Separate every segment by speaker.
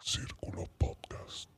Speaker 1: Círculo Podcast.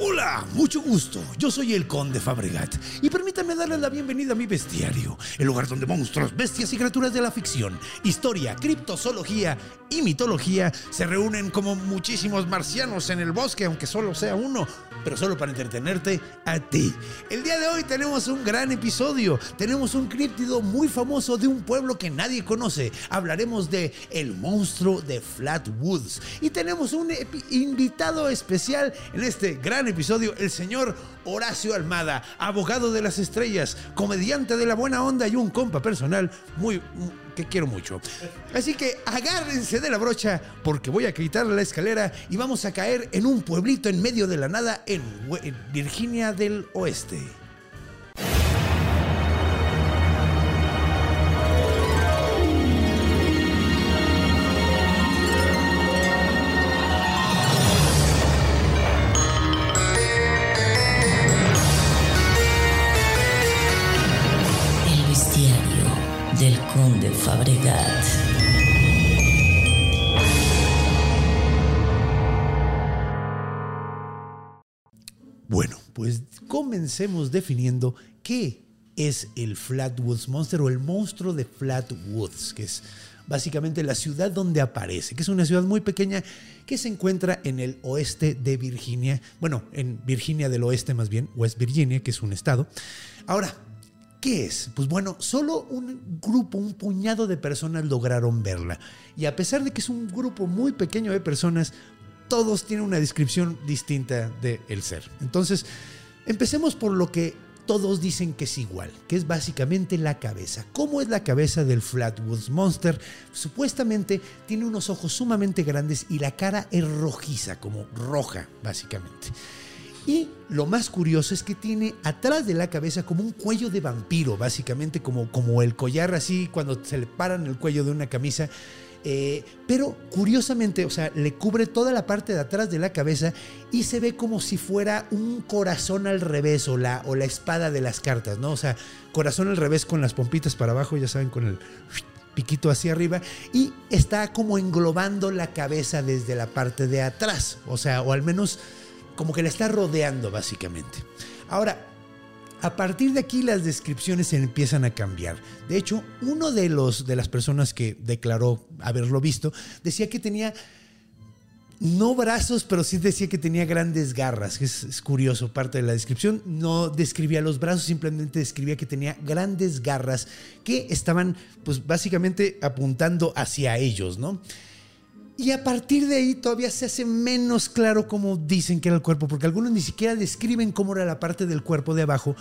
Speaker 2: Hola, mucho gusto. Yo soy el Conde Fabregat y permítanme darles la bienvenida a mi bestiario, el lugar donde monstruos, bestias y criaturas de la ficción, historia, criptozoología y mitología se reúnen como muchísimos marcianos en el bosque, aunque solo sea uno, pero solo para entretenerte a ti. El día de hoy tenemos un gran episodio. Tenemos un críptido muy famoso de un pueblo que nadie conoce. Hablaremos de el monstruo de Flatwoods y tenemos un epi- invitado especial en este gran episodio, el señor Horacio Almada, abogado de las estrellas, comediante de la buena onda y un compa personal muy mm, que quiero mucho. Así que agárrense de la brocha porque voy a quitar la escalera y vamos a caer en un pueblito en medio de la nada en We- en Virginia del Oeste.
Speaker 3: El bestiario del conde Fabregat.
Speaker 2: Bueno, pues comencemos definiendo qué es el Flatwoods Monster o el monstruo de Flatwoods, que es básicamente la ciudad donde aparece, que es una ciudad muy pequeña que se encuentra en el oeste de Virginia, bueno, en Virginia del oeste más bien, West Virginia, que es un estado. Ahora, ¿Qué es? Pues bueno, solo un grupo, un puñado de personas lograron verla. Y a pesar de que es un grupo muy pequeño de personas, todos tienen una descripción distinta del ser. Entonces, empecemos por lo que todos dicen que es igual, que es básicamente la cabeza. ¿Cómo es la cabeza del Flatwoods Monster? Supuestamente tiene unos ojos sumamente grandes y la cara es rojiza, como roja, básicamente. Y lo más curioso es que tiene atrás de la cabeza como un cuello de vampiro, básicamente como, como el collar así cuando se le paran el cuello de una camisa. Eh, pero curiosamente, o sea, le cubre toda la parte de atrás de la cabeza y se ve como si fuera un corazón al revés o la, o la espada de las cartas, ¿no? O sea, corazón al revés con las pompitas para abajo, ya saben, con el piquito hacia arriba y está como englobando la cabeza desde la parte de atrás, o sea, o al menos como que la está rodeando básicamente. Ahora, a partir de aquí las descripciones empiezan a cambiar. De hecho, uno de los de las personas que declaró haberlo visto decía que tenía no brazos, pero sí decía que tenía grandes garras, que es, es curioso, parte de la descripción. No describía los brazos, simplemente describía que tenía grandes garras que estaban, pues básicamente apuntando hacia ellos, ¿no? Y a partir de ahí todavía se hace menos claro cómo dicen que era el cuerpo, porque algunos ni siquiera describen cómo era la parte del cuerpo de abajo.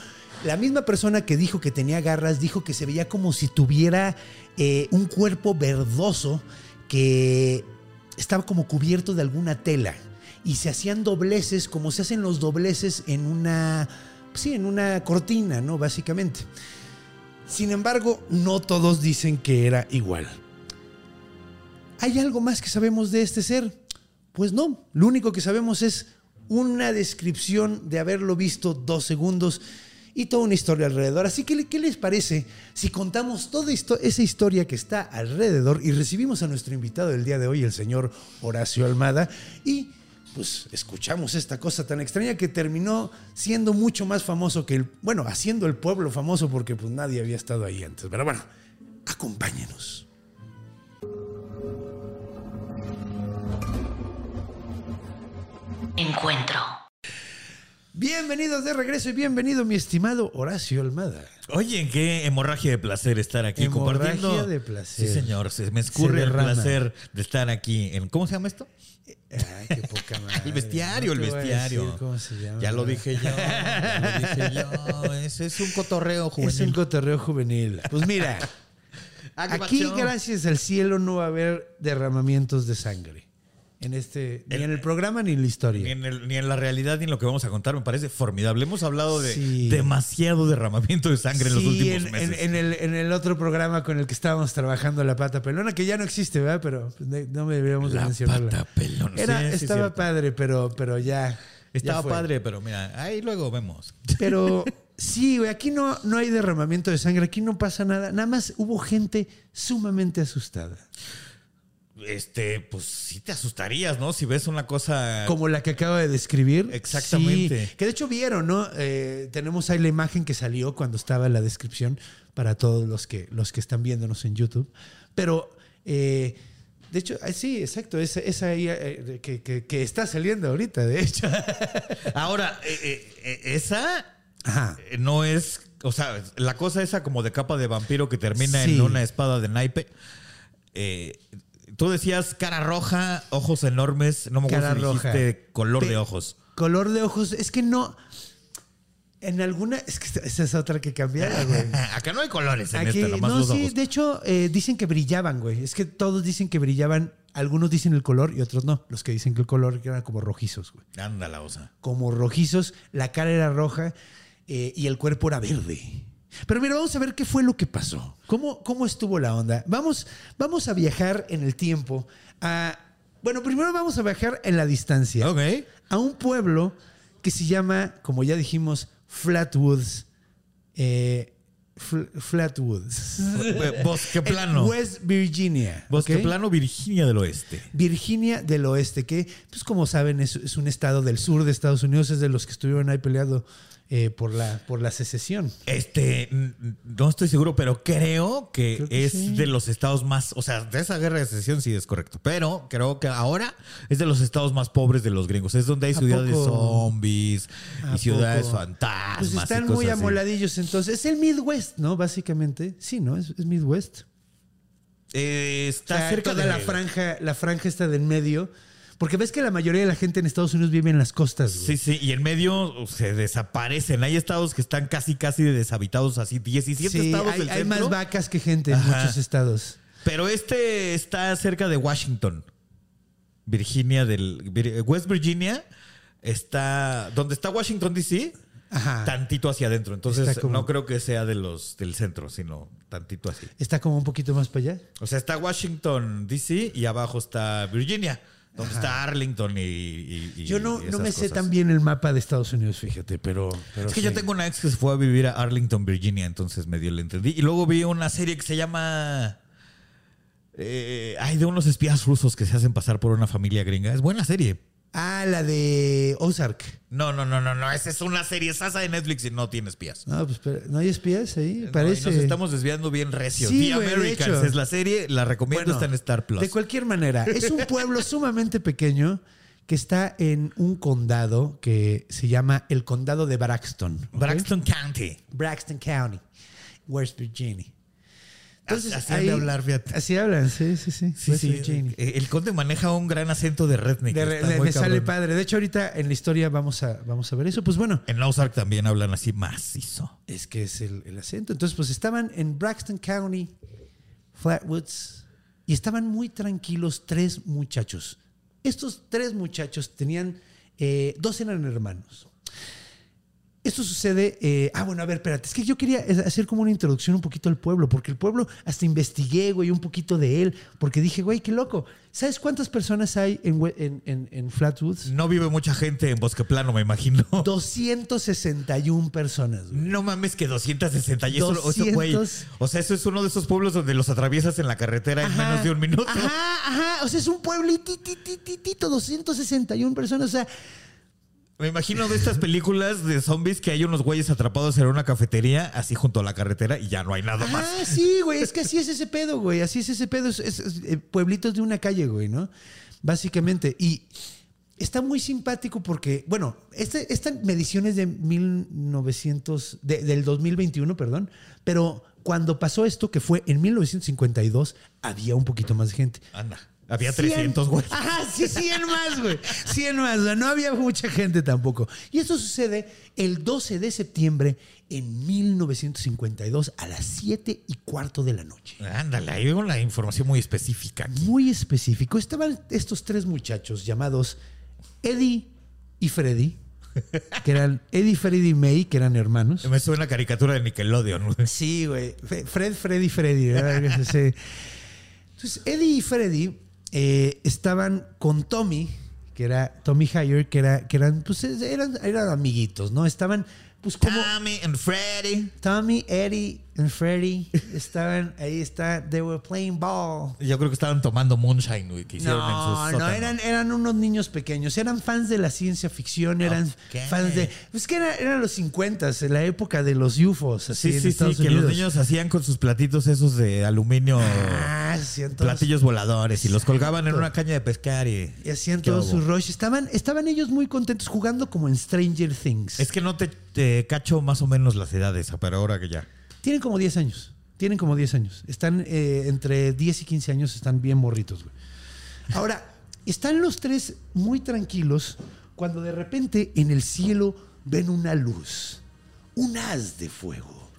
Speaker 2: La misma persona que dijo que tenía garras dijo que se veía como si tuviera eh, un cuerpo verdoso que estaba como cubierto de alguna tela y se hacían dobleces como se hacen los dobleces en una, sí, en una cortina, ¿no? Básicamente. Sin embargo, no todos dicen que era igual. ¿Hay algo más que sabemos de este ser? Pues no, lo único que sabemos es una descripción de haberlo visto dos segundos y toda una historia alrededor. Así que, ¿qué les parece si contamos toda histo- esa historia que está alrededor y recibimos a nuestro invitado del día de hoy, el señor Horacio Almada, y pues escuchamos esta cosa tan extraña que terminó siendo mucho más famoso que el, bueno, haciendo el pueblo famoso porque pues nadie había estado ahí antes. Pero bueno, acompáñenos.
Speaker 3: Encuentro.
Speaker 2: Bienvenidos de regreso y bienvenido mi estimado Horacio Almada.
Speaker 4: Oye, qué hemorragia de placer estar aquí
Speaker 2: Hemorragia
Speaker 4: compartiendo.
Speaker 2: de placer.
Speaker 4: Sí, señor. Se me escurre
Speaker 2: Se
Speaker 4: el
Speaker 2: derrama.
Speaker 4: placer de estar aquí en. ¿Cómo se llama esto?
Speaker 2: Ay, qué poca madre.
Speaker 4: El bestiario,
Speaker 2: No
Speaker 4: el
Speaker 2: te voy a
Speaker 4: bestiario.
Speaker 2: decir ¿Cómo se llama?
Speaker 4: Ya lo dije yo. ya lo dije yo. Es, es un cotorreo
Speaker 2: Es un
Speaker 4: juvenil. Ah,
Speaker 2: cotorreo juvenil. Pues mira, Aquí, gracias al cielo, no va a haber derramamientos de sangre. En este, ni en el programa ni en la
Speaker 4: Ni
Speaker 2: historia.
Speaker 4: en, el- ni en la realidad ni en lo que vamos a contar me parece formidable. Hemos hablado de
Speaker 2: Sí.
Speaker 4: demasiado derramamiento de sangre en los
Speaker 2: Sí,
Speaker 4: últimos
Speaker 2: en-
Speaker 4: meses.
Speaker 2: en- en el, en el otro programa con el que estábamos trabajando la pata pelona, que ya no existe, ¿verdad? Pero pues, ne- no deberíamos de
Speaker 4: La
Speaker 2: mencionarla.
Speaker 4: pata pelona.
Speaker 2: Era-
Speaker 4: Sí, sí,
Speaker 2: estaba
Speaker 4: cierto.
Speaker 2: padre, pero, pero ya. ya
Speaker 4: Estaba
Speaker 2: fue.
Speaker 4: padre, pero mira, ahí luego vemos.
Speaker 2: Pero sí, güey, aquí no, no hay derramamiento de sangre, aquí no pasa nada. Nada más hubo gente sumamente asustada.
Speaker 4: Este, pues sí te asustarías, ¿no? Si ves una cosa.
Speaker 2: Como la que acaba de describir.
Speaker 4: Ah. Exactamente.
Speaker 2: Sí, que de hecho vieron, ¿no? Eh, tenemos ahí la imagen que salió cuando estaba en la descripción para todos los que, los que están viéndonos en YouTube. Pero, eh, de hecho, ah, sí, exacto, esa, esa ahí, eh, que, que- que está saliendo ahorita, de hecho.
Speaker 4: Ahora, eh, eh, eh, esa
Speaker 2: Ajá.
Speaker 4: eh, no es. O sea, la cosa esa como de capa de vampiro que termina
Speaker 2: Sí.
Speaker 4: en una espada de naipe. eh, tú decías cara roja, ojos enormes. No me acuerdo
Speaker 2: Cara
Speaker 4: si
Speaker 2: roja.
Speaker 4: dijiste color
Speaker 2: Pe-
Speaker 4: de ojos.
Speaker 2: Color de ojos, es que no. En alguna. Es que esta- esa es otra que cambiara, güey.
Speaker 4: Acá no hay colores en
Speaker 2: Aquí-
Speaker 4: esta, nomás
Speaker 2: no,
Speaker 4: los
Speaker 2: sí,
Speaker 4: ojos.
Speaker 2: de hecho, eh, dicen que brillaban, güey. Es que todos dicen que brillaban. Algunos dicen el color y otros no. Los que dicen que el color eran como rojizos, güey.
Speaker 4: Ándala, o sea.
Speaker 2: Como rojizos, la cara era roja eh, y el cuerpo era verde. Pero mira, vamos a ver qué fue lo que pasó. ¿Cómo, cómo estuvo la onda? Vamos, vamos a viajar en el tiempo a. Bueno, primero vamos a viajar en la distancia
Speaker 4: Ok.
Speaker 2: a un pueblo que se llama, como ya dijimos, Flatwoods. Eh, Fl- Flatwoods.
Speaker 4: Eh, Bosque
Speaker 2: En
Speaker 4: plano.
Speaker 2: West Virginia.
Speaker 4: Bosque
Speaker 2: ¿ok?
Speaker 4: plano, Virginia del Oeste.
Speaker 2: Virginia del Oeste, que, pues como saben, es, es un estado del sur de Estados Unidos, es de los que estuvieron ahí peleado eh, por, la, por la secesión.
Speaker 4: Este, n- no estoy seguro, pero creo que
Speaker 2: Creo que
Speaker 4: es
Speaker 2: sí.
Speaker 4: de los estados más, o sea, de esa guerra de secesión sí es correcto, pero creo que ahora es de los estados más pobres de los gringos. Es donde hay
Speaker 2: ¿A
Speaker 4: ciudades
Speaker 2: poco?
Speaker 4: zombies
Speaker 2: ¿A
Speaker 4: y ciudades
Speaker 2: poco?
Speaker 4: fantasmas.
Speaker 2: Pues
Speaker 4: y
Speaker 2: están
Speaker 4: cosas
Speaker 2: muy
Speaker 4: así.
Speaker 2: amoladillos, entonces. Es el Midwest, ¿no? Básicamente. Sí, ¿no? Es, es Midwest.
Speaker 4: Eh, está
Speaker 2: O sea,
Speaker 4: cerca
Speaker 2: toda
Speaker 4: de
Speaker 2: la franja, la franja está del medio. Porque ves que la mayoría de la gente en Estados Unidos vive en las costas. güey.
Speaker 4: Sí, sí, y en medio se desaparecen. Hay estados que están casi, casi deshabitados, así 17
Speaker 2: Sí,
Speaker 4: estados
Speaker 2: hay,
Speaker 4: del
Speaker 2: hay más
Speaker 4: centro,
Speaker 2: vacas que gente en
Speaker 4: Ajá.
Speaker 2: muchos estados.
Speaker 4: Pero este está cerca de Washington. Virginia del. Vir- West Virginia está. Donde está Washington, D.C.
Speaker 2: Ajá.
Speaker 4: Tantito hacia adentro. Entonces
Speaker 2: Está como-
Speaker 4: no creo que sea de los del centro, sino tantito así.
Speaker 2: Está como un poquito más para allá.
Speaker 4: O sea, está Washington, D.C. y abajo está Virginia. Donde está Arlington y. y- y
Speaker 2: Yo no, no
Speaker 4: esas
Speaker 2: me sé
Speaker 4: cosas.
Speaker 2: tan bien el mapa de Estados Unidos, fíjate, pero. pero
Speaker 4: Es que
Speaker 2: sí.
Speaker 4: yo tengo una ex que se fue a vivir a Arlington, Virginia, entonces medio le entendí. Y luego vi una serie que se llama. eh, ay, de unos espías rusos que se hacen pasar por una familia gringa. Es buena serie.
Speaker 2: Ah, la de Ozark.
Speaker 4: No, no, no, no, no. Esa es una serie sasa de Netflix y no tiene espías.
Speaker 2: No, pues pero, no hay espías ahí.
Speaker 4: No, y
Speaker 2: Parece.
Speaker 4: nos estamos desviando bien recio.
Speaker 2: Sí,
Speaker 4: The
Speaker 2: güey, de
Speaker 4: Americans
Speaker 2: hecho.
Speaker 4: es la serie, la recomiendo,
Speaker 2: Bueno,
Speaker 4: está en Star Plus.
Speaker 2: De cualquier manera, es un pueblo sumamente pequeño que está en un condado que se llama el condado de Braxton. ¿ok?
Speaker 4: Braxton County.
Speaker 2: Braxton County, West Virginia.
Speaker 4: Así han de hablar, fíjate.
Speaker 2: Así hablan, sí, sí, sí.
Speaker 4: Sí,
Speaker 2: West
Speaker 4: sí.
Speaker 2: Virginia.
Speaker 4: El, Pues, eh, el conde maneja un gran acento de redneck.
Speaker 2: De-
Speaker 4: está
Speaker 2: de-
Speaker 4: muy
Speaker 2: me sale
Speaker 4: cabrón.
Speaker 2: padre. De hecho, ahorita en la historia vamos a, vamos a ver eso. Pues bueno,
Speaker 4: En Ozark también hablan así macizo.
Speaker 2: es que es el, el acento. Entonces, pues estaban en Braxton County, Flatwoods, y estaban muy tranquilos tres muchachos. Estos tres muchachos tenían, eh, dos eran hermanos. Esto sucede, eh, ah, bueno, a ver, espérate, es que yo quería eh, hacer como una introducción un poquito al pueblo, porque el pueblo hasta investigué, güey, un poquito de él, porque dije, güey, qué loco. ¿Sabes cuántas personas hay en, we- en- en- en Flatwoods?
Speaker 4: No vive mucha gente en Bosque Plano, me imagino.
Speaker 2: 261 personas, güey.
Speaker 4: No mames que 260 y eso, eso, güey.
Speaker 2: 200.
Speaker 4: O sea, eso es uno de esos pueblos donde los atraviesas en la carretera en menos de un minuto.
Speaker 2: Ajá, ajá. O sea, es un pueblititititito, 261 personas. O sea,
Speaker 4: Me imagino de estas películas de zombies que hay unos güeyes atrapados en una cafetería así junto a la carretera y ya no hay nada más.
Speaker 2: ah, sí, güey. Es que así es ese pedo, güey. Así es ese pedo. Es, es- es, eh, pueblitos de una calle, güey, ¿no? Básicamente. Y está muy simpático porque, bueno, este, esta medición es de 1900, de- del 2021, perdón. Pero cuando pasó esto, que fue en 1952, había un poquito más gente.
Speaker 4: Anda. Había
Speaker 2: 100.
Speaker 4: 300, güey.
Speaker 2: Ajá, sí, 100 más, güey. 100 más. güey. No había mucha gente tampoco. Y esto sucede el 12 de septiembre en 1952 a las 7 y cuarto de la noche.
Speaker 4: Ándale, ahí veo la información muy específica. aquí.
Speaker 2: Muy específico. Estaban estos tres muchachos llamados Eddie y Freddy, que eran Eddie, Freddy y May, que eran hermanos.
Speaker 4: Me suena la caricatura de Nickelodeon. güey.
Speaker 2: Sí, güey. Fe- Fred, Freddy, Freddy. ¿verdad? Sí. Entonces, Eddie y Freddy eh, estaban con Tommy, que era Tommy Hire, que, era, que eran, pues, es- eran, eran amiguitos, ¿no? Estaban, pues, como
Speaker 4: Tommy and Freddy.
Speaker 2: Tommy, Eddie y Freddy estaban, ahí está, they were playing ball.
Speaker 4: Yo creo que estaban tomando moonshine, güey, que hicieron en
Speaker 2: No,
Speaker 4: sus
Speaker 2: no,
Speaker 4: sótanos.
Speaker 2: eran, eran unos niños pequeños, eran fans de la ciencia ficción, eran
Speaker 4: Ok.
Speaker 2: fans de... Pues que era- eran los 50, la época de los UFOs, así
Speaker 4: Sí,
Speaker 2: en
Speaker 4: sí, sí,
Speaker 2: Estados
Speaker 4: que
Speaker 2: Unidos.
Speaker 4: los niños hacían con sus platitos esos de aluminio,
Speaker 2: Ah, sí, entonces-
Speaker 4: platillos voladores, y los colgaban en una caña de pescar y...
Speaker 2: Y hacían
Speaker 4: ¿Qué
Speaker 2: todo
Speaker 4: hubo?
Speaker 2: su rush. Estaban, estaban ellos muy contentos jugando como en Stranger Things.
Speaker 4: Es que no te, te cacho más o menos las edades, pero ahora que ya.
Speaker 2: Tienen como 10 años. Tienen como 10 años. Están eh, entre 10 y 15 años, están bien morritos, güey. Ahora, están los tres muy tranquilos cuando de repente en el cielo ven una luz, un haz de fuego,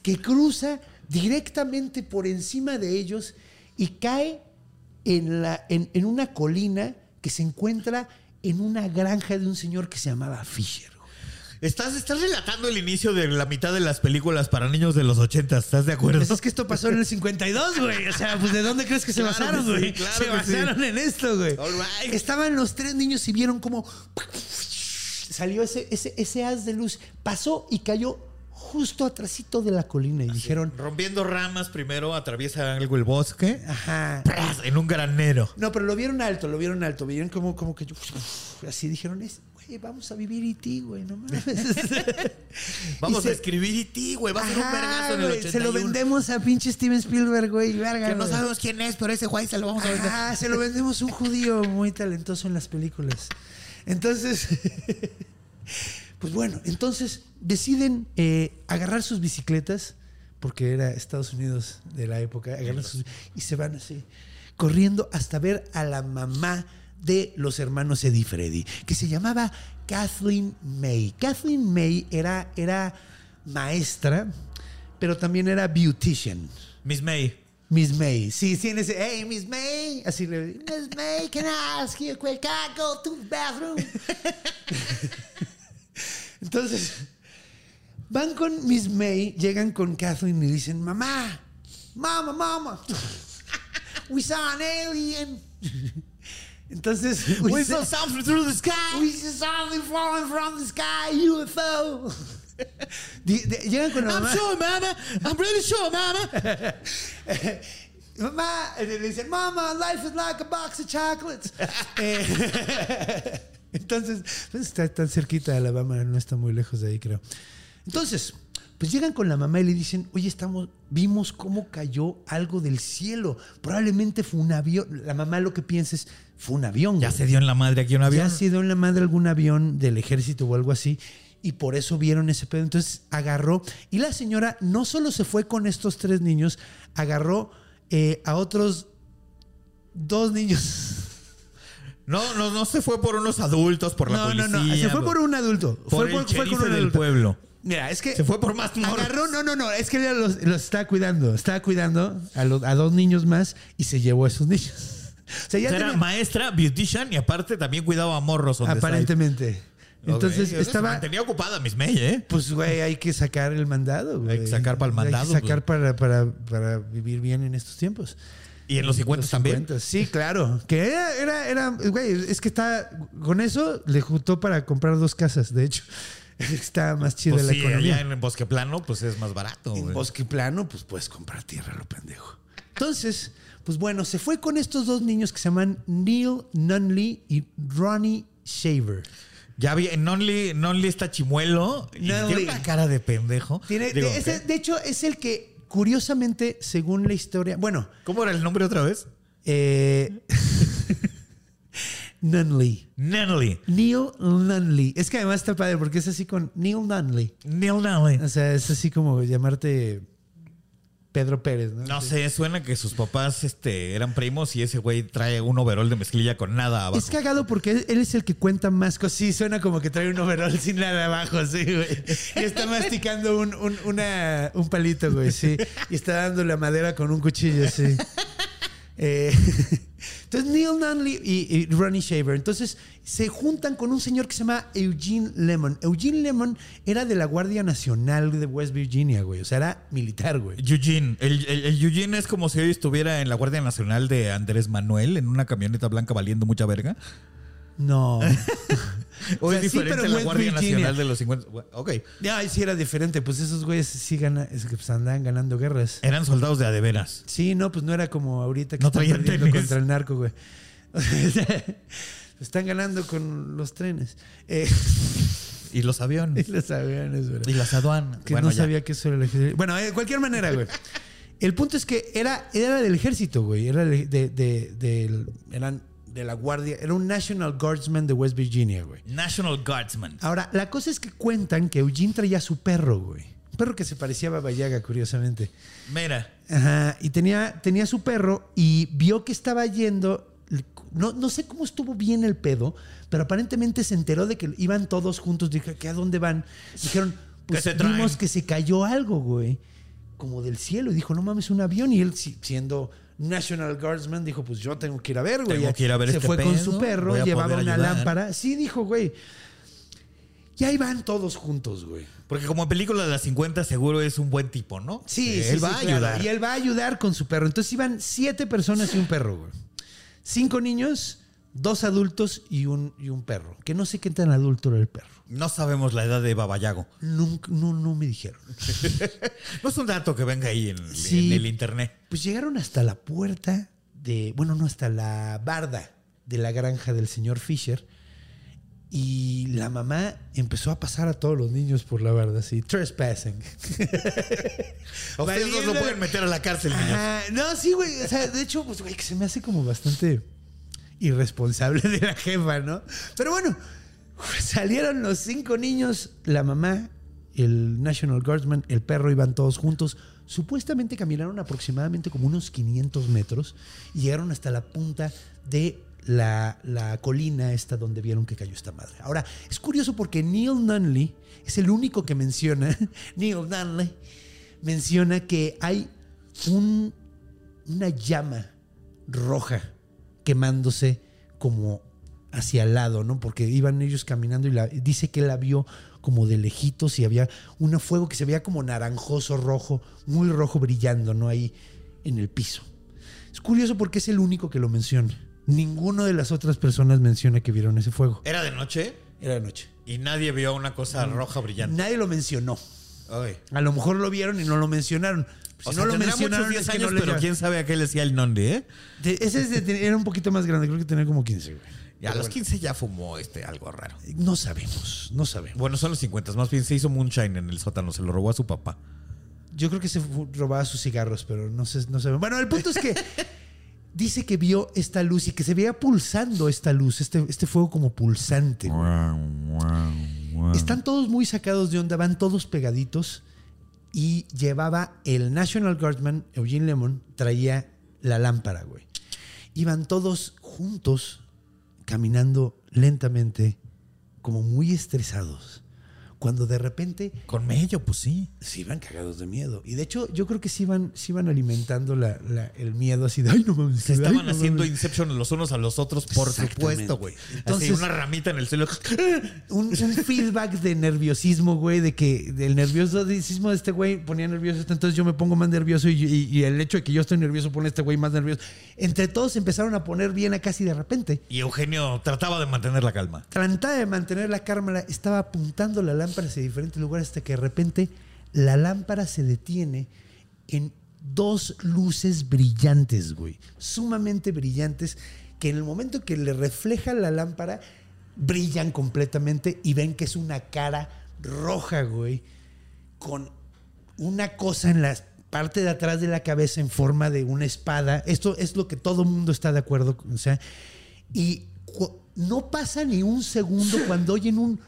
Speaker 2: que cruza directamente por encima de ellos y cae en, la, en, en una colina que se encuentra en una granja de un señor que se llamaba Fisher. güey.
Speaker 4: Estás, estás relatando el inicio de la mitad de las películas para niños de los 80, ¿estás de acuerdo?
Speaker 2: Pues es que esto pasó en el 52, güey. O sea, pues ¿de dónde crees que se
Speaker 4: Claro
Speaker 2: basaron,
Speaker 4: que sí,
Speaker 2: güey?
Speaker 4: claro
Speaker 2: se
Speaker 4: que
Speaker 2: basaron en esto, güey.
Speaker 4: All right.
Speaker 2: Estaban los tres niños y vieron cómo salió ese, ese, ese haz de luz. Pasó y cayó justo atrásito de la colina. Y dijeron,
Speaker 4: Rompiendo ramas primero, atraviesa algo el bosque,
Speaker 2: ajá.
Speaker 4: ¡pras! en un granero.
Speaker 2: No, pero lo vieron alto, lo vieron alto. Vieron como, como que yo- así dijeron, es, güey, vamos a vivir y ti, güey, no mames.
Speaker 4: Vamos
Speaker 2: Y se-
Speaker 4: a escribir y ti, güey, va a ser un
Speaker 2: Ajá,
Speaker 4: vergazo en el
Speaker 2: güey,
Speaker 4: 81.
Speaker 2: Se lo vendemos a pinche Steven Spielberg, güey, verga,
Speaker 4: Que no
Speaker 2: güey.
Speaker 4: sabemos quién es, pero ese guay se lo vamos a vender.
Speaker 2: Ah, se lo vendemos a un judío muy talentoso en las películas. Entonces, pues bueno, entonces deciden eh, agarrar sus bicicletas, porque era Estados Unidos de la época, agarran sus- y se van así, corriendo hasta ver a la mamá de los hermanos Eddie y Freddy, que se llamaba Kathleen May. Kathleen May era, era maestra, pero también era beautician.
Speaker 4: Miss May.
Speaker 2: Miss May. Sí, sí, en ese. Hey, Miss May. Así le Miss May, can I ask you a quick I go to the bathroom? Entonces, van con Miss May, llegan con Kathleen y dicen: Mamá, mamá, mamá. We saw an alien. Entonces, we,
Speaker 4: Pues,
Speaker 2: saw-
Speaker 4: something through the sky.
Speaker 2: we saw something falling from the sky, UFO. Di- de- Llegan con la mamá.
Speaker 4: mama. I'm really sure, mama.
Speaker 2: Mamá, le dicen, mamá, life is like a box of chocolates. Eh, entonces, pues, está tan cerquita de Alabama, no está muy lejos de ahí, creo. Entonces, pues llegan con la mamá y le dicen, oye, estamos, vimos cómo cayó algo del cielo. Probablemente fue un avión. La mamá lo que piensa es, fue un avión.
Speaker 4: Ya
Speaker 2: güey.
Speaker 4: se dio en la madre aquí un
Speaker 2: Había
Speaker 4: avión.
Speaker 2: sido en la madre algún avión del ejército o algo así. Y por eso vieron ese pedo. Entonces agarró. Y la señora no solo se fue con estos tres niños, agarró eh, a otros dos niños.
Speaker 4: No, no, no se fue por unos adultos, por la
Speaker 2: no,
Speaker 4: policía.
Speaker 2: no, no. Se fue por un adulto.
Speaker 4: Por
Speaker 2: fue, fue
Speaker 4: el sheriff del pueblo.
Speaker 2: Mira, es que.
Speaker 4: Se fue por más morros.
Speaker 2: Agarró, no, no, no. Es que ella los, los estaba cuidando. Estaba cuidando a, los- a dos niños más y se llevó a esos niños. O sea, ya
Speaker 4: O sea, Pues Era
Speaker 2: tenía-
Speaker 4: maestra, beautician y aparte también cuidaba a morros. on the side.
Speaker 2: aparentemente.
Speaker 4: Ok,
Speaker 2: Entonces
Speaker 4: eso se
Speaker 2: estaba.
Speaker 4: mantenía ocupada Miss May, ¿eh?
Speaker 2: Pues, güey, hay que sacar el mandado. güey.
Speaker 4: Hay que sacar pa'l
Speaker 2: Hay
Speaker 4: mandado,
Speaker 2: que sacar para, para, para vivir bien en estos tiempos.
Speaker 4: Y en los 50
Speaker 2: Los
Speaker 4: también.
Speaker 2: 50, Sí, claro. Que era, era, era, güey, es que está, con eso le juntó para comprar dos casas, de hecho. Está más chida
Speaker 4: Pues
Speaker 2: la
Speaker 4: sí,
Speaker 2: economía.
Speaker 4: allá en el bosque plano, pues es más barato.
Speaker 2: En
Speaker 4: güey.
Speaker 2: bosque plano, pues puedes comprar tierra, lo pendejo. Entonces, pues bueno, se fue con estos dos niños que se llaman Neil Nunley y Ronnie Shaver.
Speaker 4: Ya vi, en Only, en Only está chimuelo. y
Speaker 2: Nonly.
Speaker 4: tiene una cara de pendejo.
Speaker 2: Tiene,
Speaker 4: Digo,
Speaker 2: de, ese-
Speaker 4: ¿qué?
Speaker 2: de hecho, es el que, curiosamente, según la historia, bueno,
Speaker 4: ¿Cómo era el nombre otra vez?
Speaker 2: Eh, Nunley.
Speaker 4: Nunley.
Speaker 2: Neil Nunley. Es que además está padre porque es así con Neil Nunley.
Speaker 4: Neil Nunley.
Speaker 2: O sea, es así como llamarte Pedro Pérez, ¿no?
Speaker 4: No
Speaker 2: Sí.
Speaker 4: sé, suena que sus papás este, eran primos y ese güey trae un overol de mezclilla con nada abajo.
Speaker 2: Es cagado porque él- él es el que cuenta más cosas. Sí, suena como que trae un overall sin nada abajo, sí, güey. Y está masticando un, un- una- un palito, güey, sí. Y está dando la madera con un cuchillo, sí. Eh, entonces, Neil Nunley y, y Ronnie Shaver. Entonces, se juntan con un señor que se llama Eugene Lemon. Eugene Lemon era de la Guardia Nacional de West Virginia, güey. O sea, era militar, güey.
Speaker 4: Eugene. El, el- el Eugene es como si hoy estuviera en la Guardia Nacional de Andrés Manuel en una camioneta blanca valiendo mucha verga.
Speaker 2: No.
Speaker 4: O,
Speaker 2: sea,
Speaker 4: es
Speaker 2: sí,
Speaker 4: diferente
Speaker 2: pero
Speaker 4: a la
Speaker 2: West
Speaker 4: Guardia
Speaker 2: Virginia.
Speaker 4: Nacional de los 50. Bueno, Ok.
Speaker 2: Ay, sí, era diferente. Pues esos güeyes sí ganan, es que pues andaban ganando guerras.
Speaker 4: Eran soldados de adeveras.
Speaker 2: Sí, no, pues no era como ahorita que
Speaker 4: No
Speaker 2: están
Speaker 4: traían
Speaker 2: perdiendo
Speaker 4: tenis.
Speaker 2: contra el narco, güey. están ganando con los trenes. Eh,
Speaker 4: Y los aviones.
Speaker 2: y los aviones, güey.
Speaker 4: Y las aduanas.
Speaker 2: Que
Speaker 4: Bueno,
Speaker 2: no
Speaker 4: ya.
Speaker 2: sabía que eso era el ejército. Bueno, eh, de cualquier manera, güey. El punto es que era, era del ejército, güey. Era de, de, de- del- eran de la guardia. Era un National Guardsman de West Virginia, güey.
Speaker 4: National Guardsman.
Speaker 2: Ahora, la cosa es que cuentan que Eugene traía a su perro, güey. Un perro que se parecía a Baba Yaga, curiosamente.
Speaker 4: Mira.
Speaker 2: Ajá, y tenía, tenía su perro y vio que estaba yendo. No, no sé cómo estuvo bien el pedo, pero aparentemente se enteró de que iban todos juntos. Dije, ¿qué, ¿a dónde van? Dijeron, pues
Speaker 4: se traen?
Speaker 2: vimos que se cayó algo, güey. Como del cielo. Y dijo, no mames, un avión. Y él, si- siendo National Guardsman, dijo, pues yo tengo que ir a ver, güey.
Speaker 4: Tengo que ir a ver
Speaker 2: Se
Speaker 4: este
Speaker 2: fue con su
Speaker 4: pedo,
Speaker 2: perro,
Speaker 4: voy a
Speaker 2: llevaba
Speaker 4: poder
Speaker 2: una
Speaker 4: ayudar.
Speaker 2: lámpara. Sí, dijo, güey. Y ahí van todos juntos, güey.
Speaker 4: Porque como en película de las 50 seguro es un buen tipo, ¿no?
Speaker 2: Sí,
Speaker 4: Eh,
Speaker 2: sí,
Speaker 4: Él
Speaker 2: sí,
Speaker 4: va a
Speaker 2: claro.
Speaker 4: ayudar.
Speaker 2: Y él va a ayudar con su perro. Entonces iban siete personas y un perro, güey. Cinco niños, dos adultos y un, y un perro. Que no sé qué tan adulto era el perro.
Speaker 4: No sabemos la edad de Babayago.
Speaker 2: Nunca, no, no me dijeron.
Speaker 4: No es un dato que venga ahí en,
Speaker 2: Sí.
Speaker 4: en el internet.
Speaker 2: Pues llegaron hasta la puerta de, bueno, no, hasta la barda de la granja del señor Fisher. Y la mamá empezó a pasar a todos los niños por la barda, así, trespassing.
Speaker 4: A Ustedes no
Speaker 2: Valiendo-
Speaker 4: lo pueden meter a la cárcel, niños.
Speaker 2: Ajá. No, sí, güey. O sea, de hecho, pues, güey, que se me hace como bastante irresponsable de la jefa, ¿no? Pero bueno, salieron los cinco niños, la mamá, el National Guardsman, el perro, iban todos juntos. Supuestamente caminaron aproximadamente como unos 500 metros y llegaron hasta la punta de la, la colina esta donde vieron que cayó esta madre. Ahora, es curioso porque Neil Nunley es el único que menciona, Neil Nunley, menciona que hay un- una llama roja quemándose como hacia al lado, ¿no? Porque iban ellos caminando y la- dice que la vio como de lejitos y había un fuego que se veía como naranjoso, rojo, muy rojo brillando, ¿no? Ahí en el piso. Es curioso porque es el único que lo menciona. Ninguno de las otras personas menciona que vieron ese fuego.
Speaker 4: Era de noche
Speaker 2: Era de noche.
Speaker 4: y nadie vio una cosa
Speaker 2: Mm.
Speaker 4: roja brillante.
Speaker 2: Nadie lo mencionó.
Speaker 4: Ok.
Speaker 2: A lo mejor lo vieron y no lo mencionaron. Si
Speaker 4: O
Speaker 2: no
Speaker 4: sea,
Speaker 2: lo
Speaker 4: tendrá muchos
Speaker 2: mencionaron,
Speaker 4: 10
Speaker 2: es que no
Speaker 4: años,
Speaker 2: le
Speaker 4: pero
Speaker 2: llegaron.
Speaker 4: quién sabe a qué le decía el nonde, ¿eh?
Speaker 2: De- ese es de- era un poquito más grande, creo que tenía como 15, güey.
Speaker 4: Y a los 15 ya fumó este algo raro.
Speaker 2: No sabemos, no sabemos.
Speaker 4: Bueno, son los 50, más bien se hizo moonshine en el sótano, se lo robó a su papá.
Speaker 2: Yo creo que se fu- robaba sus cigarros, pero no sé, no sabemos. Bueno, el punto es que dice que vio esta luz y que se veía pulsando esta luz, este, este fuego como pulsante. güey. Están todos muy sacados de onda, van todos pegaditos y llevaba el National Guardsman, Eugene Lemon, traía la lámpara, güey. Iban todos juntos, caminando lentamente, como muy estresados, cuando de repente
Speaker 4: Con mello, pues sí.
Speaker 2: se iban cagados de miedo. Y de hecho, yo creo que se iban, se iban alimentando la- la- el miedo así de, ay, no mames.
Speaker 4: Se
Speaker 2: ay,
Speaker 4: estaban
Speaker 2: no
Speaker 4: haciendo
Speaker 2: mames".
Speaker 4: Inception los unos a los otros, por
Speaker 2: Exactamente.
Speaker 4: supuesto, güey. Entonces,
Speaker 2: Entonces-
Speaker 4: una ramita en el suelo.
Speaker 2: un, un feedback de nerviosismo, güey, de que del nerviosismo de este güey ponía nervioso, este, entonces yo me pongo más nervioso y, y- y el hecho de que yo estoy nervioso pone a este güey más nervioso. Entre todos se empezaron a poner bien a casi de repente.
Speaker 4: Y Eugenio trataba de mantener la calma.
Speaker 2: Trataba de mantener la cámara, estaba apuntando la lámpara hacia diferentes lugares hasta que de repente la lámpara se detiene en dos luces brillantes, güey. Sumamente brillantes, que en el momento que le refleja la lámpara, brillan completamente y ven que es una cara roja, güey, con una cosa en la parte de atrás de la cabeza en forma de una espada. Esto es lo que todo mundo está de acuerdo, con, o sea, y cu- no pasa ni un segundo cuando oyen un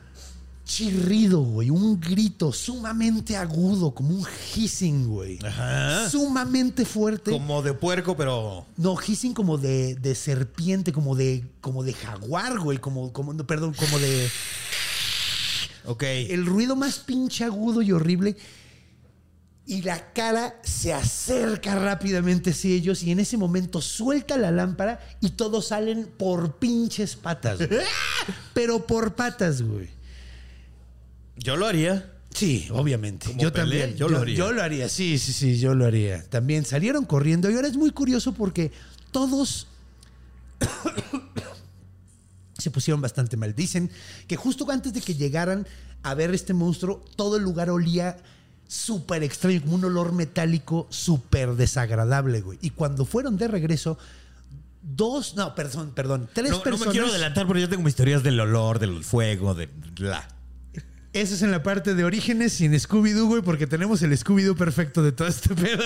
Speaker 2: chirrido, güey, un grito sumamente agudo, como un hissing, güey.
Speaker 4: Ajá.
Speaker 2: Sumamente fuerte.
Speaker 4: Como de puerco, pero.
Speaker 2: No, hissing como de, de serpiente, como de, como de jaguar, güey, como, como, no, perdón, como de...
Speaker 4: Ok.
Speaker 2: El ruido más pinche agudo y horrible. Y la cara se acerca rápidamente hacia ellos y en ese momento suelta la lámpara y todos salen por pinches patas. güey. Pero por patas, güey.
Speaker 4: Yo lo haría.
Speaker 2: Sí, obviamente.
Speaker 4: Como
Speaker 2: Yo
Speaker 4: Pelé,
Speaker 2: también.
Speaker 4: yo lo haría.
Speaker 2: Yo lo haría, sí, sí, sí, yo lo haría. También salieron corriendo y ahora es muy curioso porque todos se pusieron bastante mal. Dicen que justo antes de que llegaran a ver este monstruo, todo el lugar olía súper extraño, como un olor metálico súper desagradable, güey. Y cuando fueron de regreso, dos, no, perdón, perdón, tres
Speaker 4: No, no
Speaker 2: personas.
Speaker 4: me quiero adelantar porque yo tengo mis teorías del olor, del fuego, de la.
Speaker 2: Eso es en la parte de orígenes sin Scooby-Doo, güey, porque tenemos el Scooby-Doo perfecto de todo este pedo.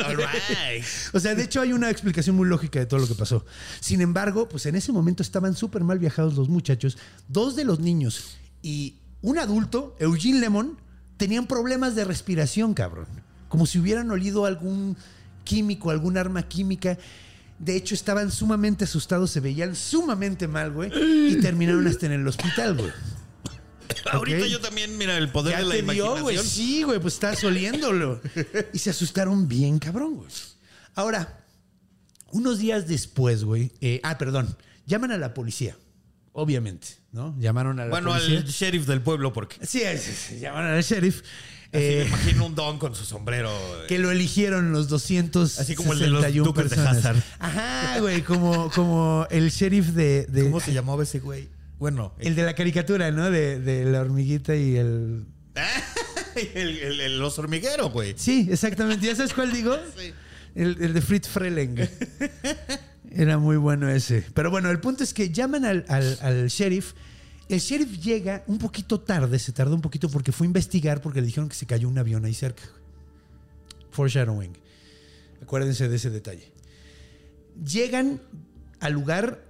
Speaker 2: O sea, de hecho hay una explicación muy lógica de todo lo que pasó. Sin embargo, pues en ese momento estaban súper mal viajados los muchachos. Dos de los niños y un adulto, Eugene Lemon, tenían problemas de respiración, cabrón. Como si hubieran olido algún químico, algún arma química. De hecho, estaban sumamente asustados, se veían sumamente mal, güey. Y terminaron hasta en el hospital, güey.
Speaker 4: Ahorita
Speaker 2: Ok.
Speaker 4: yo también, mira, el poder
Speaker 2: Ya
Speaker 4: de la
Speaker 2: te dio,
Speaker 4: imaginación.
Speaker 2: güey. Sí, güey, pues estás oliéndolo. y se asustaron bien, cabrón, güey. Ahora, unos días después, güey. eh, ah, perdón. Llaman a la policía. Obviamente, ¿no? Llamaron a la
Speaker 4: Bueno,
Speaker 2: policía.
Speaker 4: al sheriff del pueblo, porque.
Speaker 2: Sí, sí, sí, llamaron al sheriff.
Speaker 4: Sí, me
Speaker 2: eh,
Speaker 4: imagino un don con su sombrero. eh.
Speaker 2: que lo eligieron los 200.
Speaker 4: Así como el de los Duques de Hazzard.
Speaker 2: Ajá, güey, como, como el sheriff de. de-
Speaker 4: ¿Cómo se llamaba ese güey? Bueno,
Speaker 2: el de la caricatura, ¿no? De, de la hormiguita y el.
Speaker 4: el, el- el oso hormiguero, güey.
Speaker 2: Sí, exactamente. ¿Ya sabes cuál digo? El, el de Fritz Freleng. Era muy bueno ese. Pero bueno, el punto es que llaman al, al- al sheriff. El sheriff llega un poquito tarde, se tardó un poquito porque fue a investigar porque le dijeron que se cayó un avión ahí cerca. Foreshadowing. Acuérdense de ese detalle. Llegan al lugar,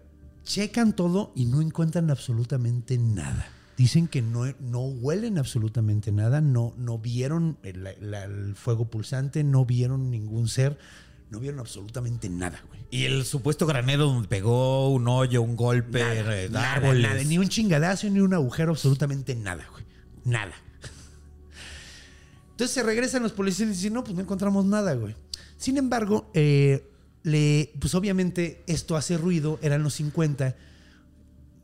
Speaker 2: checan todo y no encuentran absolutamente nada. Dicen que no, no huelen absolutamente nada, no, no vieron el, la- el fuego pulsante, no vieron ningún ser, no vieron absolutamente nada, güey.
Speaker 4: Y el supuesto granero donde pegó un hoyo, un golpe, eh,
Speaker 2: Nada,
Speaker 4: árboles.
Speaker 2: nada, ni un chingadazo, ni un agujero, absolutamente nada, güey. Nada. Entonces se regresan los policías y dicen, no, pues no encontramos nada, güey. Sin embargo, eh, le, pues obviamente esto hace ruido, eran los 50,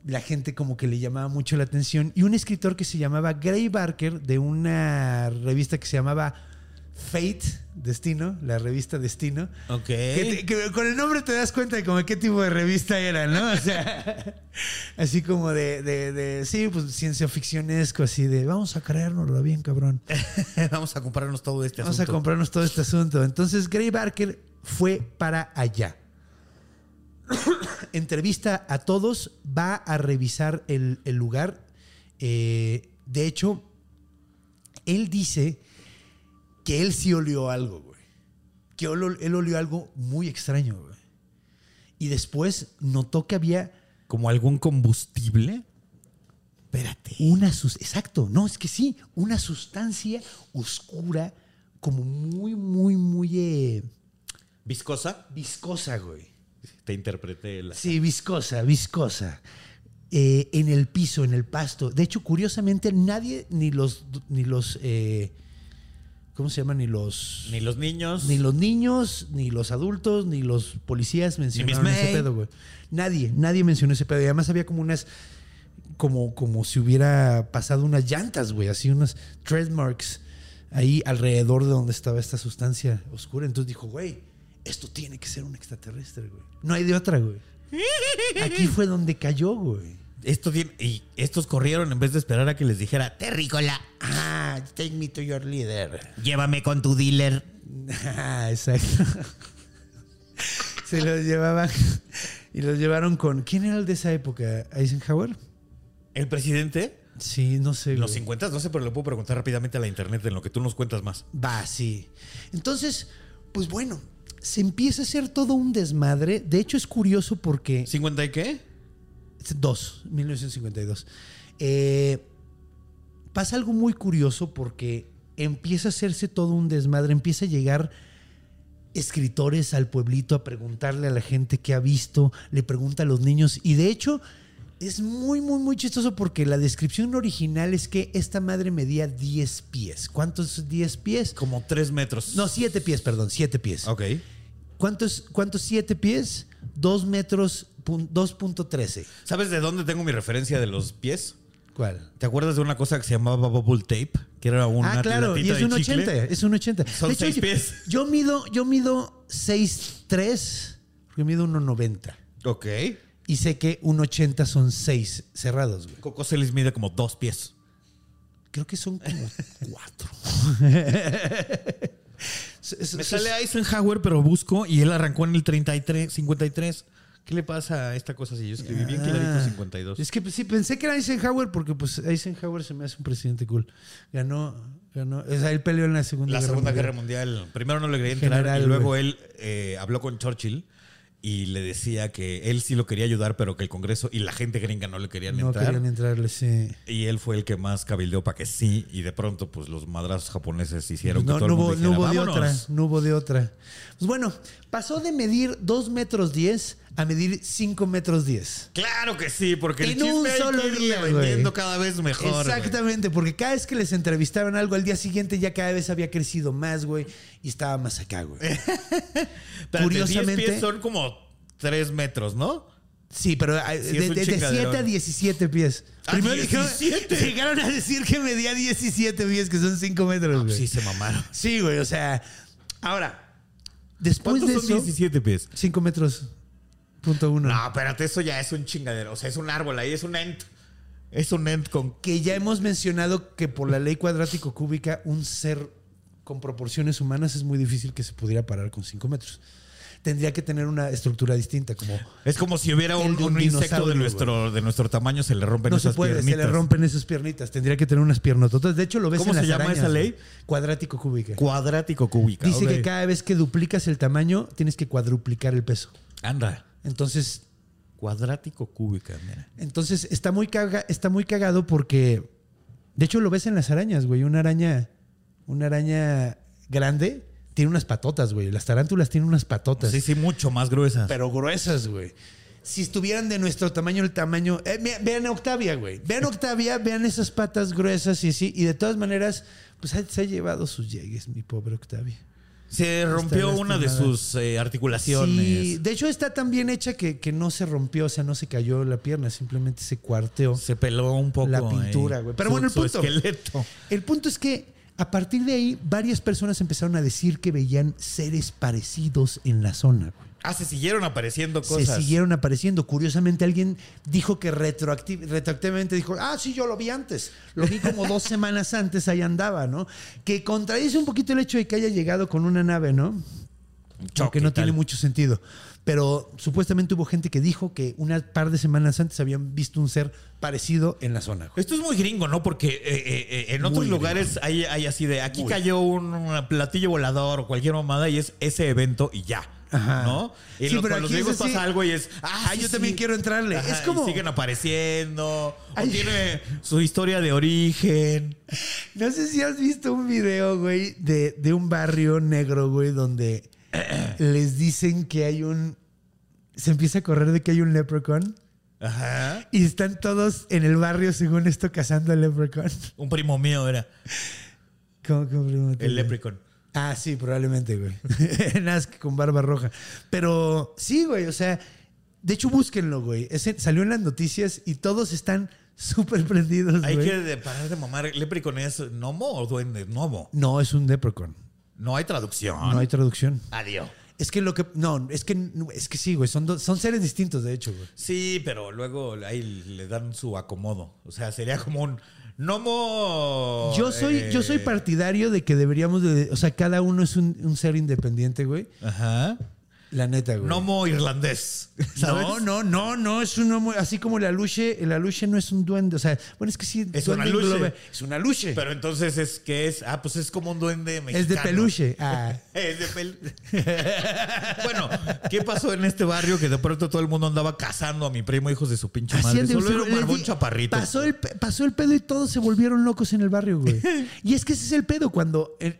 Speaker 2: la gente como que le llamaba mucho la atención, y un escritor que se llamaba Gray Barker, de una revista que se llamaba Fate, Destino, la revista Destino,
Speaker 4: Ok.
Speaker 2: que te- que con el nombre te das cuenta de como qué tipo de revista era, ¿no? O sea, así como de, de, de- sí, pues ciencia ficcionesco, así de, vamos a creérnoslo bien, cabrón.
Speaker 4: Vamos a comprarnos todo este
Speaker 2: Vamos a
Speaker 4: asunto.
Speaker 2: comprarnos todo este asunto. Entonces, Gray Barker fue para allá. Entrevista a todos, va a revisar el, el lugar. Eh, de hecho, él dice que él sí olió algo, güey. Que él, ol- él olió algo muy extraño, güey. Y después notó que había
Speaker 4: ¿Como algún combustible? Espérate.
Speaker 2: una sus exacto, no, es que sí, una sustancia oscura como muy, muy, muy... eh,
Speaker 4: ¿Viscosa?
Speaker 2: Viscosa, güey.
Speaker 4: Te interpreté la...
Speaker 2: Sí, viscosa, viscosa. Eh, en el piso, en el pasto. De hecho, curiosamente, nadie, ni los, ni los, eh, ¿cómo se llama? Ni los,
Speaker 4: Ni los niños.
Speaker 2: ni los niños, ni los adultos, ni los policías mencionaron
Speaker 4: Miss
Speaker 2: ese
Speaker 4: May.
Speaker 2: pedo, güey. Nadie, nadie mencionó ese pedo. Y además había como unas, como, como si hubiera pasado unas llantas, güey, así unas trademarks ahí alrededor de donde estaba esta sustancia oscura. Entonces dijo, güey, esto tiene que ser un extraterrestre, güey. No hay de otra, güey. Aquí fue donde cayó, güey.
Speaker 4: Esto tiene- y estos corrieron en vez de esperar a que les dijera, terrícola,
Speaker 2: Ah, take me to your leader.
Speaker 4: llévame con tu dealer.
Speaker 2: Ah, exacto. Se los llevaban y los llevaron con. ¿Quién era el de esa época? ¿Eisenhower?
Speaker 4: El presidente,
Speaker 2: Sí, no sé.
Speaker 4: en los
Speaker 2: güey.
Speaker 4: 50, no sé, pero le puedo preguntar rápidamente a la internet en lo que tú nos cuentas más.
Speaker 2: Va, sí. Entonces, pues bueno, se empieza a hacer todo un desmadre. De hecho, es curioso porque.
Speaker 4: ¿50 y qué?
Speaker 2: 2, 1952. Eh, pasa algo muy curioso porque empieza a hacerse todo un desmadre, empieza a llegar escritores al pueblito a preguntarle a la gente que ha visto, le pregunta a los niños y de hecho es muy, muy, muy chistoso porque la descripción original es que esta madre medía 10 pies. ¿Cuántos 10 pies?
Speaker 4: Como tres metros.
Speaker 2: No, 7 pies, perdón, 7 pies.
Speaker 4: Ok.
Speaker 2: ¿Cuántos, ¿Cuántos 7 pies? 2 metros, pun- 2.13.
Speaker 4: ¿Sabes de dónde tengo mi referencia de los pies?
Speaker 2: ¿Cuál?
Speaker 4: ¿Te acuerdas de una cosa que se llamaba bubble tape? Que era una
Speaker 2: ah, claro,
Speaker 4: latita
Speaker 2: y es
Speaker 4: de
Speaker 2: un
Speaker 4: chicle.
Speaker 2: 80, es un 80.
Speaker 4: Son
Speaker 2: De hecho,
Speaker 4: seis
Speaker 2: yo-
Speaker 4: pies.
Speaker 2: Yo mido, yo mido 6'3, porque mido 1'90.
Speaker 4: Ok.
Speaker 2: Y sé que 1'80 son 6 cerrados, güey.
Speaker 4: Coco se les mide como dos pies.
Speaker 2: Creo que son como 4.
Speaker 4: Me sale Eisenhower, pero busco y él arrancó en el 33, 53. ¿Qué le pasa a esta cosa si yo escribí bien clarito 52?
Speaker 2: Ah, Es que pues, sí, pensé que era Eisenhower porque pues Eisenhower se me hace un presidente cool. Ganó, ganó, o sea, él peleó en la Segunda
Speaker 4: la
Speaker 2: Guerra
Speaker 4: Segunda Guerra
Speaker 2: Mundial.
Speaker 4: Mundial. Primero no le quería entrar
Speaker 2: General,
Speaker 4: y luego
Speaker 2: güey.
Speaker 4: él eh, habló con Churchill y le decía que él sí lo quería ayudar, pero que el Congreso y la gente gringa no le querían
Speaker 2: No
Speaker 4: entrar.
Speaker 2: querían entrarle, sí.
Speaker 4: Y él fue el que más cabildeó para que sí, y de pronto, pues los madrazos japoneses hicieron
Speaker 2: no,
Speaker 4: que
Speaker 2: no
Speaker 4: todo el mundo
Speaker 2: hubo, no
Speaker 4: dijera,
Speaker 2: hubo de
Speaker 4: "Vámonos".
Speaker 2: otra, no hubo de otra. Pues bueno, pasó de medir 2 metros 10 a medir 5 metros 10.
Speaker 4: Claro que sí, porque el
Speaker 2: En un
Speaker 4: chisme hay
Speaker 2: solo
Speaker 4: que irle
Speaker 2: día, güey.
Speaker 4: vendiendo cada vez mejor. güey.
Speaker 2: Exactamente, porque cada vez que les entrevistaban algo, al día siguiente ya cada vez había crecido más, güey, y estaba más acá, güey.
Speaker 4: Espérate,
Speaker 2: Curiosamente-
Speaker 4: 10 pies son como 3 metros, ¿no?
Speaker 2: Sí, pero ah,
Speaker 4: Sí, es
Speaker 2: de,
Speaker 4: un
Speaker 2: de- de
Speaker 4: chingaderón.
Speaker 2: 7 a 17 pies.
Speaker 4: ¡Ah,
Speaker 2: Primero dijeron-
Speaker 4: 17!
Speaker 2: llegaron a decir que medía 17 pies, que son 5 metros, güey.
Speaker 4: Ah, Sí, se mamaron.
Speaker 2: Sí, güey, o sea, ahora, después
Speaker 4: ¿Cuántos
Speaker 2: de
Speaker 4: son
Speaker 2: eso,
Speaker 4: 17 pies?
Speaker 2: 5 metros, punto uno.
Speaker 4: No, espérate, eso ya es un chingadero. O sea, es un árbol ahí, es un ent. Es un ent con.
Speaker 2: que ya hemos mencionado que por la ley cuadrático cúbica un ser con proporciones humanas es muy difícil que se pudiera parar con 5 metros. Tendría que tener una estructura distinta, como
Speaker 4: Es como si hubiera
Speaker 2: El
Speaker 4: un,
Speaker 2: de un
Speaker 4: un insecto
Speaker 2: dinosaurio,
Speaker 4: de nuestro, de nuestro tamaño, se le rompen
Speaker 2: no se
Speaker 4: esas
Speaker 2: puede,
Speaker 4: piernitas.
Speaker 2: se le rompen esas piernitas, tendría que tener unas piernototas. De hecho, lo ves
Speaker 4: ¿Cómo
Speaker 2: en las
Speaker 4: se llama
Speaker 2: arañas,
Speaker 4: esa ley?
Speaker 2: güey. Cuadrático cúbica.
Speaker 4: Cuadrático cúbica.
Speaker 2: Dice
Speaker 4: ok.
Speaker 2: que cada vez que duplicas el tamaño, tienes que cuadruplicar el peso.
Speaker 4: Anda.
Speaker 2: Entonces,
Speaker 4: Cuadrático cúbica, mira.
Speaker 2: Entonces está muy, caga- está muy cagado porque. De hecho, lo ves en las arañas, güey. Una araña. Una araña grande tiene unas patotas, güey. Las tarántulas tienen unas patotas.
Speaker 4: Sí, sí, mucho más gruesas.
Speaker 2: Pero gruesas, güey. Si estuvieran de nuestro tamaño, el tamaño. eh, mira, vean a Octavia, güey. Vean a Octavia, vean esas patas gruesas y así. Y de todas maneras, pues se ha llevado sus llegues, mi pobre Octavia.
Speaker 4: se rompió
Speaker 2: Está
Speaker 4: una de
Speaker 2: lastimada.
Speaker 4: sus eh, articulaciones.
Speaker 2: Sí, de hecho está tan bien hecha que, que no se rompió, o sea, no se cayó la pierna, simplemente se cuarteó.
Speaker 4: Se peló un poco.
Speaker 2: La
Speaker 4: ahí.
Speaker 2: pintura, güey. Pero
Speaker 4: Su-
Speaker 2: bueno, el
Speaker 4: su
Speaker 2: punto.
Speaker 4: esqueleto.
Speaker 2: El punto es que a partir de ahí varias personas empezaron a decir que veían seres parecidos en la zona. güey.
Speaker 4: Ah, se siguieron apareciendo
Speaker 2: Se
Speaker 4: cosas.
Speaker 2: siguieron apareciendo. Curiosamente alguien dijo que retroactiv- retroactivamente dijo, ah, sí, yo lo vi antes. Lo vi como dos semanas antes, ahí andaba, ¿no? Que contradice un poquito el hecho de que haya llegado con una nave, ¿no?
Speaker 4: Choque
Speaker 2: Aunque no
Speaker 4: y tal.
Speaker 2: tiene mucho sentido. Pero supuestamente hubo gente que dijo que unas par de semanas antes habían visto un ser parecido en la zona. güey.
Speaker 4: Esto es muy gringo, ¿no? Porque eh, eh, eh, en otros
Speaker 2: Muy
Speaker 4: lugares hay, hay así de aquí cayó un, un platillo volador o cualquier mamada y es ese evento y ya.
Speaker 2: Ajá.
Speaker 4: ¿No? Y
Speaker 2: Sí,
Speaker 4: lo-
Speaker 2: pero
Speaker 4: con los
Speaker 2: aquí es
Speaker 4: griegos
Speaker 2: así.
Speaker 4: pasa algo y es. Ah,
Speaker 2: Ah,
Speaker 4: sí,
Speaker 2: yo
Speaker 4: sí".
Speaker 2: también quiero entrarle.
Speaker 4: Ajá,
Speaker 2: es como.
Speaker 4: y siguen apareciendo.
Speaker 2: Ay.
Speaker 4: O tiene su historia de origen.
Speaker 2: No sé si has visto un video, güey, de, de un barrio negro, güey, donde les dicen que hay un. Se empieza a correr de que hay un leprechaun.
Speaker 4: Ajá.
Speaker 2: Y están todos en el barrio, según esto, cazando al leprechaun.
Speaker 4: Un primo mío era
Speaker 2: ¿Cómo, cómo pregunto?
Speaker 4: el leprechaun.
Speaker 2: Ah, sí, probablemente, güey. Nazca con barba roja. Pero sí, güey, o sea, de hecho, búsquenlo, güey. Ese salió en las noticias y todos están súper prendidos,
Speaker 4: Hay
Speaker 2: güey.
Speaker 4: que de- parar de mamar. ¿Leprechaun es gnomo o duende? Gnomo.
Speaker 2: No, es un leprechaun.
Speaker 4: No hay traducción.
Speaker 2: No hay traducción.
Speaker 4: Adiós.
Speaker 2: Es que lo que. No, es que, es que sí, güey. Son, dos- son seres distintos, de hecho, güey.
Speaker 4: Sí, pero luego ahí le dan su acomodo. O sea, sería como un gnomo.
Speaker 2: Yo soy,
Speaker 4: eh,
Speaker 2: yo soy partidario de que deberíamos de. O sea, cada uno es un, un ser independiente, güey.
Speaker 4: Ajá.
Speaker 2: La neta, güey.
Speaker 4: Nomo irlandés. ¿sabes?
Speaker 2: No, no, no, no, es un homo- así como el aluche, el aluche no es un duende, o sea, bueno, es que sí,
Speaker 4: Es
Speaker 2: duende
Speaker 4: un aluche.
Speaker 2: engloba- es un aluche.
Speaker 4: Pero entonces es que es. Ah, pues es como un duende mexicano.
Speaker 2: es de peluche. Ah,
Speaker 4: Es de peluche. bueno, ¿qué pasó en este barrio que de pronto todo el mundo andaba cazando a mi primo, hijos de su pinche
Speaker 2: así
Speaker 4: madre?
Speaker 2: han de
Speaker 4: Solo
Speaker 2: ser-
Speaker 4: era un
Speaker 2: les
Speaker 4: barbón
Speaker 2: di-
Speaker 4: chaparrito.
Speaker 2: Pasó el, pe- pasó el pedo y todos se volvieron locos en el barrio, güey. y es que ese es el pedo cuando el-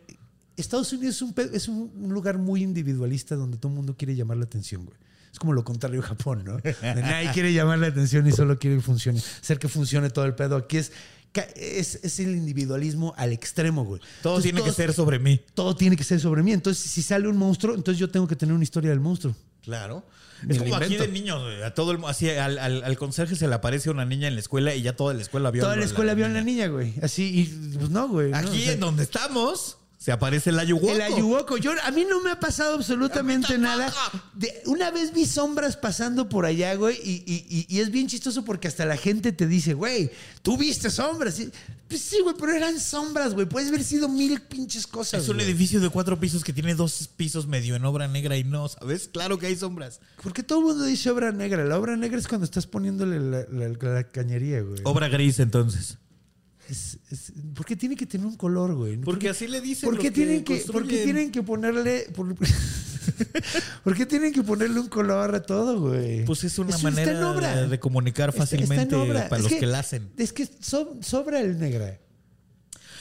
Speaker 2: Estados Unidos es un, pe- es un un lugar muy individualista donde todo el mundo quiere llamar la atención, güey. Es como lo contrario a Japón, ¿no? De Nadie quiere llamar la atención y solo quiere que funcione, hacer que funcione todo el pedo. Aquí es, ca- es, es el individualismo al extremo, güey.
Speaker 4: Todo
Speaker 2: Entonces,
Speaker 4: tiene
Speaker 2: pues todos-
Speaker 4: que ser sobre mí.
Speaker 2: Todo tiene que ser sobre mí. Entonces, si sale un monstruo, entonces yo tengo que tener una historia del monstruo.
Speaker 4: Claro.
Speaker 2: Me
Speaker 4: Es
Speaker 2: lo
Speaker 4: como aquí
Speaker 2: invento.
Speaker 4: de niños, güey, a todo el mu- así al, al- al conserje se le aparece una niña en la escuela y ya toda la escuela vio
Speaker 2: Toda
Speaker 4: a
Speaker 2: la escuela vio a la niña, güey. Así, y pues no, güey. ¿no?
Speaker 4: Aquí
Speaker 2: O sea,
Speaker 4: en donde estamos se aparece el ayuhuaco.
Speaker 2: El ayuwoco. Yo, a mí no me ha pasado absolutamente nada. De- una vez vi sombras pasando por allá, güey, y, y- y- y es bien chistoso porque hasta la gente te dice, güey, tú viste sombras. Y- pues sí, güey, pero eran sombras, güey. Puedes haber sido mil pinches cosas.
Speaker 4: Es un
Speaker 2: güey.
Speaker 4: edificio de cuatro pisos que tiene dos pisos medio en obra negra y no, ¿sabes? Claro que hay sombras.
Speaker 2: Porque todo el mundo dice obra negra. La obra negra es cuando estás poniéndole la, la- la cañería, güey.
Speaker 4: Obra gris entonces.
Speaker 2: Es- es- ¿Por qué tiene que tener un color, güey? ¿Por
Speaker 4: Porque
Speaker 2: qué-
Speaker 4: así le dicen
Speaker 2: ¿Por
Speaker 4: los
Speaker 2: qué
Speaker 4: que
Speaker 2: tienen que,
Speaker 4: construyen.
Speaker 2: por qué tienen que ponerle. Por, por qué tienen que ponerle un color a todo, güey?
Speaker 4: Pues es una
Speaker 2: Eso está en
Speaker 4: manera
Speaker 2: obra.
Speaker 4: de- de comunicar
Speaker 2: Está- está en
Speaker 4: fácilmente
Speaker 2: obra.
Speaker 4: para
Speaker 2: Es
Speaker 4: los que, la hacen.
Speaker 2: Es que so- sobra el negra.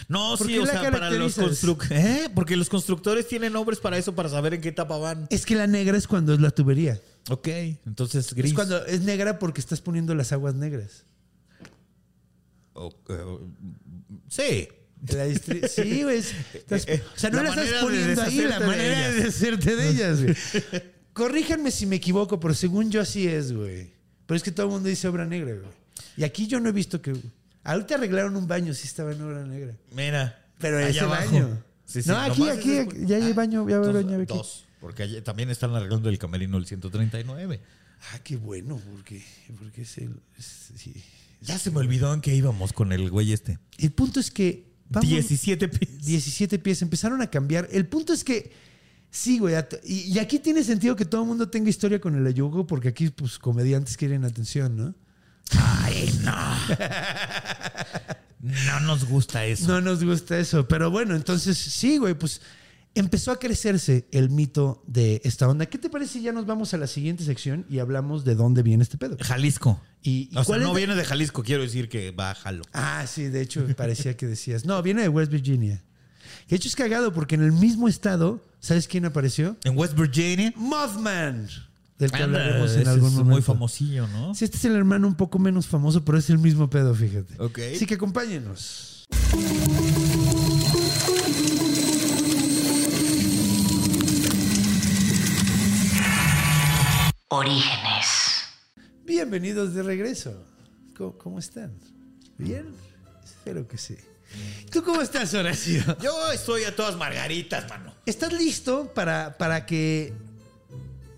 Speaker 4: No,
Speaker 2: ¿Por
Speaker 4: sí,
Speaker 2: qué
Speaker 4: o
Speaker 2: la
Speaker 4: sea, para los
Speaker 2: caracterizas?
Speaker 4: constructores. ¿Eh? Porque los constructores tienen nombres para eso, para saber en qué etapa van.
Speaker 2: Es que la negra es cuando es la tubería.
Speaker 4: Ok, entonces gris.
Speaker 2: Es cuando es negra porque estás poniendo las aguas negras.
Speaker 4: O- eh, sí.
Speaker 2: La distri- sí, güey. es- estás-
Speaker 4: eh,
Speaker 2: o sea, no
Speaker 4: la
Speaker 2: la estás
Speaker 4: manera de
Speaker 2: poniendo ahí, la
Speaker 4: deshacerte de
Speaker 2: manera de
Speaker 4: ellas.
Speaker 2: deshacerte de ellas, güey. Corríjanme si me equivoco, pero según yo así es, güey. Pero es que todo el mundo dice obra negra, güey. Y aquí yo no he visto que. Ahorita arreglaron un baño, sí estaba en obra negra.
Speaker 4: Mira.
Speaker 2: Pero
Speaker 4: allá
Speaker 2: ese
Speaker 4: abajo.
Speaker 2: baño.
Speaker 4: Sí, sí,
Speaker 2: no, aquí,
Speaker 4: nomás
Speaker 2: aquí,
Speaker 4: es-
Speaker 2: aquí, ya hay baño, ya hay
Speaker 4: Entonces,
Speaker 2: baño aquí.
Speaker 4: Dos, porque allí también están arreglando el camerino el 139.
Speaker 2: Ah, qué bueno, porque, porque es el. es- sí.
Speaker 4: Ya se me olvidó en qué íbamos con el güey este.
Speaker 2: El punto es que. vamos-
Speaker 4: 17 pies.
Speaker 2: 17 pies, empezaron a cambiar. El punto es que, sí, güey, a to- y, y aquí tiene sentido que todo el mundo tenga historia con el ayugo, porque aquí, pues, comediantes quieren atención, ¿no?
Speaker 4: No nos gusta eso.
Speaker 2: No nos gusta eso, pero bueno, entonces, sí, güey, pues, empezó a crecerse el mito de esta onda. ¿Qué te parece si ya nos vamos a la siguiente sección y hablamos de dónde viene este pedo?
Speaker 4: Jalisco.
Speaker 2: ¿Y, y
Speaker 4: o sea,
Speaker 2: cuál es
Speaker 4: no
Speaker 2: la-
Speaker 4: viene de Jalisco, quiero decir que va a Jalo.
Speaker 2: Ah, sí, de hecho parecía que decías. No, viene de West Virginia. Que de hecho es cagado porque en el mismo estado, ¿sabes quién apareció?
Speaker 4: En West Virginia.
Speaker 2: Mothman, del que
Speaker 4: Anda,
Speaker 2: hablaremos en
Speaker 4: ese
Speaker 2: algún
Speaker 4: es
Speaker 2: momento.
Speaker 4: muy famosillo, ¿no?
Speaker 2: Sí, este es el hermano un poco menos famoso, pero es el mismo pedo, fíjate.
Speaker 4: Ok.
Speaker 2: Así que acompáñenos.
Speaker 3: Orígenes.
Speaker 2: Bienvenidos de regreso. ¿Cómo, cómo están? ¿Bien? Espero que sí. ¿Tú cómo estás, Horacio?
Speaker 4: Yo estoy a todas margaritas, mano.
Speaker 2: ¿Estás listo para, para que...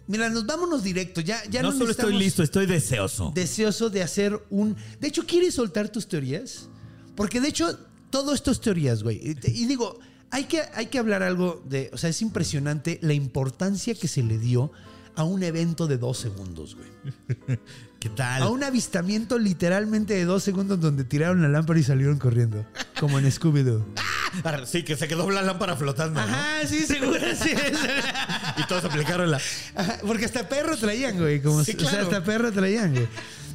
Speaker 2: Mira, nos vámonos directo. Ya, ya
Speaker 4: no solo estoy
Speaker 2: necesitamos-
Speaker 4: listo, estoy deseoso.
Speaker 2: deseoso de hacer un... De hecho, ¿quieres soltar tus teorías? Porque de hecho, todas estas teorías, güey. Y, te- y digo, hay que, hay que hablar algo de... O sea, es impresionante la importancia que se le dio a un evento de dos segundos, güey.
Speaker 4: ¿Qué tal?
Speaker 2: A un avistamiento literalmente de dos segundos donde tiraron la lámpara y salieron corriendo. Como en Scooby-Doo.
Speaker 4: Arre, Ah, Sí, que se quedó la lámpara flotando. ¿no?
Speaker 2: Ajá, sí, seguro, sí.
Speaker 4: Y todos aplicaron la.
Speaker 2: Ajá, Porque hasta perro traían, güey. Como,
Speaker 4: Sí,
Speaker 2: o sea,
Speaker 4: claro.
Speaker 2: hasta perro traían, güey.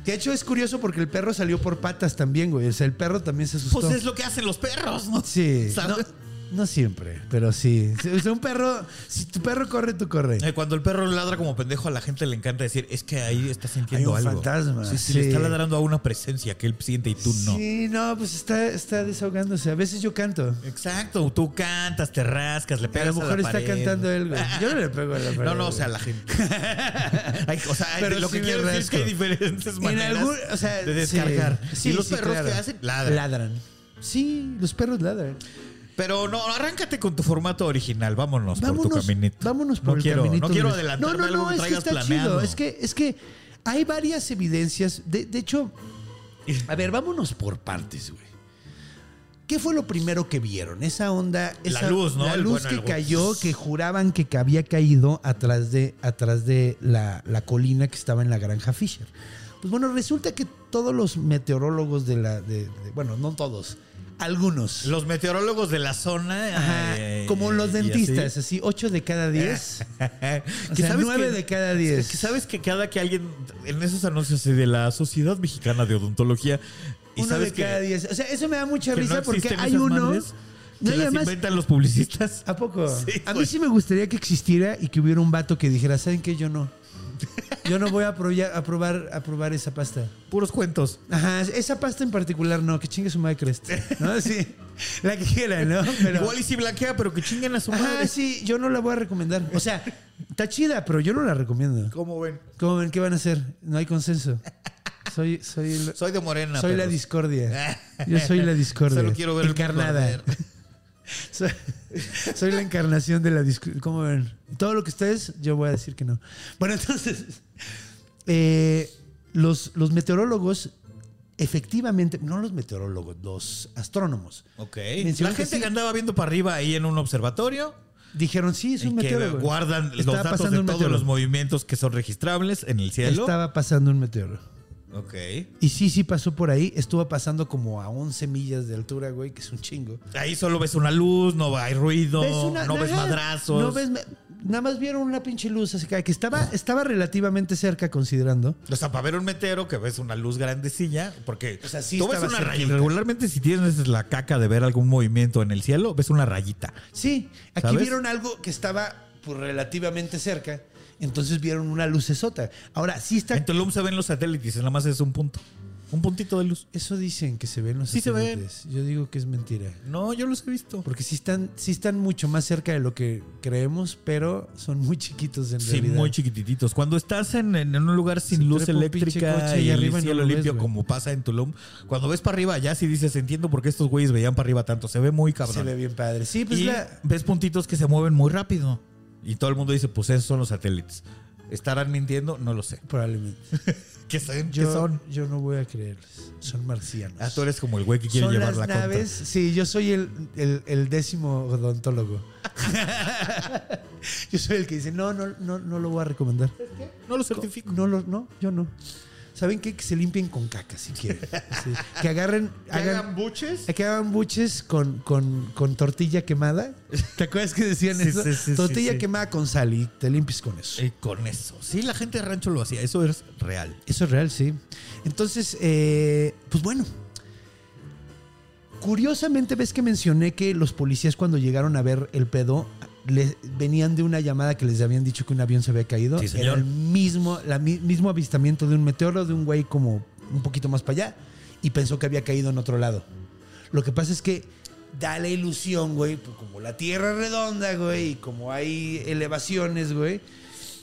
Speaker 2: Que de hecho es curioso porque el perro salió por patas también, güey. O sea, el perro también se asustó.
Speaker 4: Pues es lo que hacen los perros, ¿no?
Speaker 2: Sí. No,
Speaker 4: ¿Sabes?
Speaker 2: no siempre, pero sí. O sea, un perro, si tu perro corre, tú corre.
Speaker 4: Eh, Cuando el perro ladra como pendejo, a la gente le encanta decir, es que ahí está sintiendo
Speaker 2: Hay un
Speaker 4: algo.
Speaker 2: fantasma,
Speaker 4: Sí, sí,
Speaker 2: sí.
Speaker 4: le está ladrando a una presencia que él siente y tú no.
Speaker 2: Sí, no, pues está, está desahogándose. A veces yo canto.
Speaker 4: Exacto, tú cantas, te rascas, le
Speaker 2: A
Speaker 4: pegas
Speaker 2: lo
Speaker 4: la
Speaker 2: mejor está
Speaker 4: pared.
Speaker 2: cantando él, güey. Yo no le pego a la pared.
Speaker 4: No, no, o
Speaker 2: güey.
Speaker 4: sea, la gente. Ay, o sea,
Speaker 2: Pero
Speaker 4: lo
Speaker 2: sí
Speaker 4: que
Speaker 2: me
Speaker 4: quiero decir es que hay
Speaker 2: rasco.
Speaker 4: diferentes
Speaker 2: En
Speaker 4: maneras
Speaker 2: algún- o sea,
Speaker 4: de descargar.
Speaker 2: Sí,
Speaker 4: y los
Speaker 2: sí,
Speaker 4: perros
Speaker 2: claro.
Speaker 4: que hacen ladran.
Speaker 2: Ladran. Sí, los perros ladran.
Speaker 4: Pero no, arráncate con tu formato original. Vámonos, por
Speaker 2: Vámonos,
Speaker 4: tu caminito.
Speaker 2: vámonos
Speaker 4: no
Speaker 2: por el
Speaker 4: quiero,
Speaker 2: caminito,
Speaker 4: No quiero
Speaker 2: güey. No,
Speaker 4: adelantarme
Speaker 2: no,
Speaker 4: algo
Speaker 2: no,
Speaker 4: que
Speaker 2: es que
Speaker 4: traigas
Speaker 2: está
Speaker 4: planeado.
Speaker 2: chido. Es que, es que hay varias evidencias. De, de hecho, a ver, vámonos por partes, güey. ¿Qué fue lo primero que vieron? Esa onda,
Speaker 4: La
Speaker 2: esa
Speaker 4: luz, ¿no?
Speaker 2: La
Speaker 4: El-
Speaker 2: luz
Speaker 4: bueno, el-
Speaker 2: que cayó, que juraban que había caído atrás de, atrás de la, la colina que estaba en la granja Fisher. Pues bueno, resulta que todos los meteorólogos de la, de- de- bueno, no todos, algunos.
Speaker 4: Los meteorólogos de la zona.
Speaker 2: Ajá,
Speaker 4: eh,
Speaker 2: como los
Speaker 4: y así. Ah.
Speaker 2: dentistas, así, 8 de cada 10. O sea,
Speaker 4: sabes
Speaker 2: nueve de cada diez.
Speaker 4: Que sabes que cada que alguien. En esos anuncios eh, de la Sociedad Mexicana de Odontología. Y
Speaker 2: uno
Speaker 4: sabes
Speaker 2: de
Speaker 4: que,
Speaker 2: cada 10. O sea, eso me da mucha
Speaker 4: que
Speaker 2: risa
Speaker 4: no
Speaker 2: porque
Speaker 4: existen
Speaker 2: hay
Speaker 4: esas
Speaker 2: uno.
Speaker 4: madres,
Speaker 2: No,
Speaker 4: que
Speaker 2: y
Speaker 4: las
Speaker 2: además-
Speaker 4: inventan los publicistas.
Speaker 2: ¿A poco?
Speaker 4: Sí,
Speaker 2: a mí
Speaker 4: güey.
Speaker 2: sí me gustaría que existiera y que hubiera un vato que dijera, ¿saben qué? Yo no. Yo no voy a, proya- a probar, a probar esa pasta.
Speaker 4: Puros cuentos.
Speaker 2: Ajá, esa pasta en particular no, que chingue su madre Crest. ¿No? Sí. La que quiera, ¿no? Pero,
Speaker 4: Igual y si blanquea, pero que chinguen a su
Speaker 2: Ajá,
Speaker 4: madre.
Speaker 2: sí, yo no la voy a recomendar. O sea, está chida, pero yo no la recomiendo.
Speaker 4: ¿Cómo ven?
Speaker 2: ¿Cómo ven? ¿Qué van a hacer? No hay consenso. Soy, soy, el-
Speaker 4: Soy de Morena.
Speaker 2: soy la
Speaker 4: perros.
Speaker 2: discordia. Yo soy la discordia.
Speaker 4: Solo quiero ver el mundo
Speaker 2: encarnada.
Speaker 4: arder.
Speaker 2: soy, soy la encarnación de la discordia. ¿Cómo ven? Todo lo que ustedes, yo voy a decir que no. Bueno, entonces, eh, los, los meteorólogos, efectivamente, no los meteorólogos, los astrónomos,
Speaker 4: Ok.
Speaker 2: Mencionó
Speaker 4: la
Speaker 2: que
Speaker 4: gente
Speaker 2: sí.
Speaker 4: que andaba viendo para arriba ahí en un observatorio.
Speaker 2: dijeron, sí, es un
Speaker 4: y que
Speaker 2: meteoro. güey.
Speaker 4: guardan los
Speaker 2: Estaba
Speaker 4: datos de
Speaker 2: pasando
Speaker 4: todos
Speaker 2: un meteoro.
Speaker 4: los movimientos que son registrables en el cielo.
Speaker 2: Estaba pasando un meteoro.
Speaker 4: Ok.
Speaker 2: Y sí, sí pasó por ahí. Estuvo pasando como a 11 millas de altura, güey, que es un chingo.
Speaker 4: Ahí solo ves una luz, no hay ruido,
Speaker 2: Ves una-
Speaker 4: no ves
Speaker 2: ajá,
Speaker 4: madrazos.
Speaker 2: no ves ma- nada más vieron una pinche luz así que que estaba, estaba relativamente cerca considerando.
Speaker 4: O sea, para ver un metero que ves una luz grandecilla, porque
Speaker 2: O sea, sí
Speaker 4: tú ves
Speaker 2: estaba
Speaker 4: una rayita.
Speaker 2: cerquita.
Speaker 4: Regularmente si tienes la caca de ver algún movimiento en el cielo, ves una rayita.
Speaker 2: Sí, aquí
Speaker 4: ¿Sabes?
Speaker 2: vieron algo que estaba pues, relativamente cerca. Entonces vieron una lucesota. Ahora, sí está.
Speaker 4: En Tulum se ven los satélites, nada más es un punto. Un puntito de luz.
Speaker 2: Eso dicen que se ven los
Speaker 4: Sí se ven.
Speaker 2: satélites. Yo digo que es mentira.
Speaker 4: No, yo los he visto.
Speaker 2: Porque sí están, sí están mucho más cerca de lo que creemos, pero son muy chiquitos en
Speaker 4: Sí,
Speaker 2: realidad.
Speaker 4: muy chiquititos. Cuando estás en, en- en un lugar sin
Speaker 2: Se
Speaker 4: luz
Speaker 2: trepa un pinche
Speaker 4: eléctrica
Speaker 2: coche
Speaker 4: y
Speaker 2: ahí
Speaker 4: el
Speaker 2: arriba y no
Speaker 4: cielo
Speaker 2: lo ves,
Speaker 4: limpio,
Speaker 2: güey.
Speaker 4: como pasa en Tulum, cuando ves para arriba, ya sí dices, entiendo por qué estos güeyes veían para arriba tanto. Se ve muy cabrón.
Speaker 2: Se ve bien padre. Sí, pues
Speaker 4: y
Speaker 2: la.
Speaker 4: ves puntitos que se mueven muy rápido. Y todo el mundo dice, pues esos son los satélites. ¿Estarán mintiendo? No lo sé.
Speaker 2: Probablemente.
Speaker 4: ¿Qué son?
Speaker 2: Yo,
Speaker 4: ¿Qué son?
Speaker 2: yo no voy a creerles. Son marcianos.
Speaker 4: Ah, tú eres como el güey que quiere
Speaker 2: Son
Speaker 4: llevar
Speaker 2: las
Speaker 4: la contra.
Speaker 2: naves. Sí, yo soy el, el- el décimo odontólogo. yo soy el que dice, no, no, no, no lo voy a recomendar.
Speaker 4: No lo certifico.
Speaker 2: No, lo, no, yo no. ¿Saben qué? Que se limpien con caca si quieren. Sí. Que agarren. hagan,
Speaker 4: buches?
Speaker 2: que hagan buches con, con, con tortilla quemada. ¿Te acuerdas que decían
Speaker 4: Sí,
Speaker 2: eso?
Speaker 4: sí, sí, sí,
Speaker 2: tortilla
Speaker 4: sí.
Speaker 2: quemada con sal y te limpias con eso.
Speaker 4: Eh, con eso. Sí, la gente de rancho lo hacía. Eso es real.
Speaker 2: Eso es real, sí. Entonces, eh, pues bueno. Curiosamente, ves que mencioné que los policías cuando llegaron a ver el pedo le- venían de una llamada que les habían dicho que un avión se había caído.
Speaker 4: Sí,
Speaker 2: Era
Speaker 4: señor.
Speaker 2: el mismo, la mi- mismo avistamiento de un meteoro, de un güey como un poquito más para allá, y pensó que había caído en otro lado. Lo que pasa es que da la ilusión, güey, pues como la tierra es redonda, güey, y como hay elevaciones, güey,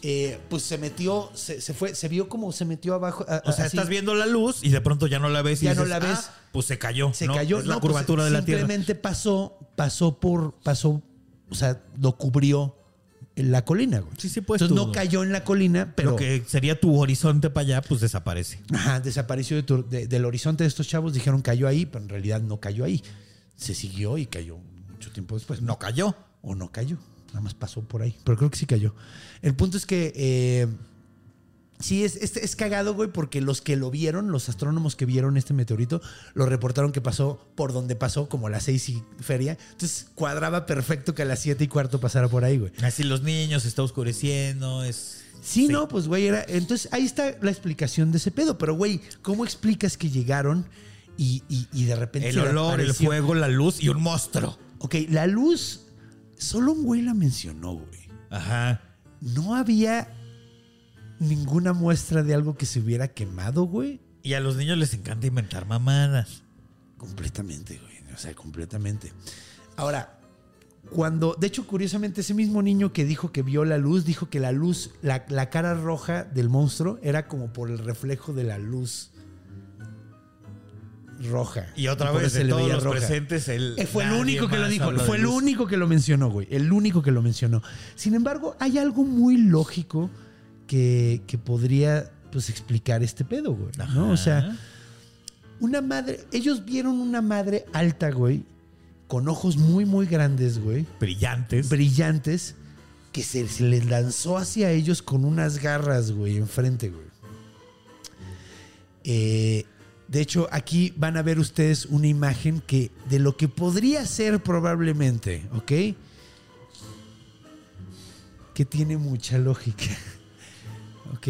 Speaker 2: eh, pues se metió, se, se fue, se vio como se metió abajo. a-
Speaker 4: O sea,
Speaker 2: así.
Speaker 4: estás viendo la luz y de pronto ya no la ves y
Speaker 2: Ah, Ya no
Speaker 4: dices,
Speaker 2: la ves.
Speaker 4: "Ah, pues se cayó.
Speaker 2: se
Speaker 4: ¿no?
Speaker 2: cayó.
Speaker 4: Es la
Speaker 2: No, pues,
Speaker 4: curvatura de la Tierra.
Speaker 2: Simplemente pasó, pasó por, pasó, o sea, lo cubrió en la colina, güey.
Speaker 4: Sí, sí, pues,
Speaker 2: Entonces
Speaker 4: tú.
Speaker 2: no cayó en la colina, pero.
Speaker 4: Lo que sería tu horizonte para allá, pues desaparece.
Speaker 2: Ajá, desapareció de tu- de- del horizonte de estos chavos. Dijeron cayó ahí, pero en realidad no cayó ahí. Se siguió y cayó mucho tiempo después.
Speaker 4: No cayó.
Speaker 2: O no cayó. Nada más pasó por ahí. Pero creo que sí cayó. El punto es que. eh, Sí, es, es, es cagado, güey, porque los que lo vieron, los astrónomos que vieron este meteorito, lo reportaron que pasó por donde pasó, como a las seis y feria. Entonces cuadraba perfecto que a las siete y cuarto pasara por ahí, güey.
Speaker 4: Así los niños, se está oscureciendo, es...
Speaker 2: Sí, no, pues güey, era. Entonces ahí está la explicación de ese pedo. Pero güey, ¿cómo explicas que llegaron y, y- y de repente.
Speaker 4: El
Speaker 2: se
Speaker 4: olor, el
Speaker 2: apareció?
Speaker 4: fuego, la luz y un monstruo.
Speaker 2: Ok, la luz. Solo un güey la mencionó, güey.
Speaker 4: Ajá.
Speaker 2: No había ninguna muestra de algo que se hubiera quemado, güey.
Speaker 4: Y a los niños les encanta inventar mamadas.
Speaker 2: Completamente, güey. O sea, completamente. Ahora, cuando, de hecho, curiosamente, ese mismo niño que dijo que vio la luz, dijo que la luz, la, la cara roja del monstruo era como por el reflejo de la luz roja.
Speaker 4: Y otra
Speaker 2: Por
Speaker 4: vez,
Speaker 2: eso
Speaker 4: de
Speaker 2: le
Speaker 4: todos
Speaker 2: veía
Speaker 4: los
Speaker 2: roja.
Speaker 4: presentes, el...
Speaker 2: Eh, fue el
Speaker 4: nadie
Speaker 2: único que lo
Speaker 4: más
Speaker 2: dijo,
Speaker 4: habló de
Speaker 2: fue el
Speaker 4: luz.
Speaker 2: único que lo mencionó, güey, el único que lo mencionó. Sin embargo, hay algo muy lógico que, que podría pues explicar este pedo, güey, ¿no? O sea,
Speaker 4: Ajá.
Speaker 2: una madre, ellos vieron una madre alta, güey, con ojos muy, muy grandes, güey,
Speaker 4: Brillantes.
Speaker 2: brillantes, que se, se les lanzó hacia ellos con unas garras, güey, enfrente, güey. Eh, de hecho, aquí van a ver ustedes una imagen que de lo que podría ser probablemente, ¿ok? Que tiene mucha lógica. ¿Ok?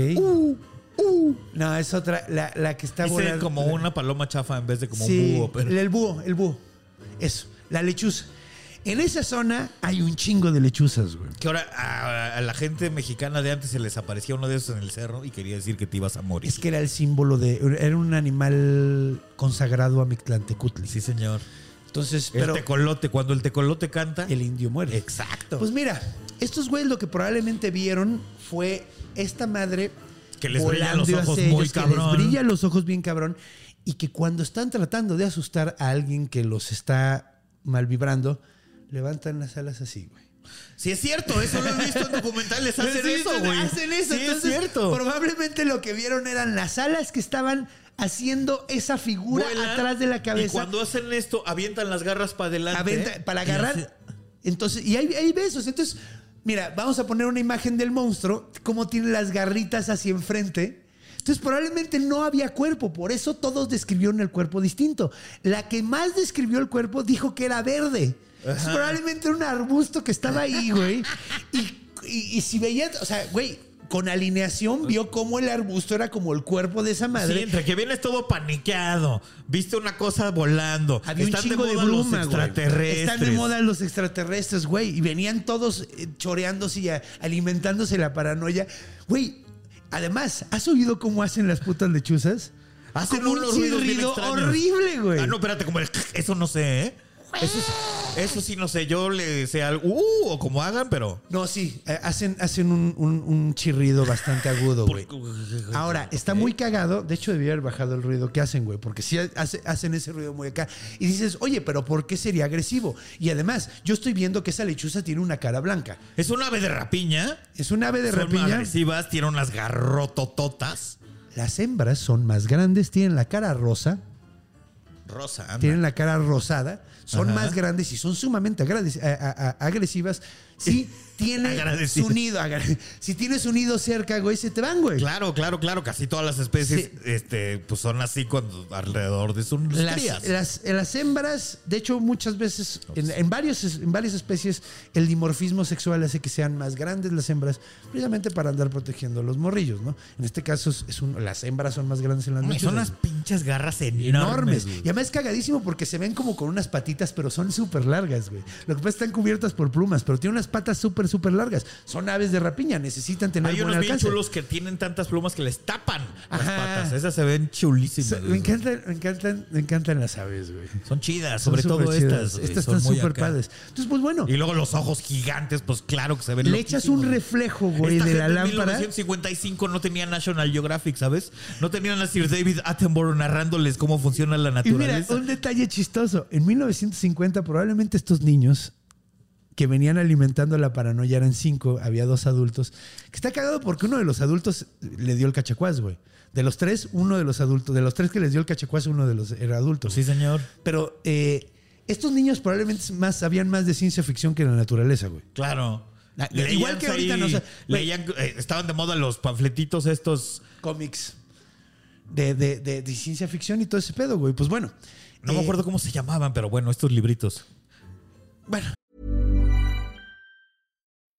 Speaker 2: No, es otra, la, la que está
Speaker 4: Hice
Speaker 2: volando-
Speaker 4: como una paloma chafa en vez de como
Speaker 2: Sí,
Speaker 4: un búho. pero-
Speaker 2: El búho, el búho. Eso, la lechuza. En esa zona hay un chingo de lechuzas, güey.
Speaker 4: Que ahora a, a la gente mexicana de antes se les aparecía uno de esos en el cerro y quería decir que te ibas a morir.
Speaker 2: Es que era el símbolo de. Era un animal consagrado a Mictlantecutli.
Speaker 4: Sí, señor.
Speaker 2: Entonces,
Speaker 4: El
Speaker 2: pero
Speaker 4: tecolote, cuando el tecolote canta.
Speaker 2: el indio muere.
Speaker 4: Exacto.
Speaker 2: Pues mira, estos güeyes lo que probablemente vieron fue esta madre
Speaker 4: Que les brillan los
Speaker 2: volando
Speaker 4: ojos
Speaker 2: hacia
Speaker 4: muy
Speaker 2: ellos, que
Speaker 4: cabrón.
Speaker 2: les brillan los ojos bien cabrón y que cuando están tratando de asustar a alguien que los está mal vibrando, levantan las alas así, güey.
Speaker 4: sí, es cierto, eso lo he visto en documentales. Hacen
Speaker 2: Sí,
Speaker 4: eso,
Speaker 2: hacen-
Speaker 4: güey.
Speaker 2: Hacen eso.
Speaker 4: Sí,
Speaker 2: Entonces,
Speaker 4: es cierto.
Speaker 2: Probablemente lo que vieron eran las alas que estaban haciendo esa figura
Speaker 4: Vuelan,
Speaker 2: atrás de la cabeza.
Speaker 4: Y cuando hacen esto, avientan las garras para adelante.
Speaker 2: Aventa- para
Speaker 4: Y hace-
Speaker 2: agarrar. Entonces, y hay, hay besos. Entonces, mira, vamos a poner una imagen del monstruo, cómo tiene las garritas hacia enfrente. Entonces, probablemente no había cuerpo, por eso todos describieron el cuerpo distinto. La que más describió el cuerpo dijo que era verde. Entonces, probablemente era un arbusto que estaba ahí, güey. Y, y- y si veías, o sea, güey, con alineación vio cómo el arbusto era como el cuerpo de esa madre.
Speaker 4: Sí, entre que vienes todo paniqueado, viste una cosa volando,
Speaker 2: Había un
Speaker 4: Pues están
Speaker 2: chingo de,
Speaker 4: moda
Speaker 2: bruma,
Speaker 4: los
Speaker 2: güey.
Speaker 4: extraterrestres.
Speaker 2: Están de moda los extraterrestres, güey. Y venían todos eh, choreándose y a- alimentándose la paranoia. Güey, además, ¿has oído cómo hacen las putas lechuzas?
Speaker 4: Hacen
Speaker 2: Como
Speaker 4: unos
Speaker 2: un
Speaker 4: ruidos bien
Speaker 2: chirrido
Speaker 4: extraños.
Speaker 2: horrible, güey.
Speaker 4: Ah, no, espérate, como el eso no sé, ¿eh? Eso, eso sí no sé, yo le sé algo, uh, o como hagan, pero
Speaker 2: No, sí, eh, hacen, hacen un, un- un chirrido bastante agudo, güey. Ahora, está muy cagado. De hecho, debía haber bajado el ruido que hacen, güey, porque sí hace- hacen ese ruido muy acá. Y dices, oye, pero ¿por qué sería agresivo? Y además, yo estoy viendo que esa lechuza tiene una cara blanca.
Speaker 4: es un ave de rapiña.
Speaker 2: Es un ave de
Speaker 4: son
Speaker 2: rapiña.
Speaker 4: agresivas, tiene unas garrotototas.
Speaker 2: Las hembras son más grandes, tienen la cara rosa,
Speaker 4: Rosa, anda.
Speaker 2: tienen la cara rosada, son más grandes y son sumamente agrades- a- a- a- agresivas. Si tiene
Speaker 4: Agradecidas.
Speaker 2: su nido, agra- si tienes un nido cerca, güey, se te van, güey.
Speaker 4: Claro, claro, claro, casi todas las especies este, pues son así cuando alrededor de sus crías.
Speaker 2: Las, las, las hembras, de hecho, muchas veces, en, en varios, en varias especies, el dimorfismo sexual hace que sean más grandes las hembras, precisamente para andar protegiendo los morrillos, ¿no? En este caso, es, es un- las hembras son más grandes en las
Speaker 4: Hombre,
Speaker 2: lechuzas,
Speaker 4: son unas
Speaker 2: güey.
Speaker 4: pinches garras enormes.
Speaker 2: enormes. Y además es cagadísimo porque se ven como con unas patitas, pero son súper largas, güey. Lo que pasa es que están cubiertas por plumas, pero tienen unas patas súper, súper largas. Son aves de rapiña, necesitan tener
Speaker 4: Hay
Speaker 2: buen
Speaker 4: unos bien
Speaker 2: alcance.
Speaker 4: chulos que tienen tantas plumas que les tapan las
Speaker 2: Ajá.
Speaker 4: patas. Esas se ven chulísimas.
Speaker 2: So- me encantan, me encantan, me encantan las aves, güey.
Speaker 4: Son chidas,
Speaker 2: Son
Speaker 4: sobre todo
Speaker 2: súper chidas.
Speaker 4: estas. güey,
Speaker 2: Estas
Speaker 4: son
Speaker 2: están
Speaker 4: muy
Speaker 2: súper
Speaker 4: acá.
Speaker 2: padres. Entonces, pues bueno,
Speaker 4: Y luego los ojos gigantes, pues claro que se ven
Speaker 2: le echas
Speaker 4: loquísimos.
Speaker 2: un reflejo, güey,
Speaker 4: Esta
Speaker 2: de
Speaker 4: gente
Speaker 2: la
Speaker 4: en
Speaker 2: lámpara.
Speaker 4: 1955 no tenía National Geographic, ¿sabes? No tenían a Sir David Attenborough narrándoles cómo funciona la
Speaker 2: Y mira,
Speaker 4: naturaleza.
Speaker 2: un detalle chistoso. En 1950, probablemente estos niños que venían alimentando la paranoia eran cinco, había dos adultos. Que está cagado porque uno de los adultos le dio el cachacuás, güey. De los tres, uno de los adultos. De los tres que les dio el cachacuás, uno de los era adulto.
Speaker 4: Pues Sí, señor.
Speaker 2: Pero eh, estos niños probablemente más, sabían más de ciencia ficción que de la naturaleza, güey.
Speaker 4: Claro.
Speaker 2: La-
Speaker 4: Leían
Speaker 2: Ah, igual que ahorita,
Speaker 4: ahí-
Speaker 2: no sé, güey.
Speaker 4: leían, eh, estaban de moda los panfletitos estos.
Speaker 2: Cómics de, de- de- de ciencia ficción y todo ese pedo, güey. Pues bueno.
Speaker 4: No me
Speaker 2: eh,
Speaker 4: acuerdo cómo se llamaban, pero bueno, estos libritos.
Speaker 2: Bueno,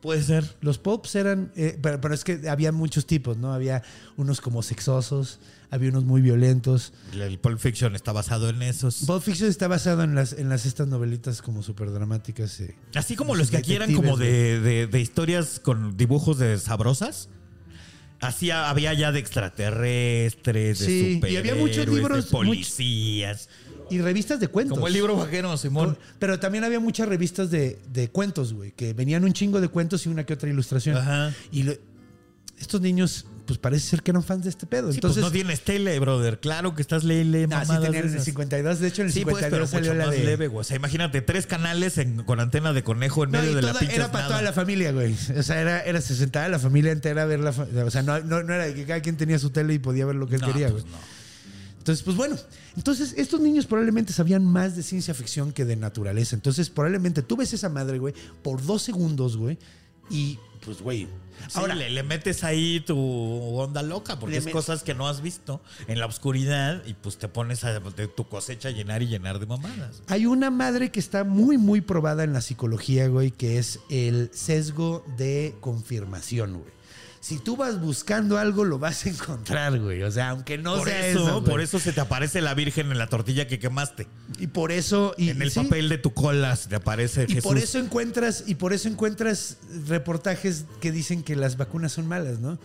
Speaker 4: Puede ser.
Speaker 2: Los pops eran, eh, pero, pero es que había muchos tipos, ¿no? Había unos como sexosos, había unos muy violentos.
Speaker 4: El Pulp Fiction está basado en esos.
Speaker 2: Pulp Fiction está basado en las, en las estas novelitas como súper dramáticas. eh.
Speaker 4: Así como los que aquí eran
Speaker 2: detectives,
Speaker 4: como de, de- de historias con dibujos de sabrosas. Así ha- había ya de extraterrestres, de
Speaker 2: Sí,
Speaker 4: superhéroes,
Speaker 2: y había muchos libros,
Speaker 4: de policías.
Speaker 2: Y revistas de cuentos.
Speaker 4: Como el libro vaquero, Simón.
Speaker 2: Pero también había muchas revistas de, de cuentos, güey, que venían un chingo de cuentos y una que otra ilustración.
Speaker 4: Ajá.
Speaker 2: Y lo- estos niños, pues parece ser que eran fans de este pedo.
Speaker 4: Sí,
Speaker 2: Entonces,
Speaker 4: pues no tienes tele, brother. Claro que estás ley, ley,
Speaker 2: Ah, sí
Speaker 4: mamadas
Speaker 2: tenían
Speaker 4: de
Speaker 2: en el
Speaker 4: esas.
Speaker 2: 52. De hecho, en el
Speaker 4: Sí, pues,
Speaker 2: 52
Speaker 4: pero
Speaker 2: salió
Speaker 4: mucho
Speaker 2: la
Speaker 4: más
Speaker 2: de...
Speaker 4: leve, güey. O sea, imagínate, tres canales en- con antena de conejo en
Speaker 2: No,
Speaker 4: medio
Speaker 2: y
Speaker 4: de la
Speaker 2: toda-
Speaker 4: pinche
Speaker 2: era para
Speaker 4: nada.
Speaker 2: toda la familia, güey. O sea, era, era se sentaba la familia entera a ver la... fa- O sea, no, no, no era de que cada quien tenía su tele y podía ver lo que él
Speaker 4: No,
Speaker 2: quería,
Speaker 4: pues,
Speaker 2: güey. Entonces, pues bueno. Entonces, estos niños probablemente sabían más de ciencia ficción que de naturaleza. Entonces, probablemente tú ves esa madre, güey, por dos segundos, güey, y pues, güey...
Speaker 4: Sí,
Speaker 2: Ahora,
Speaker 4: le, le metes ahí tu onda loca, porque
Speaker 2: Le
Speaker 4: es
Speaker 2: met-
Speaker 4: cosas que no has visto en la oscuridad y pues te pones a, de tu cosecha a llenar y llenar de mamadas.
Speaker 2: Hay una madre que está muy, muy probada en la psicología, güey, que es el sesgo de confirmación, güey. Si tú vas buscando algo, lo vas a encontrar, güey. O sea, aunque no
Speaker 4: por
Speaker 2: sea
Speaker 4: eso,
Speaker 2: eso, güey.
Speaker 4: por eso se te aparece la Virgen en la tortilla que quemaste.
Speaker 2: Y por eso. Y,
Speaker 4: en el
Speaker 2: sí,
Speaker 4: papel de tu cola se te aparece
Speaker 2: Y
Speaker 4: Jesús.
Speaker 2: por eso encuentras, y por eso encuentras reportajes que dicen que las vacunas son malas, ¿no?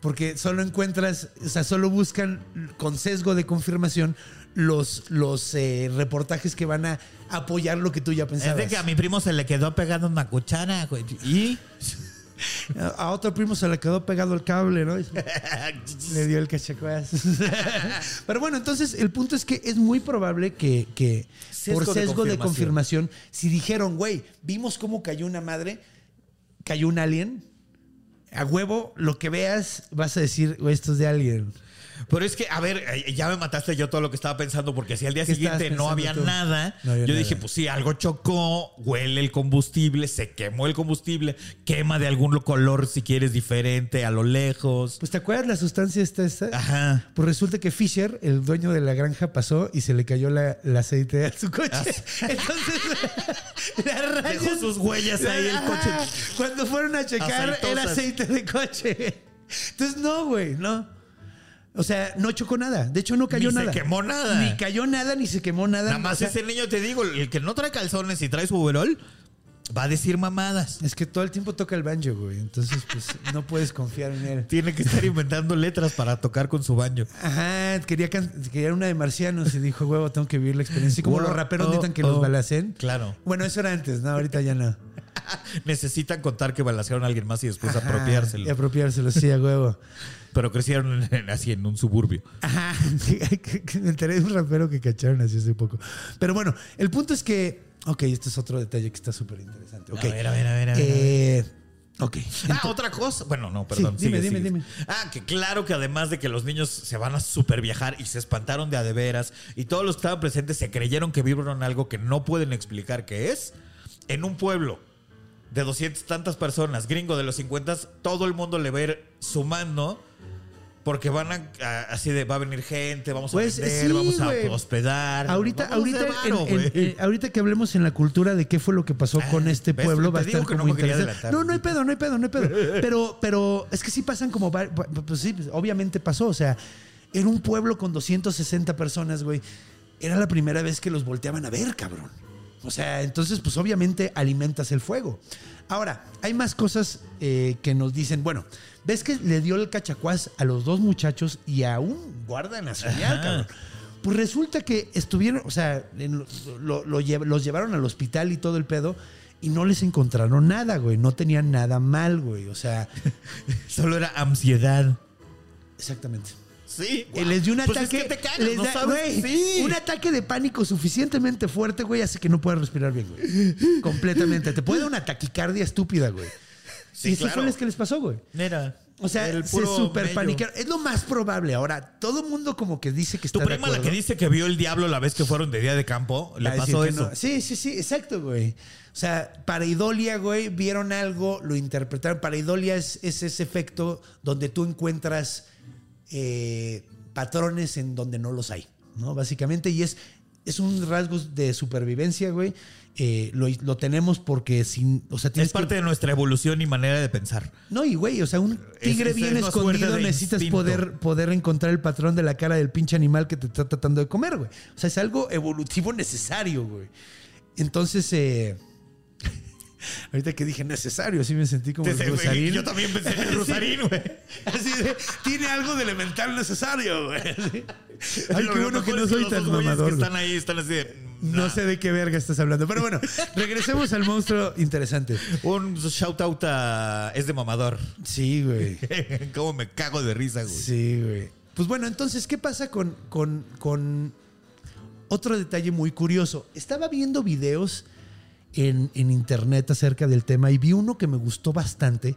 Speaker 2: Porque solo encuentras, o sea, solo buscan con sesgo de confirmación los, los eh, reportajes que van a apoyar lo que tú ya
Speaker 4: es
Speaker 2: pensabas.
Speaker 4: de que a mi primo se le quedó pegando una cuchara, güey. Y
Speaker 2: A a otro primo se le quedó pegado el cable, ¿no? Ah, le dio el cachacuás. Pero bueno, entonces el punto es que es muy probable que, que
Speaker 4: Sesgo
Speaker 2: por
Speaker 4: de
Speaker 2: sesgo de
Speaker 4: confirmación.
Speaker 2: confirmación, si dijeron, güey, vimos cómo cayó una madre, cayó un alien, a huevo, lo que veas, vas a decir, "Güey, esto es de alien.
Speaker 4: Pero es que, a ver, eh, ya me mataste yo todo lo que estaba pensando, porque si al día
Speaker 2: ¿Qué
Speaker 4: siguiente
Speaker 2: estabas
Speaker 4: no
Speaker 2: pensando
Speaker 4: había
Speaker 2: tú?
Speaker 4: nada,
Speaker 2: No había
Speaker 4: yo
Speaker 2: nada.
Speaker 4: dije, pues sí, algo chocó, huele el combustible, se quemó el combustible, quema de algún color, si quieres, diferente, a lo lejos.
Speaker 2: Pues te acuerdas la sustancia esta, esta?
Speaker 4: Ajá.
Speaker 2: Pues resulta que Fisher, el dueño de la granja, pasó y se le cayó la, el aceite a su coche. Entonces, la raya-
Speaker 4: Ah, Dejó sus huellas ahí el
Speaker 2: Ajá.
Speaker 4: coche.
Speaker 2: Cuando fueron a checar, era
Speaker 4: Aceitosas.
Speaker 2: aceite de coche. Entonces, no, güey, no. O sea, no chocó nada. De hecho, no cayó
Speaker 4: Ni se
Speaker 2: nada.
Speaker 4: quemó nada.
Speaker 2: Ni cayó nada, ni se quemó nada.
Speaker 4: Nada más
Speaker 2: O sea,
Speaker 4: ese niño, te digo, el que no trae calzones y trae su overol, va a decir mamadas.
Speaker 2: Es que todo el tiempo toca el banjo, güey. Entonces, pues, no puedes confiar en él.
Speaker 4: Tiene que estar inventando letras para tocar con su baño.
Speaker 2: Ajá, quería, can- quería una de marcianos y dijo, huevo, tengo que vivir la experiencia. Y como
Speaker 4: Oh,
Speaker 2: los raperos
Speaker 4: oh,
Speaker 2: necesitan que
Speaker 4: oh.
Speaker 2: los balacen.
Speaker 4: Claro.
Speaker 2: Bueno, eso era antes, ¿no? Ahorita ya no.
Speaker 4: Necesitan contar que balacearon a alguien más y después
Speaker 2: Ajá,
Speaker 4: apropiárselo.
Speaker 2: Ah, y apropiárselo, sí, a huevo.
Speaker 4: Pero crecieron en- así en un suburbio.
Speaker 2: Ajá, me enteré de un rapero que cacharon así hace poco. Pero bueno, el punto es que. Ok, este es otro detalle que está súper interesante.
Speaker 4: A ver, a ver, a ver, a ver, a
Speaker 2: Eh, ok.
Speaker 4: Ah, otra cosa. Bueno, no, perdón.
Speaker 2: Sí, dime,
Speaker 4: sigue,
Speaker 2: dime,
Speaker 4: sigue. Ah, que claro que además de que los niños se van a super viajar y se espantaron de a de veras y todos los que estaban presentes se creyeron que vieron algo que no pueden explicar qué es, en un pueblo de 200 tantas personas, gringo de los 50, todo el mundo le va a ir sumando. Porque van a, a- así de, va a venir gente, vamos
Speaker 2: Pues,
Speaker 4: a vender,
Speaker 2: sí,
Speaker 4: vamos a
Speaker 2: güey.
Speaker 4: hospedar.
Speaker 2: Ahorita,
Speaker 4: vamos a
Speaker 2: ahorita,
Speaker 4: hacer varo,
Speaker 2: en- en-
Speaker 4: güey. Ah,
Speaker 2: en- ahorita que hablemos en la cultura de qué fue lo que pasó con este
Speaker 4: ¿ves?
Speaker 2: pueblo,
Speaker 4: Te
Speaker 2: va a
Speaker 4: digo
Speaker 2: estar
Speaker 4: que no
Speaker 2: como
Speaker 4: me quería
Speaker 2: interesante.
Speaker 4: delatar.
Speaker 2: No, no hay pedo, no hay pedo, no hay pedo. Pero, pero es que sí pasan como. var- Pues sí, pues, obviamente pasó. O sea, era un pueblo con 260 personas, güey. Era la primera vez que los volteaban a ver, cabrón. O sea, entonces, pues obviamente alimentas el fuego. Ahora, hay más cosas eh, que nos dicen. Bueno, ves que le dio el cachacuás a los dos muchachos y aún guardan nacional,
Speaker 4: Ajá.
Speaker 2: cabrón. Pues resulta que estuvieron, o sea, en lo- lo- lo lle- los llevaron al hospital y todo el pedo y no les encontraron nada, güey. No tenían nada mal, güey. O sea,
Speaker 4: Solo era ansiedad.
Speaker 2: exactamente.
Speaker 4: Sí.
Speaker 2: Eh, Les dio un
Speaker 4: Pues es
Speaker 2: ataque.
Speaker 4: que te cagas,
Speaker 2: les
Speaker 4: no
Speaker 2: da-
Speaker 4: sabes.
Speaker 2: güey,
Speaker 4: Sí.
Speaker 2: Un ataque de pánico suficientemente fuerte, güey, hace que no puedas respirar bien, güey. Completamente. Te puede dar una taquicardia estúpida, güey.
Speaker 4: Sí,
Speaker 2: y eso
Speaker 4: claro.
Speaker 2: fue lo que les pasó, güey.
Speaker 4: Era.
Speaker 2: O sea,
Speaker 4: el
Speaker 2: se
Speaker 4: puro
Speaker 2: super
Speaker 4: mello.
Speaker 2: paniquearon. Es lo más probable. Ahora, todo el mundo como que dice que
Speaker 4: Tu
Speaker 2: está de
Speaker 4: prima, la
Speaker 2: acuerdo.
Speaker 4: que dice que vio el diablo la vez que fueron de día de campo, le
Speaker 2: Va a decir
Speaker 4: pasó
Speaker 2: que
Speaker 4: eso.
Speaker 2: Ah, no. Sí, sí, sí, exacto, güey. O sea, pareidolia, güey, vieron algo, lo interpretaron. Pareidolia es, es ese efecto donde tú encuentras eh, patrones en donde no los hay, ¿no? Básicamente, y es es un rasgo de supervivencia, güey. Eh, lo, lo tenemos porque sin. O sea, tienes
Speaker 4: Es parte
Speaker 2: que-
Speaker 4: de nuestra evolución y manera de pensar.
Speaker 2: No, y güey, o sea, un tigre
Speaker 4: es
Speaker 2: bien
Speaker 4: una
Speaker 2: escondido
Speaker 4: suerte de
Speaker 2: necesitas
Speaker 4: instinto.
Speaker 2: poder, poder encontrar el patrón de la cara del pinche animal que te está tratando de comer, güey. O sea, es algo evolutivo necesario, güey. Entonces, eh, ahorita que dije necesario, sí me sentí como el
Speaker 4: Desde-
Speaker 2: Rosarín.
Speaker 4: Yo también pensé en el Rosarín, güey.
Speaker 2: Así de, tiene algo de elemental necesario, güey. Así. Ay,
Speaker 4: Lo
Speaker 2: qué bueno que
Speaker 4: mejor
Speaker 2: no
Speaker 4: es
Speaker 2: soy
Speaker 4: los
Speaker 2: tan
Speaker 4: dos güeyes
Speaker 2: mamador.
Speaker 4: Que
Speaker 2: güey.
Speaker 4: están ahí, están así de.
Speaker 2: No sé de qué verga estás hablando. Pero bueno, regresemos al monstruo interesante.
Speaker 4: Un shout out a. Es de mamador.
Speaker 2: Sí, güey.
Speaker 4: Cómo me cago de risa, güey.
Speaker 2: Sí, güey. Pues bueno, entonces, ¿qué pasa con, con, con otro detalle muy curioso? Estaba viendo videos en, en internet acerca del tema y vi uno que me gustó bastante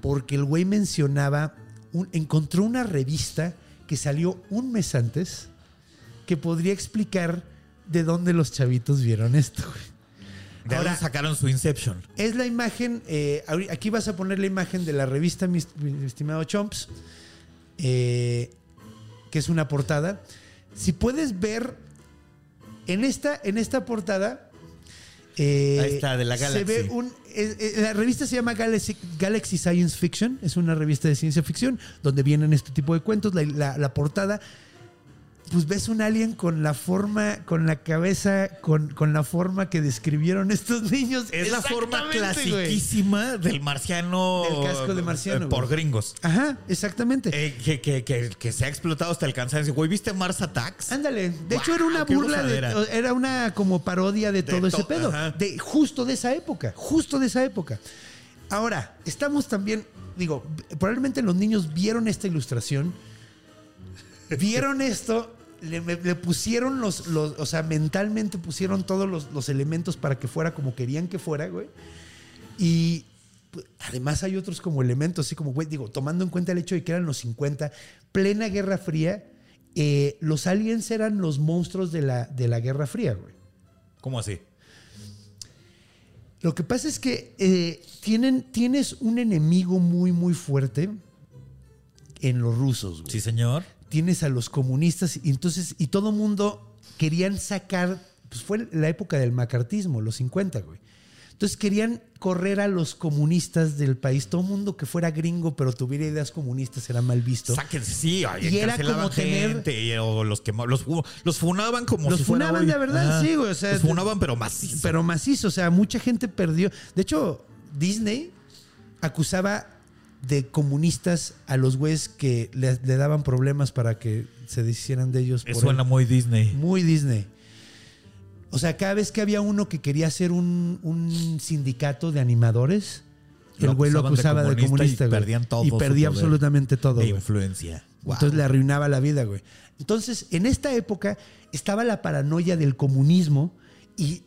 Speaker 2: porque el güey mencionaba, un- encontró una revista que salió un mes antes que podría explicar de dónde los chavitos vieron esto, güey.
Speaker 4: De ahora
Speaker 2: Ahora-
Speaker 4: sacaron su Inception.
Speaker 2: Es la imagen, eh, ahori- aquí vas a poner la imagen de la revista, mi, est- mi estimado Chomps, eh, que es una portada. Si puedes ver, en esta, en esta portada... eh,
Speaker 4: Ahí está, de la
Speaker 2: se
Speaker 4: Galaxy.
Speaker 2: ve un- eh, eh, la revista se llama Galaxy, Galaxy Science Fiction, es una revista de ciencia ficción donde vienen este tipo de cuentos, la, la- la portada. Pues ves un alien con la forma, con la cabeza, con, con la forma que describieron estos niños.
Speaker 4: Es la forma
Speaker 2: Exactamente, güey.
Speaker 4: clasiquísima del marciano.
Speaker 2: Del casco de marciano,
Speaker 4: eh, Por
Speaker 2: güey.
Speaker 4: gringos.
Speaker 2: Ajá, exactamente.
Speaker 4: Eh, que, que- que- que se ha explotado hasta el cansancio. Güey, ¿viste Mars Attacks?
Speaker 2: Ándale. De hecho,
Speaker 4: Guau,
Speaker 2: era una
Speaker 4: qué
Speaker 2: burla, de-
Speaker 4: gozadera.
Speaker 2: o- era una como parodia de
Speaker 4: De
Speaker 2: todo ese
Speaker 4: to-
Speaker 2: pedo.
Speaker 4: ajá.
Speaker 2: De, justo de esa época, justo de esa época. Ahora, estamos también, digo, probablemente los niños vieron esta ilustración, vieron esto, le, me- le pusieron los, los- o sea, mentalmente pusieron todos los, los elementos para que fuera como querían que fuera, güey. Y pues, además hay otros como elementos, así como, güey, digo, tomando en cuenta el hecho de que eran los 50, plena Guerra Fría, eh, los aliens eran los monstruos de la, de la Guerra Fría, güey.
Speaker 4: ¿Cómo así?
Speaker 2: Lo que pasa es que eh, tienen, tienes un enemigo muy, muy fuerte en los rusos, güey.
Speaker 4: Sí, señor.
Speaker 2: Tienes a los comunistas y entonces, y todo mundo querían sacar, pues fue la época del macartismo, los 50, güey. Entonces querían correr a los comunistas del país. Todo mundo que fuera gringo pero tuviera ideas comunistas era mal visto.
Speaker 4: Sáquense, sí. ay,
Speaker 2: Y era
Speaker 4: encarcelaban
Speaker 2: como tener-
Speaker 4: gente, y- o los, quema- los, fu- los funaban como
Speaker 2: Los
Speaker 4: si fuera
Speaker 2: funaban
Speaker 4: hoy. Ah,
Speaker 2: de verdad, sí, güey, o sea,
Speaker 4: los funaban, pero macizo.
Speaker 2: pero macizo. O sea, mucha gente perdió. De hecho, Disney acusaba de comunistas a los güeyes que le, le daban problemas para que se deshicieran de ellos.
Speaker 4: Eh,
Speaker 2: por
Speaker 4: Suena
Speaker 2: él.
Speaker 4: muy Disney.
Speaker 2: muy Disney. O sea, cada vez que había uno que quería hacer un, un sindicato de animadores,
Speaker 4: Lo
Speaker 2: el güey lo
Speaker 4: acusaban
Speaker 2: acusaba de comunista.
Speaker 4: y
Speaker 2: güey.
Speaker 4: perdían todo.
Speaker 2: Y
Speaker 4: su
Speaker 2: perdía
Speaker 4: poder
Speaker 2: absolutamente todo.
Speaker 4: De
Speaker 2: güey.
Speaker 4: influencia. Wow.
Speaker 2: Entonces le arruinaba la vida, güey. Entonces, en esta época estaba la paranoia del comunismo y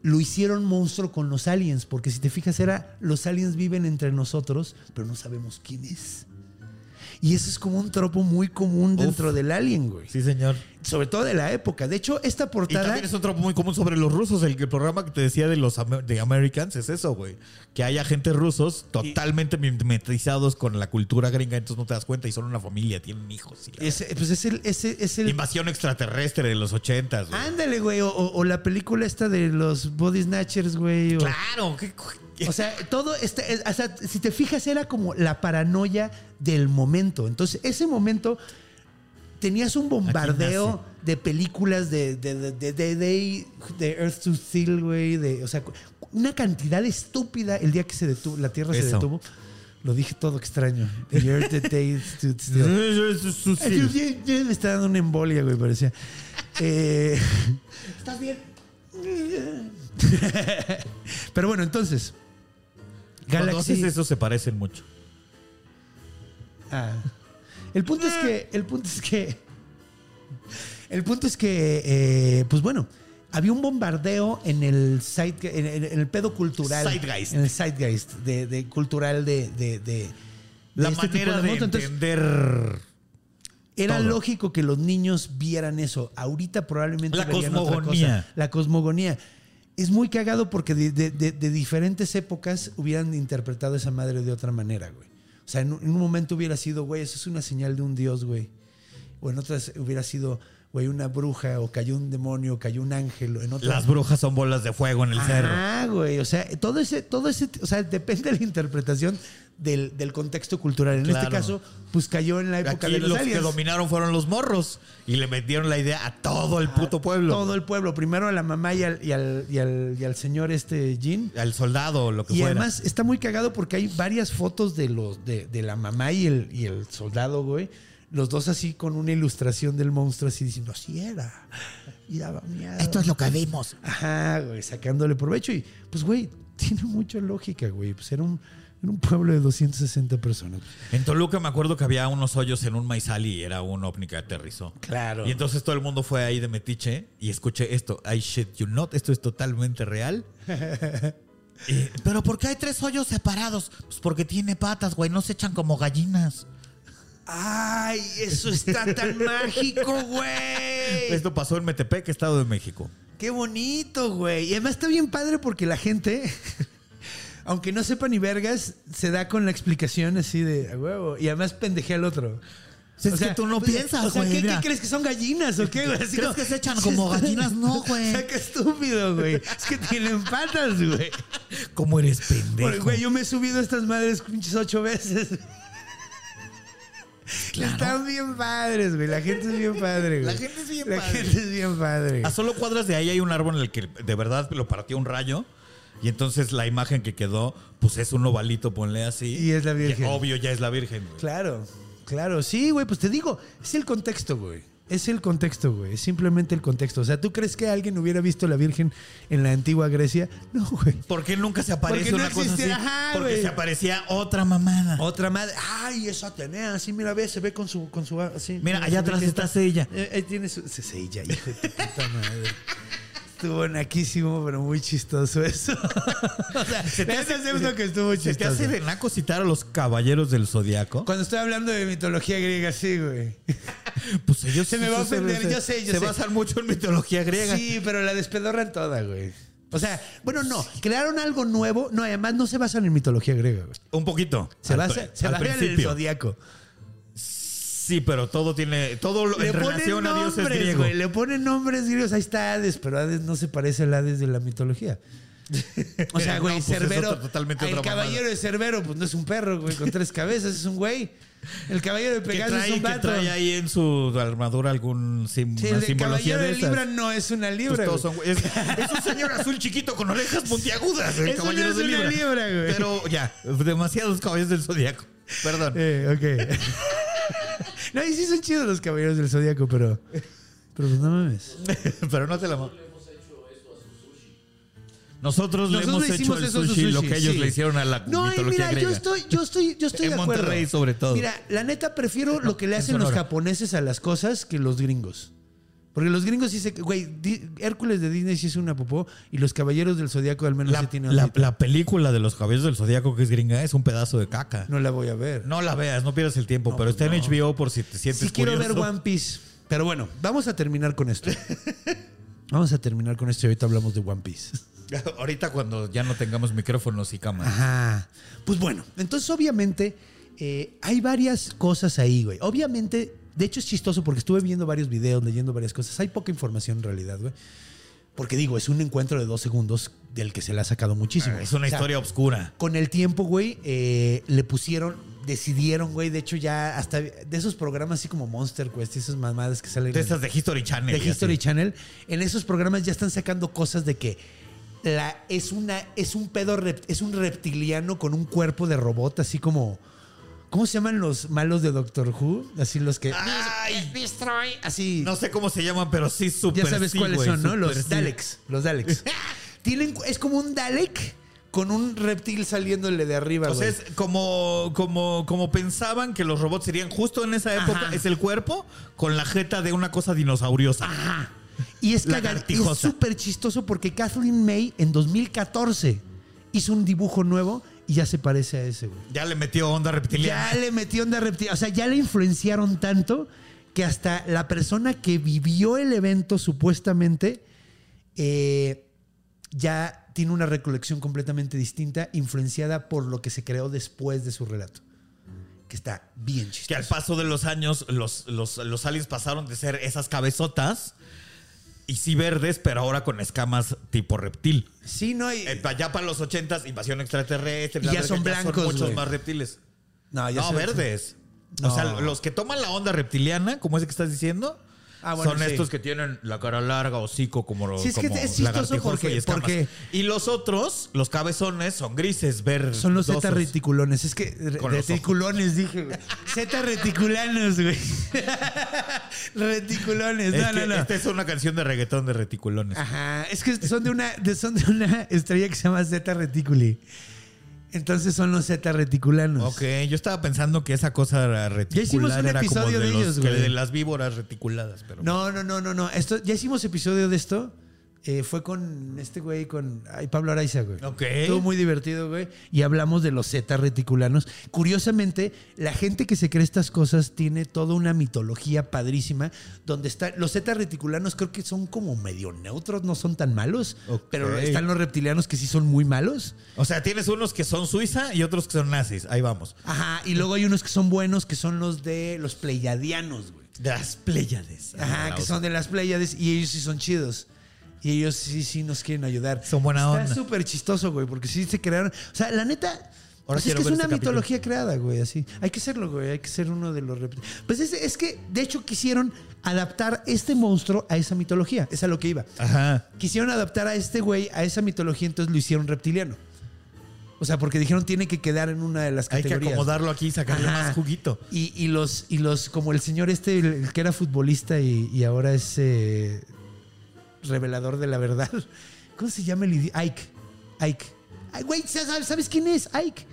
Speaker 2: lo hicieron monstruo con los aliens, porque si te fijas era los aliens viven entre nosotros, pero no sabemos quién es. Y eso es como un tropo muy común dentro del alien, güey.
Speaker 4: Sí, señor.
Speaker 2: Sobre todo de la época. De hecho, esta
Speaker 4: Y
Speaker 2: portada
Speaker 4: también es otro muy común sobre los rusos. El, el programa que te decía de los Amer- de Americans es eso, güey. Que hay agentes rusos totalmente mimetizados con la cultura gringa, entonces no te das cuenta y son una familia, tienen hijos. y la-
Speaker 2: es, pues es el, es el- es el-
Speaker 4: Invasión extraterrestre de los ochentas, güey.
Speaker 2: Ándale, güey. O, o- o la película esta de los Body Snatchers, güey. o-
Speaker 4: Claro, qué co-
Speaker 2: O sea, todo, este, es- o sea, si te fijas, era como la paranoia del momento. Entonces, ese momento tenías un bombardeo de películas de, de, de, de, de, de- de Earth to Steel, güey. de- O sea, cu- una cantidad estúpida el día que se detuvo, la Tierra se
Speaker 4: Eso.
Speaker 2: detuvo. Lo dije todo extraño. The Earth the Day Stood Still. Ay,
Speaker 4: Sí.
Speaker 2: yo- yo- yo me está dando una embolia, güey, parecía. Eh, ¿Estás bien? Pero bueno, entonces.
Speaker 4: Cuando haces
Speaker 2: Galaxy.
Speaker 4: eso se parecen mucho.
Speaker 2: Ah. El punto es que. El punto es que. El punto es que. eh, pues bueno. Había un bombardeo en el site, en, en- en el pedo cultural.
Speaker 4: Zeitgeist.
Speaker 2: En el zeitgeist de, de cultural de, de- de- de
Speaker 4: La
Speaker 2: este tipo
Speaker 4: manera de,
Speaker 2: monstruo. Entonces,
Speaker 4: entender
Speaker 2: Era
Speaker 4: Todo.
Speaker 2: lógico que los niños vieran eso. Ahorita probablemente
Speaker 4: La
Speaker 2: verían
Speaker 4: cosmogonía.
Speaker 2: otra cosa. La cosmogonía. Es muy cagado porque de, de- de- de diferentes épocas hubieran interpretado esa madre de otra manera, güey. O sea, en un, en un momento hubiera sido, güey, eso es una señal de un dios, güey. O en otras hubiera sido, güey, una bruja o cayó un demonio, cayó un ángel en otro.
Speaker 4: Las brujas son bolas de fuego en el cerro.
Speaker 2: Ah, güey, o sea, todo ese, todo ese, o sea, depende de la interpretación del, del contexto cultural. En este
Speaker 4: Claro.
Speaker 2: caso, pues cayó en la época
Speaker 4: Aquí
Speaker 2: de los,
Speaker 4: los que
Speaker 2: aliens.
Speaker 4: dominaron fueron los morros y le metieron la idea a todo el puto pueblo.
Speaker 2: Ah, Todo el pueblo, primero a la mamá y al, y al, y al, y al señor este Jean.
Speaker 4: Al soldado, lo que
Speaker 2: Y
Speaker 4: Pues fuera.
Speaker 2: además está muy cagado porque hay varias fotos de los de, de la mamá y el, y el soldado, güey. Los dos así con una ilustración del monstruo así diciendo, así era. Y daba miedo.
Speaker 4: lo que vimos.
Speaker 2: Ajá, güey, sacándole provecho. Y pues, güey, tiene mucha lógica, güey. Pues era un, era un pueblo de 260 personas.
Speaker 4: En Toluca me acuerdo que había unos hoyos en un maizal y era un ovni que aterrizó.
Speaker 2: Claro.
Speaker 4: Y entonces todo el mundo fue ahí de metiche y escuché esto. I shit you not. Esto es totalmente real. Y, Pero ¿por qué hay tres hoyos separados? Pues porque tiene patas, güey. No se echan como gallinas.
Speaker 2: ¡Ay, eso está tan mágico, güey!
Speaker 4: Esto pasó en Metepec, Estado de México.
Speaker 2: ¡Qué bonito, güey! Y además está bien padre porque la gente, aunque no sepa ni vergas, se da con la explicación así de a huevo. Y además pendejea al otro.
Speaker 4: Es que tú no
Speaker 2: o sea,
Speaker 4: piensas,
Speaker 2: o sea,
Speaker 4: güey,
Speaker 2: ¿qué- ¿qué,
Speaker 4: mira.
Speaker 2: crees que son gallinas o qué, güey? Así
Speaker 4: ¿Crees que se echan como gallinas? No, güey.
Speaker 2: O sea, qué estúpido, güey. Es que tienen patas, güey.
Speaker 4: ¿Cómo eres
Speaker 2: Porque,
Speaker 4: pendejo?
Speaker 2: güey, yo me he subido a estas madres pinches ocho veces. Están bien padres, güey. La gente es bien padre, güey.
Speaker 4: La gente es bien
Speaker 2: La
Speaker 4: padre.
Speaker 2: gente es bien padre.
Speaker 4: A solo cuadras de ahí hay un árbol en el que de verdad lo partió un rayo. Y entonces la imagen que quedó, pues es un ovalito, ponle así.
Speaker 2: Y es la Virgen.
Speaker 4: Que obvio, ya es la Virgen. güey.
Speaker 2: Claro, claro. Sí, güey, pues te digo, es el contexto, güey. Es el contexto, güey. Es simplemente el contexto. O sea, ¿tú crees que alguien hubiera visto a la Virgen en la antigua Grecia? No, güey.
Speaker 4: ¿Por qué nunca se aparece
Speaker 2: Porque no
Speaker 4: una cosa así?
Speaker 2: existe, ajá,
Speaker 4: Porque
Speaker 2: güey.
Speaker 4: se aparecía otra mamada.
Speaker 2: Otra madre. Ay, esa Atenea. Así, mira, ve, se ve con su. Con su así,
Speaker 4: Mira, allá atrás
Speaker 2: que
Speaker 4: está Sella.
Speaker 2: Eh, ahí tiene su. se- Sella, hijo de tu puta madre. Estuvo naquísimo, pero muy chistoso eso. o sea,
Speaker 4: Se te
Speaker 2: le
Speaker 4: hace-
Speaker 2: acepto que estuvo
Speaker 4: ¿Se te
Speaker 2: chistoso.
Speaker 4: hace de naco citar a los caballeros del zodiaco?
Speaker 2: Cuando estoy hablando de mitología griega, sí, güey.
Speaker 4: Pues ellos
Speaker 2: Se me va a ofender,
Speaker 4: se-
Speaker 2: yo sé, yo
Speaker 4: se
Speaker 2: sé.
Speaker 4: basan mucho en mitología griega.
Speaker 2: Sí, pero la despedorran toda, güey. O sea, bueno, no, crearon algo nuevo. No, además no se basan en mitología griega, güey.
Speaker 4: Un poquito.
Speaker 2: Se
Speaker 4: Al-
Speaker 2: basa, se
Speaker 4: al
Speaker 2: basan en el
Speaker 4: principio.
Speaker 2: zodíaco.
Speaker 4: Sí, pero todo tiene. Todo lo- en relación a dioses griegos.
Speaker 2: güey. Le ponen nombres griegos. Ahí está Hades, pero Hades no se parece al Hades de la mitología. O sea,
Speaker 4: No,
Speaker 2: güey,
Speaker 4: pues es
Speaker 2: Cerbero.
Speaker 4: otra- totalmente
Speaker 2: el
Speaker 4: otra mamada.
Speaker 2: caballero de Cerbero, pues no es un perro, güey, con tres cabezas, es un güey. El caballero de
Speaker 4: Que
Speaker 2: Pegaso es
Speaker 4: trae,
Speaker 2: un
Speaker 4: que
Speaker 2: vato.
Speaker 4: trae ahí en su armadura algún sim-
Speaker 2: Sí,
Speaker 4: una
Speaker 2: el de
Speaker 4: simbología
Speaker 2: caballero de,
Speaker 4: de esas.
Speaker 2: Libra no es una
Speaker 4: Pues
Speaker 2: libra.
Speaker 4: todos
Speaker 2: güey.
Speaker 4: son- es, es un señor azul chiquito con orejas puntiagudas. El
Speaker 2: Eso no
Speaker 4: caballero
Speaker 2: es
Speaker 4: de
Speaker 2: una
Speaker 4: Libra.
Speaker 2: libra, güey.
Speaker 4: Pero ya, demasiados caballeros del zodiaco. Perdón.
Speaker 2: Eh, ok. no, y sí son chidos los caballeros del zodiaco, pero. Pero pues no mames.
Speaker 4: Pero no te la mo- Nosotros le
Speaker 2: Nosotros
Speaker 4: hemos
Speaker 2: le
Speaker 4: hecho
Speaker 2: hicimos
Speaker 4: el
Speaker 2: eso a
Speaker 4: sushi,
Speaker 2: su
Speaker 4: lo que ellos
Speaker 2: sí.
Speaker 4: le hicieron a la
Speaker 2: No, y
Speaker 4: mitología
Speaker 2: mira,
Speaker 4: griega.
Speaker 2: yo estoy, yo estoy, yo estoy
Speaker 4: En
Speaker 2: de acuerdo.
Speaker 4: Monterrey, sobre todo.
Speaker 2: Mira, la neta prefiero lo que le
Speaker 4: en
Speaker 2: hacen los
Speaker 4: Sonora.
Speaker 2: japoneses a las cosas que los gringos. Porque los gringos sí se... Güey, Di- Hércules de Disney sí es una popó y los caballeros del zodiaco al menos
Speaker 4: la,
Speaker 2: sí tienen...
Speaker 4: la-
Speaker 2: ondita.
Speaker 4: la película de los caballeros del zodiaco que es gringa es un pedazo de caca. No,
Speaker 2: no la voy a ver.
Speaker 4: la veas, no pierdas el tiempo, pero está en HBO por si te sientes
Speaker 2: sí quiero ver
Speaker 4: curioso.
Speaker 2: One Piece. Pero bueno, vamos a terminar con esto. vamos a terminar con esto y ahorita hablamos de One Piece.
Speaker 4: Ahorita cuando ya no tengamos micrófonos y cámaras.
Speaker 2: Ajá. Pues bueno, entonces obviamente eh, hay varias cosas ahí, güey. Obviamente, de hecho es chistoso porque estuve viendo varios videos, leyendo varias cosas. Hay poca información en realidad, güey. Porque digo, es un encuentro de dos segundos del que se le ha sacado muchísimo.
Speaker 4: Ah, Es una
Speaker 2: O sea,
Speaker 4: historia oscura.
Speaker 2: con el tiempo, güey, eh, le pusieron, decidieron, güey. De hecho, ya hasta de esos programas así como Monster Quest y esas mamadas que salen.
Speaker 4: De
Speaker 2: en-
Speaker 4: estas de History Channel. y
Speaker 2: de
Speaker 4: así.
Speaker 2: History Channel, en esos programas ya están sacando cosas de que la, es una es un pedo rep- es un reptiliano con un cuerpo de robot así como ¿Cómo se llaman los malos de Doctor Who? Así los que
Speaker 4: Ay,
Speaker 2: así
Speaker 4: no sé cómo se llaman, pero sí super
Speaker 2: ya sabes
Speaker 4: sí,
Speaker 2: cuáles
Speaker 4: güey,
Speaker 2: son, ¿no?
Speaker 4: super
Speaker 2: Los
Speaker 4: sí.
Speaker 2: Daleks, los Daleks. Tienen es como un Dalek con un reptil saliéndole de arriba,
Speaker 4: O sea,
Speaker 2: güey.
Speaker 4: es como, como, como pensaban que los robots serían justo en esa época,
Speaker 2: Ajá.
Speaker 4: es el cuerpo con la jeta de una cosa dinosauriosa.
Speaker 2: Y es cagar- y es
Speaker 4: Lagartijosa.
Speaker 2: súper chistoso porque Kathleen May en 2014 hizo un dibujo nuevo y ya se parece a ese, güey.
Speaker 4: Ya le metió onda reptiliana.
Speaker 2: Ya le metió onda reptil. O sea, ya le influenciaron tanto que hasta la persona que vivió el evento supuestamente eh, ya tiene una recolección completamente distinta, influenciada por lo que se creó después de su relato. que está bien
Speaker 4: Que al
Speaker 2: chistoso.
Speaker 4: paso de los años, los, los, los aliens pasaron de ser esas cabezotas y sí verdes, pero ahora con escamas tipo reptil.
Speaker 2: Sí, no hay.
Speaker 4: Eh, ya para los ochentas, invasión extraterrestre.
Speaker 2: Y
Speaker 4: bla,
Speaker 2: ya
Speaker 4: bla,
Speaker 2: son
Speaker 4: bla,
Speaker 2: blancos,
Speaker 4: muchos
Speaker 2: güey.
Speaker 4: más reptiles.
Speaker 2: no, ya
Speaker 4: no,
Speaker 2: sé-
Speaker 4: verdes.
Speaker 2: No.
Speaker 4: O sea, los que toman la onda reptiliana, como ese que estás diciendo,
Speaker 2: Ah, bueno,
Speaker 4: son
Speaker 2: sí.
Speaker 4: estos que tienen la cara larga, hocico, como los
Speaker 2: Sí, es que es chistoso porque-
Speaker 4: y escamas.
Speaker 2: porque-
Speaker 4: Y los otros, los cabezones, son grises, verdes.
Speaker 2: Son los Z reticulones. Es que re-
Speaker 4: Con los ojos.
Speaker 2: reticulones, dije, güey. Z reticulanos, güey. reticulones. No, no, Ah. no.
Speaker 4: Esta es este una canción de reggaetón de reticulones.
Speaker 2: Ajá. Es que son de una, de- son de una estrella que se llama Z reticuli. Entonces son los Z reticulanos.
Speaker 4: Ok, yo estaba pensando que esa cosa era reticular
Speaker 2: hicimos un
Speaker 4: era como
Speaker 2: episodio
Speaker 4: de,
Speaker 2: de
Speaker 4: los-
Speaker 2: ellos,
Speaker 4: que
Speaker 2: güey.
Speaker 4: de las víboras reticuladas, pero
Speaker 2: No, no, no, no, no. Esto, ya hicimos episodio de esto. Eh, fue con este güey, con ay, Pablo Araiza, güey.
Speaker 4: Ok.
Speaker 2: Estuvo muy divertido, güey. Y hablamos de los Z reticulanos. Curiosamente, la gente que se cree estas cosas tiene toda una mitología padrísima donde están los Z reticulanos creo que son como medio neutros, no son tan malos.
Speaker 4: Ok.
Speaker 2: Pero están los reptilianos que sí son muy malos.
Speaker 4: O sea, tienes unos que son Suiza y otros que son nazis. Ahí vamos.
Speaker 2: Ajá. Y luego hay unos que son buenos, que son los de los pleiadianos, güey.
Speaker 4: De las Pléyades.
Speaker 2: Ajá, que son de las Pléyades y ellos sí son chidos. Y ellos sí, sí nos quieren ayudar.
Speaker 4: Son buena onda.
Speaker 2: Está súper chistoso, güey, porque sí se crearon. O sea, la neta.
Speaker 4: Ahora
Speaker 2: pues es
Speaker 4: quiero
Speaker 2: que es
Speaker 4: ver
Speaker 2: una
Speaker 4: este capítulo.
Speaker 2: mitología creada, güey, así. Hay que serlo, güey. Hay que ser uno de los reptiles. Pues es, es que, de hecho, quisieron adaptar este monstruo a esa mitología. Es a lo que iba.
Speaker 4: Ajá.
Speaker 2: Quisieron adaptar a este güey a esa mitología, entonces lo hicieron reptiliano. O sea, porque dijeron tiene que quedar en una de las
Speaker 4: Hay que
Speaker 2: categorías.
Speaker 4: acomodarlo aquí y sacarle
Speaker 2: Ajá.
Speaker 4: más juguito.
Speaker 2: Y, y los, y los, como el señor este, el, el que era futbolista y, y ahora es eh, revelador de la verdad. ¿Cómo se llama el idi- Ike. Ike. Ay, güey, ¿sabes, sabes quién es? Ike.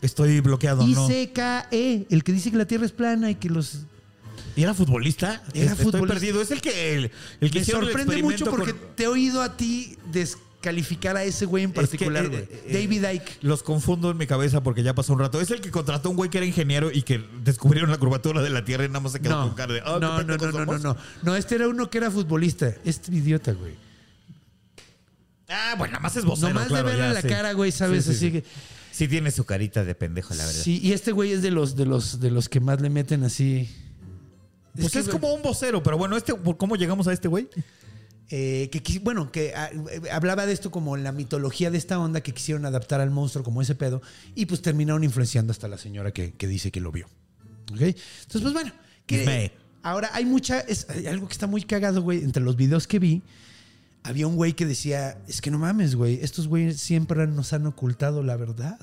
Speaker 4: Estoy bloqueado, ¿no?
Speaker 2: I-C-K-E, E. el que dice que la Tierra es plana y que los...
Speaker 4: ¿Y era futbolista?
Speaker 2: Era
Speaker 4: Estoy
Speaker 2: futbolista.
Speaker 4: perdido. Es el que el, el que
Speaker 2: Me
Speaker 4: hicieron el
Speaker 2: sorprende mucho
Speaker 4: experimento
Speaker 2: porque
Speaker 4: con-
Speaker 2: te he oído a ti descalificar a ese güey en
Speaker 4: Es que,
Speaker 2: particular,
Speaker 4: eh,
Speaker 2: güey.
Speaker 4: eh,
Speaker 2: David Ike.
Speaker 4: Los confundo en mi cabeza porque ya pasó un rato. Es el que contrató a un güey que era ingeniero y que descubrieron la curvatura de la Tierra y nada más se quedó
Speaker 2: No,
Speaker 4: con cara de. "Ah,
Speaker 2: no, no,
Speaker 4: ¿qué
Speaker 2: no,
Speaker 4: pendejos
Speaker 2: no, no,
Speaker 4: somos?".
Speaker 2: no. No, este era uno que era futbolista. Este idiota, güey.
Speaker 4: Ah, bueno, nada más es vocero.
Speaker 2: Nomás
Speaker 4: claro,
Speaker 2: de verle
Speaker 4: ya,
Speaker 2: la
Speaker 4: sí.
Speaker 2: cara, güey, ¿sabes?
Speaker 4: Sí, sí,
Speaker 2: Así
Speaker 4: sí.
Speaker 2: que...
Speaker 4: Sí tiene su carita de pendejo, la verdad.
Speaker 2: Sí, y este güey es de los, de los, de los que más le meten así.
Speaker 4: Pues es,
Speaker 2: que-
Speaker 4: como un vocero, pero bueno, este, ¿cómo llegamos a este güey?
Speaker 2: eh, que quis- bueno, que ah, eh, hablaba de esto como en la mitología de esta onda que quisieron adaptar al monstruo como ese pedo, y pues terminaron influenciando hasta la señora que, que dice que lo vio. ¿Ok? Entonces, pues bueno, que
Speaker 4: Me.
Speaker 2: ahora hay mucha. Es hay algo que está muy cagado, güey. Entre los videos que vi, había un güey que decía: Es que no mames, güey. Estos güeyes siempre nos han ocultado la verdad.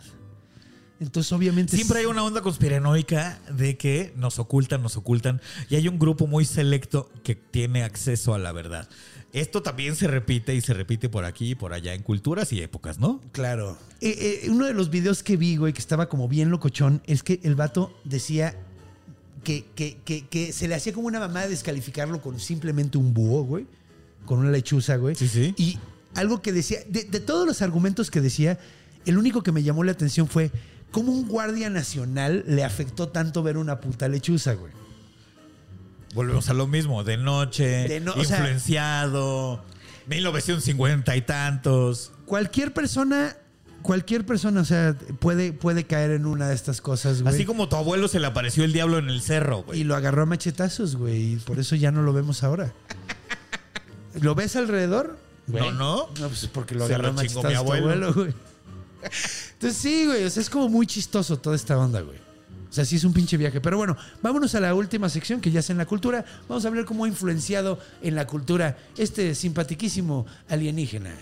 Speaker 2: Entonces, obviamente.
Speaker 4: Siempre hay una onda conspiranoica de que nos ocultan, nos ocultan, y hay un grupo muy selecto que tiene acceso a la verdad. Esto también se repite y se repite por aquí y por allá en culturas y épocas, ¿no?
Speaker 2: Claro. Eh, eh, uno de los videos que vi, güey, que estaba como bien locochón, es que el vato decía que, que- que- que se le hacía como una mamada descalificarlo con simplemente un búho, güey. Con una lechuza, güey.
Speaker 4: Sí, sí.
Speaker 2: Y algo que decía, de, de todos los argumentos que decía, el único que me llamó la atención fue cómo un guardia nacional le afectó tanto ver una puta lechuza, güey.
Speaker 4: Volvemos a lo mismo, de noche,
Speaker 2: De no- o sea-
Speaker 4: influenciado, 1950 y tantos.
Speaker 2: Cualquier persona, cualquier persona, o sea, puede, puede caer en una de estas cosas, güey.
Speaker 4: Así como tu abuelo se le apareció el diablo en el cerro, güey.
Speaker 2: Y lo agarró a machetazos, güey. Y por eso ya no lo vemos ahora. ¿Lo ves alrededor?
Speaker 4: No,
Speaker 2: No,
Speaker 4: no.
Speaker 2: pues porque lo
Speaker 4: Se
Speaker 2: agarró a
Speaker 4: lo
Speaker 2: machetazos
Speaker 4: chingó
Speaker 2: tu
Speaker 4: mi
Speaker 2: abuelo.
Speaker 4: abuelo.
Speaker 2: güey. Entonces sí, güey. O sea, es como muy chistoso toda esta onda, güey. O sea, sí es un pinche viaje. Pero bueno, vámonos a la última sección que ya es en la cultura. Vamos a ver cómo ha influenciado en la cultura este simpatiquísimo alienígena.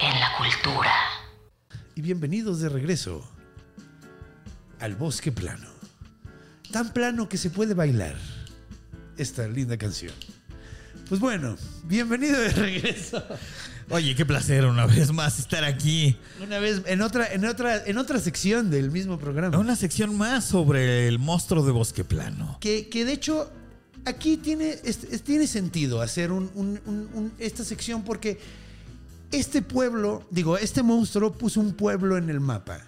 Speaker 3: En la cultura.
Speaker 2: Y bienvenidos de regreso al bosque plano. Tan plano que se puede bailar esta linda canción. Pues bueno, bienvenido de regreso.
Speaker 4: Oye, qué placer una vez más estar aquí.
Speaker 2: Una vez en otra en otra en otra sección del mismo programa.
Speaker 4: Una sección más sobre el monstruo de bosque plano.
Speaker 2: Que, que de hecho aquí tiene es- es- tiene sentido hacer un- un- un- un- esta sección porque este pueblo, digo, este monstruo puso un pueblo en el mapa.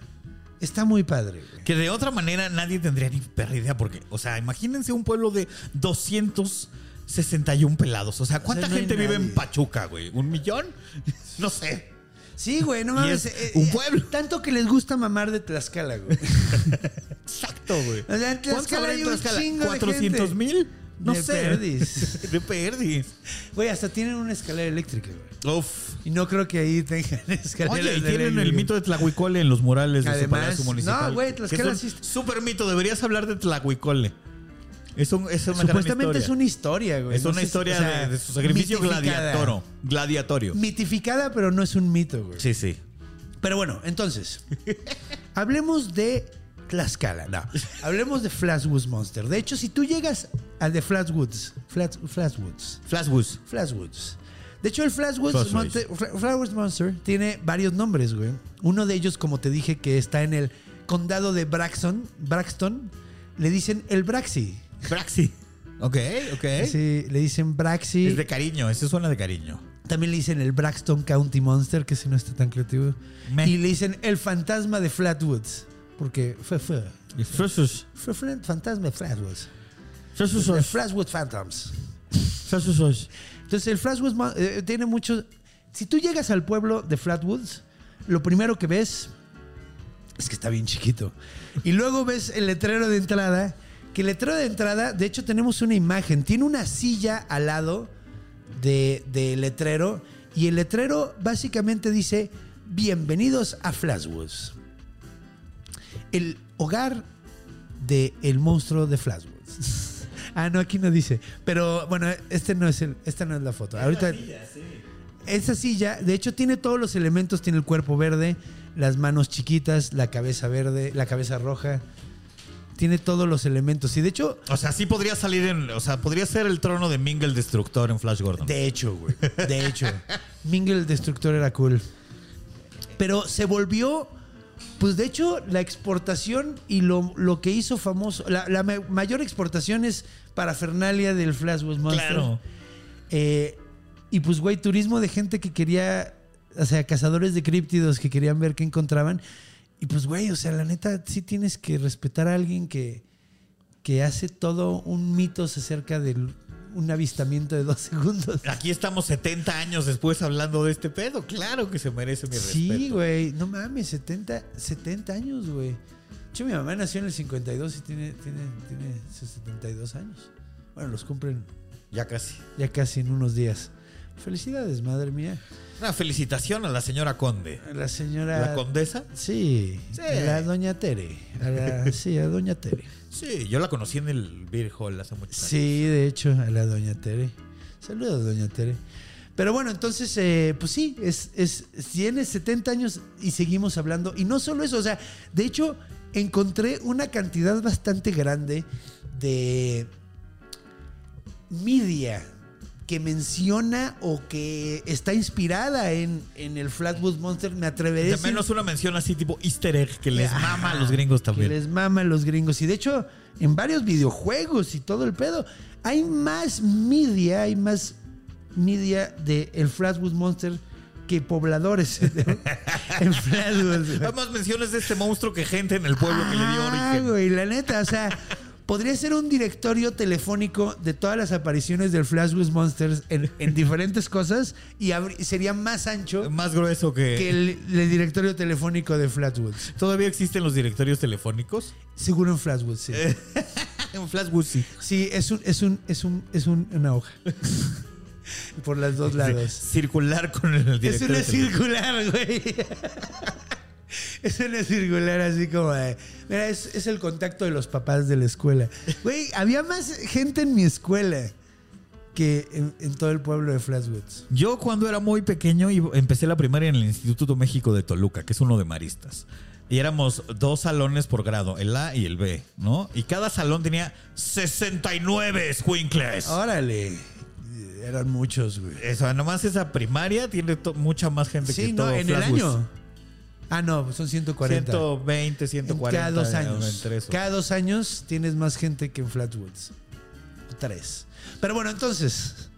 Speaker 2: Está muy padre. güey.
Speaker 4: Que de otra manera nadie tendría ni perra idea porque, o sea, imagínense un pueblo de 200 61 pelados. O sea, ¿cuánta
Speaker 2: no hay
Speaker 4: gente vive en
Speaker 2: nadie.
Speaker 4: Pachuca, güey? ¿Un millón? No sé.
Speaker 2: Sí, güey, no
Speaker 4: Y
Speaker 2: mames.
Speaker 4: es
Speaker 2: eh,
Speaker 4: un
Speaker 2: eh,
Speaker 4: pueblo.
Speaker 2: Tanto que les gusta mamar de Tlaxcala, güey.
Speaker 4: Exacto, güey.
Speaker 2: O sea, en
Speaker 4: ¿Cuántos
Speaker 2: Tlaxcala
Speaker 4: habrá
Speaker 2: hay
Speaker 4: en
Speaker 2: un
Speaker 4: Tlaxcala?
Speaker 2: chingo de
Speaker 4: ¿400
Speaker 2: gente.
Speaker 4: mil? No
Speaker 2: De
Speaker 4: sé.
Speaker 2: perdis.
Speaker 4: De perdis.
Speaker 2: Güey, hasta tienen una escalera eléctrica, güey.
Speaker 4: Uf.
Speaker 2: Y no creo que ahí tengan escaleras
Speaker 4: Oye, y
Speaker 2: eléctricas.
Speaker 4: tienen el mito de Tlahuicole en los murales de su
Speaker 2: Además,
Speaker 4: palacio municipal.
Speaker 2: no, güey,
Speaker 4: que es
Speaker 2: Tlaxcala
Speaker 4: un
Speaker 2: sí está-
Speaker 4: Súper mito, deberías hablar de Tlahuicole. Es, un, es una gran
Speaker 2: Supuestamente es
Speaker 4: historia.
Speaker 2: una historia, güey.
Speaker 4: Es
Speaker 2: No sé
Speaker 4: una
Speaker 2: si-
Speaker 4: historia
Speaker 2: o sea,
Speaker 4: de, de su sacrificio
Speaker 2: mitificada.
Speaker 4: gladiatorio. Gladiatorio.
Speaker 2: Mitificada, pero no es un mito, güey.
Speaker 4: Sí, sí.
Speaker 2: Pero bueno, entonces, hablemos de Tlaxcala, no. Hablemos de Flatwoods Monster. De hecho, si tú llegas al de Flatwoods, Flat, Flatwoods,
Speaker 4: Flashbus.
Speaker 2: Flatwoods. De hecho, el Flatwoods,
Speaker 4: Flashwoods.
Speaker 2: Monster, Fla- Flatwoods Monster tiene varios nombres, güey. Uno de ellos, como te dije, que está en el condado de Braxton, Braxton, le dicen el Braxi.
Speaker 4: Braxi. Ok, ok.
Speaker 2: Sí, le dicen Braxi.
Speaker 4: Es de cariño, eso suena de cariño.
Speaker 2: También le dicen el Braxton County Monster, que si no está tan creativo.
Speaker 4: Meh.
Speaker 2: Y le dicen el fantasma de Flatwoods. Porque fue, fue,
Speaker 4: Flashus.
Speaker 2: fue, fue- fantasma de Flatwoods. The
Speaker 4: Flashus.
Speaker 2: Flatwoods Phantoms.
Speaker 4: Flashus.
Speaker 2: Entonces el Flatwoods Mon- eh, tiene muchos... Si tú llegas al pueblo de Flatwoods, lo primero que ves es que está bien chiquito. Y luego ves el letrero de entrada, que el letrero de entrada, de hecho tenemos una imagen, tiene una silla al lado de, de letrero y el letrero básicamente dice, bienvenidos a Flatwoods. El hogar de el monstruo de Flatwoods. ah, no, aquí no dice. Pero bueno, este no es el, esta no es la foto. Ahorita. Esa silla, de hecho, tiene todos los elementos. Tiene el cuerpo verde, las manos chiquitas, la cabeza verde, la cabeza roja. Tiene todos los elementos. Y de hecho,
Speaker 4: O sea, sí podría salir en. O sea, podría ser el trono de Mingle Destructor en Flash Gordon.
Speaker 2: De hecho, güey. De hecho. Mingle el Destructor era cool. Pero se volvió. Pues de hecho, la exportación y lo, lo que hizo famoso. La, la ma- mayor exportación es para Fernalia del Flashback Monster.
Speaker 4: claro.
Speaker 2: Eh, y pues, güey, turismo de gente que quería. O sea, cazadores de críptidos que querían ver qué encontraban. Y pues, güey, o sea, la neta, sí tienes que respetar a alguien que, que hace todo un mito acerca de un avistamiento de dos segundos.
Speaker 4: Aquí estamos 70 años después hablando de este pedo. Claro que se merece mi respeto.
Speaker 2: Sí, güey. No mames, 70, 70 años, güey. De hecho, mi mamá nació en el 52 y tiene, tiene, tiene sus 72 años. Bueno, los cumplen
Speaker 4: Ya casi.
Speaker 2: ya casi en unos días. Felicidades, madre mía.
Speaker 4: Una felicitación a la señora Conde.
Speaker 2: A La señora...
Speaker 4: ¿La condesa?
Speaker 2: Sí,
Speaker 4: Sí.
Speaker 2: a la doña Tere. A la- sí, a doña Tere.
Speaker 4: Sí, yo la conocí en el Beer Hall hace mucho tiempo.
Speaker 2: Sí, de hecho, a la doña Tere. Saludos, doña Tere. Pero bueno, entonces, eh, pues sí, es, es, tiene 70 años y seguimos hablando. Y no solo eso, o sea, de hecho, encontré una cantidad bastante grande de media que menciona o que está inspirada en, en el Flatwood Monster. Me atreveré a
Speaker 4: De
Speaker 2: decir
Speaker 4: menos una mención así tipo easter egg que les mama a los gringos
Speaker 2: Ah, que
Speaker 4: también.
Speaker 2: les mama a los gringos. Y de hecho, en varios videojuegos y todo el pedo, hay más media, hay más media de el Flatwood Monster que pobladores ¿eh? en Flatwood.
Speaker 4: Hay más menciones de este monstruo que gente en el pueblo que le dio
Speaker 2: Ah,
Speaker 4: origen.
Speaker 2: güey, la neta, o sea, podría ser un directorio telefónico de todas las apariciones del Flatwood Monsters en, en diferentes cosas y abri- sería más ancho
Speaker 4: Más grueso que...
Speaker 2: que el, el directorio telefónico de Flatwoods.
Speaker 4: ¿Todavía existen los directorios telefónicos?
Speaker 2: Seguro en Flatwoods, sí. Ah,
Speaker 4: En Flashwood sí.
Speaker 2: Sí, es un, es un, es un, es un- una hoja. Por los dos lados.
Speaker 4: Circular con el
Speaker 2: Es
Speaker 4: directorio
Speaker 2: una
Speaker 4: telefónico.
Speaker 2: circular, güey. Es una circular así como de. Mira, es, es el contacto de los papás de la escuela. Güey, había más gente en mi escuela que en, en todo el pueblo de Flashwoods.
Speaker 4: Yo cuando era muy pequeño iba- empecé la primaria en el Instituto México de Toluca, que es uno de maristas. Y éramos dos salones por grado, el A y el B, ¿no? Y cada salón tenía 69 squinkles.
Speaker 2: Ah. Órale. Eran muchos, güey.
Speaker 4: Eso, nomás esa primaria tiene to- mucha más gente que
Speaker 2: Sí, no,
Speaker 4: todo
Speaker 2: en el
Speaker 4: Flatbush.
Speaker 2: año. Ah, no, son 140.
Speaker 4: 120,
Speaker 2: En
Speaker 4: 140.
Speaker 2: cada dos
Speaker 4: ¿no?
Speaker 2: años.
Speaker 4: Entre eso.
Speaker 2: Cada dos años tienes más gente que en Flatwoods. Tres. Pero bueno, entonces.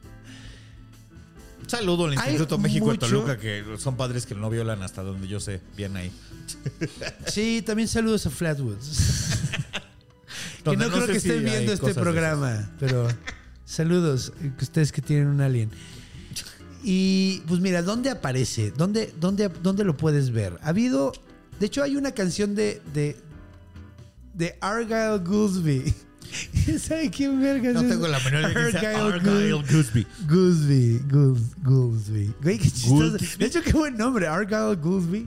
Speaker 4: Saludo al
Speaker 2: Hay
Speaker 4: Instituto México
Speaker 2: mucho-
Speaker 4: de Toluca, que son padres que no violan hasta donde yo sé, bien ahí.
Speaker 2: Sí, también saludos a Flatwoods. que
Speaker 4: Donde
Speaker 2: no, creo
Speaker 4: sé
Speaker 2: que
Speaker 4: si
Speaker 2: estén
Speaker 4: hay
Speaker 2: viendo este
Speaker 4: cosas de
Speaker 2: programa, pero Saludos, eh, que ustedes que tienen un alien. Y pues mira, ¿dónde aparece? ¿Dónde, dónde, dónde lo puedes ver? Ha habido. De hecho, hay una canción de. de, de Argyle Gooseby. ¿Sabe quién verga
Speaker 4: No tengo la menor idea. que sea Argyle Gooseby.
Speaker 2: Gooseby, Goose- Gooseby. Güey, qué chistoso.
Speaker 4: Gooseby.
Speaker 2: De hecho, qué buen nombre, Argyle Gooseby.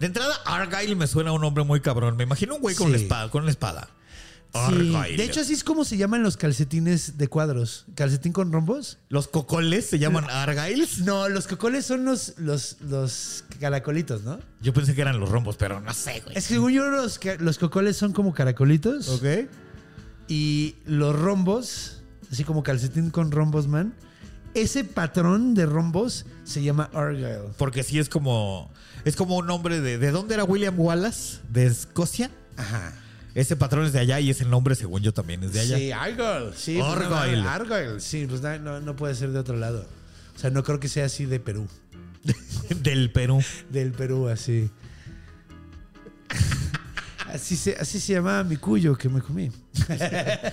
Speaker 4: De entrada, Argyle me suena a un hombre muy cabrón. Me imagino un güey con,
Speaker 2: Sí.
Speaker 4: la espada, con la espada.
Speaker 2: Sí,
Speaker 4: Argyle.
Speaker 2: de hecho, así es como se llaman los calcetines de cuadros. ¿Calcetín con rombos?
Speaker 4: ¿Los cocoles se llaman Argyles?
Speaker 2: No, los cocoles son los, los, los caracolitos, ¿no?
Speaker 4: Yo pensé que eran los rombos, pero no sé, güey.
Speaker 2: Es que según yo, los, ca- los cocoles son como caracolitos.
Speaker 4: Ok.
Speaker 2: Y los rombos, así como calcetín con rombos, man. Ese patrón de rombos se llama Argyle.
Speaker 4: Porque sí es como. Es como un hombre de. ¿De dónde era William Wallace? ¿De Escocia?
Speaker 2: Ajá.
Speaker 4: Ese patrón es de allá y ese nombre, según yo, también es de allá.
Speaker 2: Sí, Argyle. Sí, pues, no,
Speaker 4: Argyle.
Speaker 2: Argyle. Sí, pues no, no- no puede ser de otro lado. O sea, no creo que sea así de Perú.
Speaker 4: Del Perú.
Speaker 2: Del Perú, así. Así se, así se llamaba mi cuyo que me comí.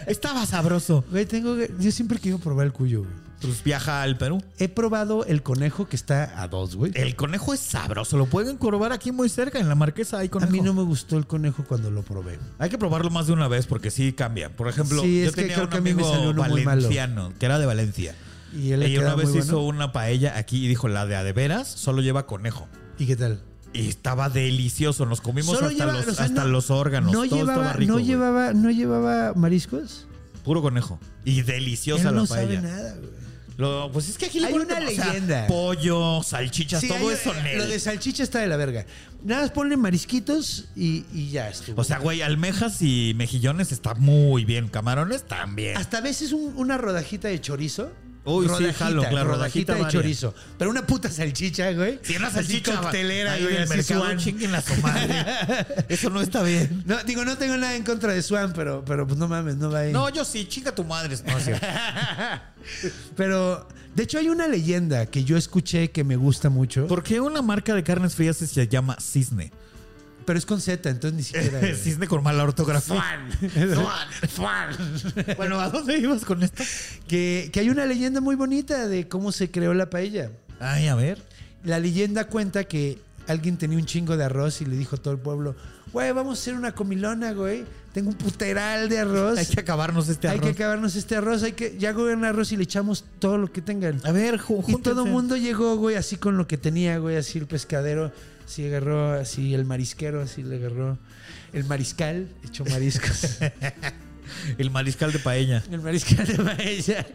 Speaker 4: Estaba sabroso.
Speaker 2: Güey, tengo que- Yo siempre quiero probar el cuyo, güey.
Speaker 4: Pues viaja al Perú.
Speaker 2: He probado el conejo que está a dos, güey.
Speaker 4: El conejo es sabroso. Lo pueden probar aquí muy cerca. En la marquesa hay
Speaker 2: A
Speaker 4: conejo.
Speaker 2: mí no me gustó el conejo cuando lo probé.
Speaker 4: Hay que probarlo más de una vez porque sí cambia. Por ejemplo,
Speaker 2: Sí,
Speaker 4: yo
Speaker 2: es que
Speaker 4: tenía
Speaker 2: creo
Speaker 4: un
Speaker 2: que a mí me
Speaker 4: amigo
Speaker 2: salió uno muy malo.
Speaker 4: valenciano que era de Valencia.
Speaker 2: Y él le
Speaker 4: Y una
Speaker 2: quedaba
Speaker 4: vez
Speaker 2: muy
Speaker 4: hizo
Speaker 2: bueno.
Speaker 4: una paella aquí y dijo, la de a de veras solo lleva conejo.
Speaker 2: ¿Y qué tal?
Speaker 4: Y estaba delicioso. Nos comimos hasta,
Speaker 2: lleva-
Speaker 4: los,
Speaker 2: o sea,
Speaker 4: hasta
Speaker 2: no-
Speaker 4: los órganos.
Speaker 2: No
Speaker 4: Todo
Speaker 2: llevaba,
Speaker 4: estaba rico,
Speaker 2: no
Speaker 4: güey.
Speaker 2: llevaba, no llevaba mariscos.
Speaker 4: Puro conejo. Y deliciosa
Speaker 2: Él
Speaker 4: la
Speaker 2: no sabe
Speaker 4: paella.
Speaker 2: nada, güey.
Speaker 4: Lo- pues es que aquí le
Speaker 2: Hay
Speaker 4: ponen
Speaker 2: una
Speaker 4: como, o sea,
Speaker 2: leyenda.
Speaker 4: pollo, salchichas,
Speaker 2: Sí,
Speaker 4: todo
Speaker 2: hay-
Speaker 4: eso en
Speaker 2: Lo
Speaker 4: él.
Speaker 2: de salchicha está de la verga. Nada más ponle marisquitos y, y ya estuvo.
Speaker 4: O sea, güey, almejas y mejillones está muy bien. Camarones también.
Speaker 2: Hasta a veces un- una rodajita de chorizo.
Speaker 4: Uy, sí, jalo, claro, rodajita
Speaker 2: rodajita, de
Speaker 4: varia.
Speaker 2: chorizo. Pero una puta salchicha, güey.
Speaker 4: Si una
Speaker 2: Así
Speaker 4: salchicha
Speaker 2: coctelera,
Speaker 4: ahí
Speaker 2: güey,
Speaker 4: en el
Speaker 2: así
Speaker 4: mercado,
Speaker 2: Swan.
Speaker 4: chinguen a su madre. Eso no está bien.
Speaker 2: No, digo, no tengo nada en contra de Swan, pero, pero pues no mames, no va ahí.
Speaker 4: No, yo sí, chinga tu madre. No, es cierto.
Speaker 2: Pero, de hecho, hay una leyenda que yo escuché que me gusta mucho,
Speaker 4: ¿Por qué una marca de carnes frías se llama Cisne?
Speaker 2: pero es con Z, entonces ni siquiera. güey.
Speaker 4: Cisne con mala ortografía. Bueno, ¿a dónde ibas con esto?
Speaker 2: que, que hay una leyenda muy bonita de cómo se creó la paella.
Speaker 4: Ay, a ver.
Speaker 2: La leyenda cuenta que alguien tenía un chingo de arroz y le dijo a todo el pueblo, güey, vamos a hacer una comilona, güey. Tengo un puteral de arroz.
Speaker 4: Hay que acabarnos este
Speaker 2: Hay
Speaker 4: arroz.
Speaker 2: que acabarnos este arroz, hay que ya hago un arroz y le echamos todo lo que tengan.
Speaker 4: A ver, ju-
Speaker 2: Y
Speaker 4: júntense.
Speaker 2: todo el mundo llegó, güey, así con lo que tenía, güey, así el pescadero, así agarró, así el marisquero, así le agarró el mariscal, hecho mariscos.
Speaker 4: El mariscal de paella.
Speaker 2: el mariscal de maella.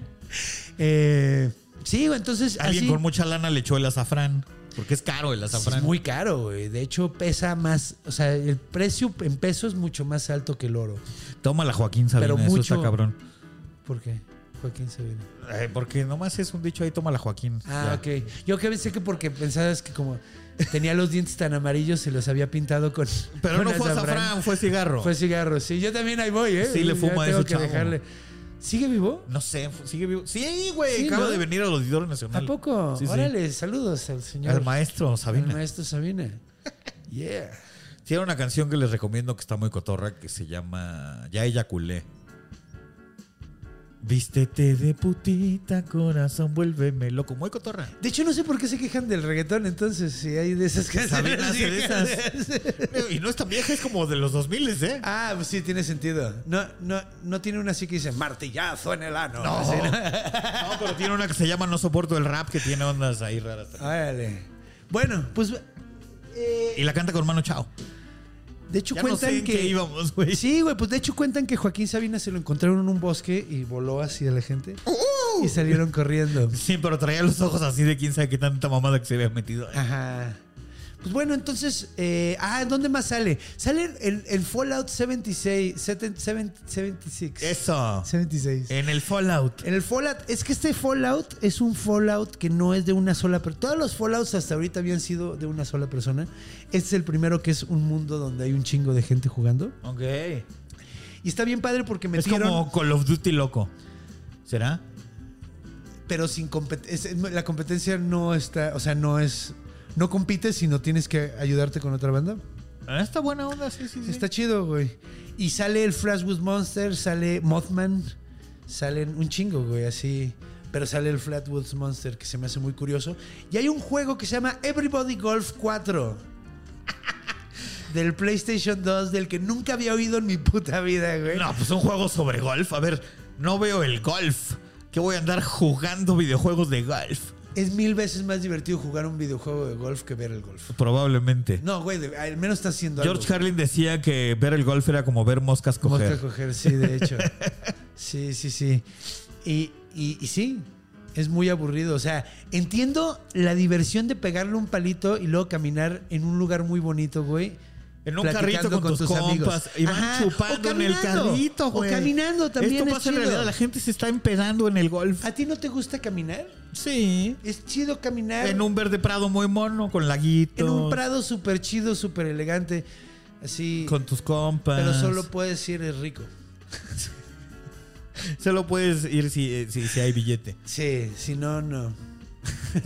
Speaker 2: Eh, sí, güey, entonces
Speaker 4: Alguien
Speaker 2: así
Speaker 4: con mucha lana le echó el azafrán. Porque es caro el
Speaker 2: Sí,
Speaker 4: azafrán.
Speaker 2: es muy caro, güey. De hecho, pesa más, o sea, el precio en peso es mucho más alto que el oro.
Speaker 4: Tómala, Joaquín Sabina.
Speaker 2: Pero
Speaker 4: Eso
Speaker 2: mucho.
Speaker 4: está cabrón.
Speaker 2: ¿Por qué? Joaquín Sabina.
Speaker 4: Ay, porque nomás es un dicho ahí, tómala, Joaquín.
Speaker 2: Ah, ok. Yo que pensé que porque pensabas que como tenía los dientes tan amarillos se los había pintado con.
Speaker 4: Pero
Speaker 2: con
Speaker 4: no fue azafrán, fue cigarro.
Speaker 2: Fue cigarro, sí. Yo también ahí voy, ¿eh?
Speaker 4: Sí, le
Speaker 2: Ya tengo
Speaker 4: fuma eso,
Speaker 2: que
Speaker 4: chavo.
Speaker 2: dejarle. ¿Sigue vivo?
Speaker 4: No sé, fu- sigue vivo. Sí, güey,
Speaker 2: Sí,
Speaker 4: acaba
Speaker 2: ¿no?
Speaker 4: de venir al Auditorio Nacional.
Speaker 2: ¿A poco?
Speaker 4: Sí, sí.
Speaker 2: Órale, saludos al señor.
Speaker 4: Al maestro
Speaker 2: al
Speaker 4: Sabina.
Speaker 2: maestro Sabina. Yeah.
Speaker 4: Tiene una canción que les recomiendo que está muy cotorra que se llama Ya eyaculé. Vístete de putita, corazón, vuélveme loco. Muy cotorra.
Speaker 2: De hecho, no sé por qué se quejan del reggaetón, entonces, si hay de esas que
Speaker 4: Sabina hace de esas. Y no es tan vieja, es como de los 2000, ¿eh?
Speaker 2: Ah, pues sí, tiene sentido. No, no, no tiene una así que dice martillazo en el ano.
Speaker 4: No.
Speaker 2: Así, ¿no?
Speaker 4: No, pero tiene una que se llama No soporto el rap, que tiene ondas ahí raras.
Speaker 2: Órale. Bueno, pues
Speaker 4: Y la canta con mano chao.
Speaker 2: de hecho
Speaker 4: Ya no
Speaker 2: cuentan
Speaker 4: sé en
Speaker 2: que
Speaker 4: qué íbamos, güey.
Speaker 2: Sí, güey, pues de hecho cuentan que Joaquín Sabina se lo encontraron en un bosque y voló así a la gente y salieron corriendo.
Speaker 4: Sí, pero traía los ojos así de quién sabe qué tanta mamada que se había metido.
Speaker 2: Ah. Ajá. Pues bueno, entonces, eh, ah, ¿dónde más sale? Sale en, en Fallout 76, seten- seven- 76.
Speaker 4: Eso.
Speaker 2: 76.
Speaker 4: En el Fallout.
Speaker 2: En el Fallout, es que este Fallout es un Fallout que no es de una sola persona. Todos los Fallouts hasta ahorita habían sido de una sola persona. Este es el primero que es un mundo donde hay un chingo de gente jugando.
Speaker 4: Ok.
Speaker 2: Y está bien padre porque
Speaker 4: Es
Speaker 2: metieron,
Speaker 4: como Call of Duty loco. ¿Será?
Speaker 2: pero sin competencia. La competencia no está, o sea, no es, no compites, sino tienes que ayudarte con otra banda.
Speaker 4: Ah, Está buena onda, sí, sí, sí.
Speaker 2: Está chido, güey. Y sale el Flashwood Monster, sale Mothman, Salen un chingo, güey, así. Pero sale el Flatwoods Monster, que se me hace muy curioso. Y hay un juego que se llama Everybody Golf 4. Del PlayStation 2, del que nunca había oído en mi puta vida, güey.
Speaker 4: No, pues un juego sobre golf. A ver, no veo el golf. ¿Qué voy a andar jugando videojuegos de golf?
Speaker 2: Es mil veces más divertido jugar un videojuego de golf que ver el golf.
Speaker 4: Probablemente.
Speaker 2: No, güey, de- al menos está haciendo algo.
Speaker 4: George Carlin decía que ver el golf era como ver moscas
Speaker 2: Mosca
Speaker 4: coger.
Speaker 2: coger, sí, de hecho. Sí, sí, sí. Y, y- y sí, es muy aburrido. O sea, entiendo la diversión de pegarle un palito y luego caminar en un lugar muy bonito, güey.
Speaker 4: En un
Speaker 2: platicando
Speaker 4: carrito con, tus, compas. Y van
Speaker 2: Ajá,
Speaker 4: chupando
Speaker 2: o
Speaker 4: en el
Speaker 2: caminando,
Speaker 4: carrito, güey.
Speaker 2: O caminando también
Speaker 4: Esto
Speaker 2: es
Speaker 4: pasa en
Speaker 2: chido.
Speaker 4: realidad. La gente se está empedando en el golf.
Speaker 2: ¿A ti no te gusta caminar?
Speaker 4: Sí.
Speaker 2: Es chido caminar.
Speaker 4: En un verde prado muy mono, con laguitos.
Speaker 2: en un prado súper chido, súper elegante. Así.
Speaker 4: Con tus compas.
Speaker 2: pero solo puedes ir es rico.
Speaker 4: Solo puedes ir si, eh, si, si hay billete.
Speaker 2: Sí, si no, no.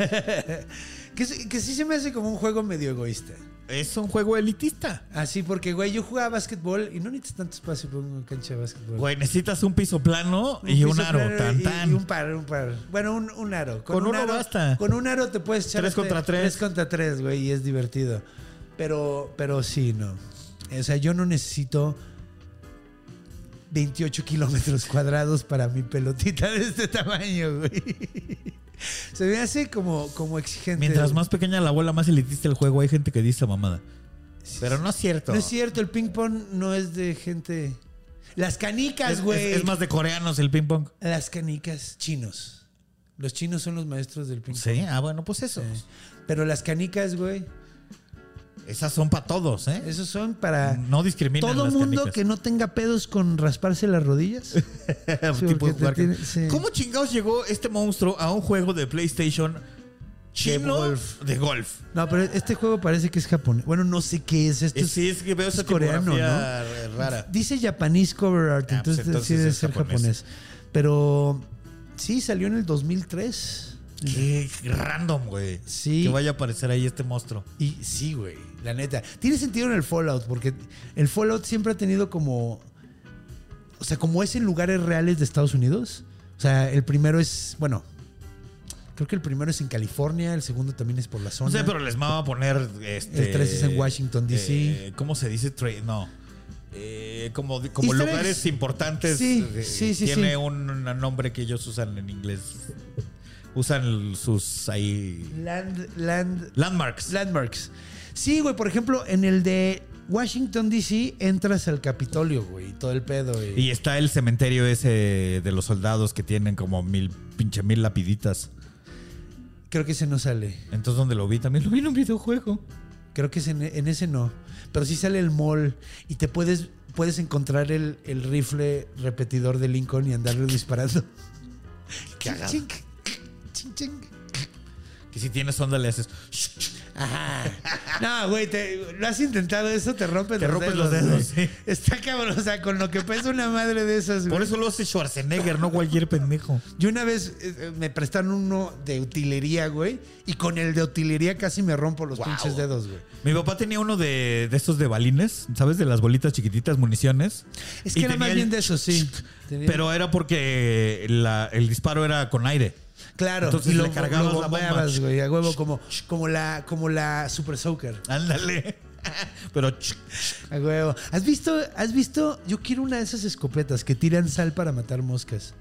Speaker 2: que, sí- que sí se me hace como un juego medio egoísta.
Speaker 4: Es un juego elitista.
Speaker 2: Así, porque, güey, yo jugaba básquetbol y no necesitas tanto espacio para una cancha de básquetbol.
Speaker 4: Güey, necesitas un piso plano y
Speaker 2: piso
Speaker 4: un aro.
Speaker 2: plano
Speaker 4: tan,
Speaker 2: y-
Speaker 4: tan.
Speaker 2: Y, un par, un par. Bueno, un, un aro.
Speaker 4: Con
Speaker 2: un
Speaker 4: uno
Speaker 2: aro,
Speaker 4: basta.
Speaker 2: Con un aro te puedes echar.
Speaker 4: Tres
Speaker 2: este-
Speaker 4: contra tres.
Speaker 2: Tres contra tres, güey, y es divertido. Pero, pero sí, no. O sea, yo no necesito 28 kilómetros cuadrados para mi pelotita de este tamaño, güey. Se me hace como, como exigente.
Speaker 4: Mientras más pequeña la bola, más elitista el juego. Hay gente que dice esa mamada. Pero no es cierto.
Speaker 2: No es cierto, el ping-pong no es de gente. Las
Speaker 4: Es-
Speaker 2: canicas,
Speaker 4: es-
Speaker 2: güey.
Speaker 4: es más de coreanos el ping-pong.
Speaker 2: Las canicas chinos. Los chinos son los maestros del ping-pong.
Speaker 4: Sí, ah, bueno, pues eso.
Speaker 2: Pero las canicas, güey,
Speaker 4: Esas son para todos, ¿eh?
Speaker 2: esos son para
Speaker 4: No discriminan
Speaker 2: todo
Speaker 4: las
Speaker 2: mundo
Speaker 4: canicas.
Speaker 2: que no tenga pedos con rasparse las rodillas. Sí,
Speaker 4: Tipo
Speaker 2: porque te
Speaker 4: de jugar que-
Speaker 2: tiene- sí.
Speaker 4: ¿Cómo chingados llegó este monstruo a un juego de PlayStation chino de golf?
Speaker 2: golf. No, pero este juego parece que es japonés. Bueno, no sé qué es. Esto
Speaker 4: Es, sí, es que veo
Speaker 2: es
Speaker 4: esa
Speaker 2: coreano,
Speaker 4: coreano,
Speaker 2: ¿no?
Speaker 4: rara.
Speaker 2: Dice Japanese cover art,
Speaker 4: Ah, pues
Speaker 2: entonces,
Speaker 4: entonces
Speaker 2: sí debe
Speaker 4: es
Speaker 2: ser
Speaker 4: japonés.
Speaker 2: japonés. Pero sí, salió en el 2003.
Speaker 4: Qué random, güey.
Speaker 2: Sí.
Speaker 4: Que vaya a aparecer ahí este monstruo.
Speaker 2: Y sí, güey, la neta. Tiene sentido en el Fallout, porque el Fallout siempre ha tenido como. O sea, como es en lugares reales de Estados Unidos. O sea, el primero es. Bueno. Creo que el primero es en California, el segundo también es por la zona.
Speaker 4: No sé, pero les va a poner este.
Speaker 2: El tres es en Washington, D.C..
Speaker 4: eh, ¿Cómo se dice? Tra- no. Eh, como como
Speaker 2: Easter
Speaker 4: lugares
Speaker 2: eggs.
Speaker 4: importantes.
Speaker 2: Sí,
Speaker 4: eh,
Speaker 2: sí, sí,
Speaker 4: Tiene
Speaker 2: sí.
Speaker 4: un un nombre que ellos usan en inglés. Usan sus ahí.
Speaker 2: Land, land,
Speaker 4: Landmarks.
Speaker 2: landmarks. Sí, güey, por ejemplo, en el de Washington, D.C., entras al Capitolio, güey, y todo el pedo. y-
Speaker 4: Y está el cementerio ese de los soldados que tienen como mil, pinche mil lapiditas.
Speaker 2: Creo que ese no sale.
Speaker 4: Entonces, donde lo vi también lo vi en un videojuego.
Speaker 2: Creo que es en, en ese no. Pero sí sale el mall y te puedes, puedes encontrar el, el rifle repetidor de Lincoln y andarle disparando.
Speaker 4: cagado.
Speaker 2: Ching, ching, ching.
Speaker 4: Que si tienes onda le haces. "Shh, shh".
Speaker 2: Ajá. No, güey, te- lo has intentado, eso te rompes
Speaker 4: Te
Speaker 2: los
Speaker 4: rompes
Speaker 2: dedos.
Speaker 4: los dedos,
Speaker 2: güey.
Speaker 4: sí.
Speaker 2: Está cabrón, o sea, con lo que pesa una madre de esas,
Speaker 4: Por
Speaker 2: güey.
Speaker 4: eso lo hace Schwarzenegger, no cualquier pendejo.
Speaker 2: Yo una vez eh, me prestaron uno de utilería, güey, y con el de utilería casi me rompo los pinches dedos, güey.
Speaker 4: Mi papá tenía uno de, de estos de balines, ¿sabes? De las bolitas chiquititas, municiones.
Speaker 2: Es que
Speaker 4: Y
Speaker 2: era
Speaker 4: tenía
Speaker 2: más
Speaker 4: el-
Speaker 2: bien de eso, sí. Tenía-
Speaker 4: Pero era porque la- el disparo era con aire.
Speaker 2: Claro,
Speaker 4: Entonces
Speaker 2: y
Speaker 4: le
Speaker 2: lo,
Speaker 4: cargabas
Speaker 2: cargabas
Speaker 4: la bomba.
Speaker 2: güey, a huevo, como, como, la, como la Super Soaker.
Speaker 4: Ándale. Pero
Speaker 2: A huevo. ¿Has visto, ¿Has visto? Yo quiero una de esas escopetas que tiran sal para matar moscas.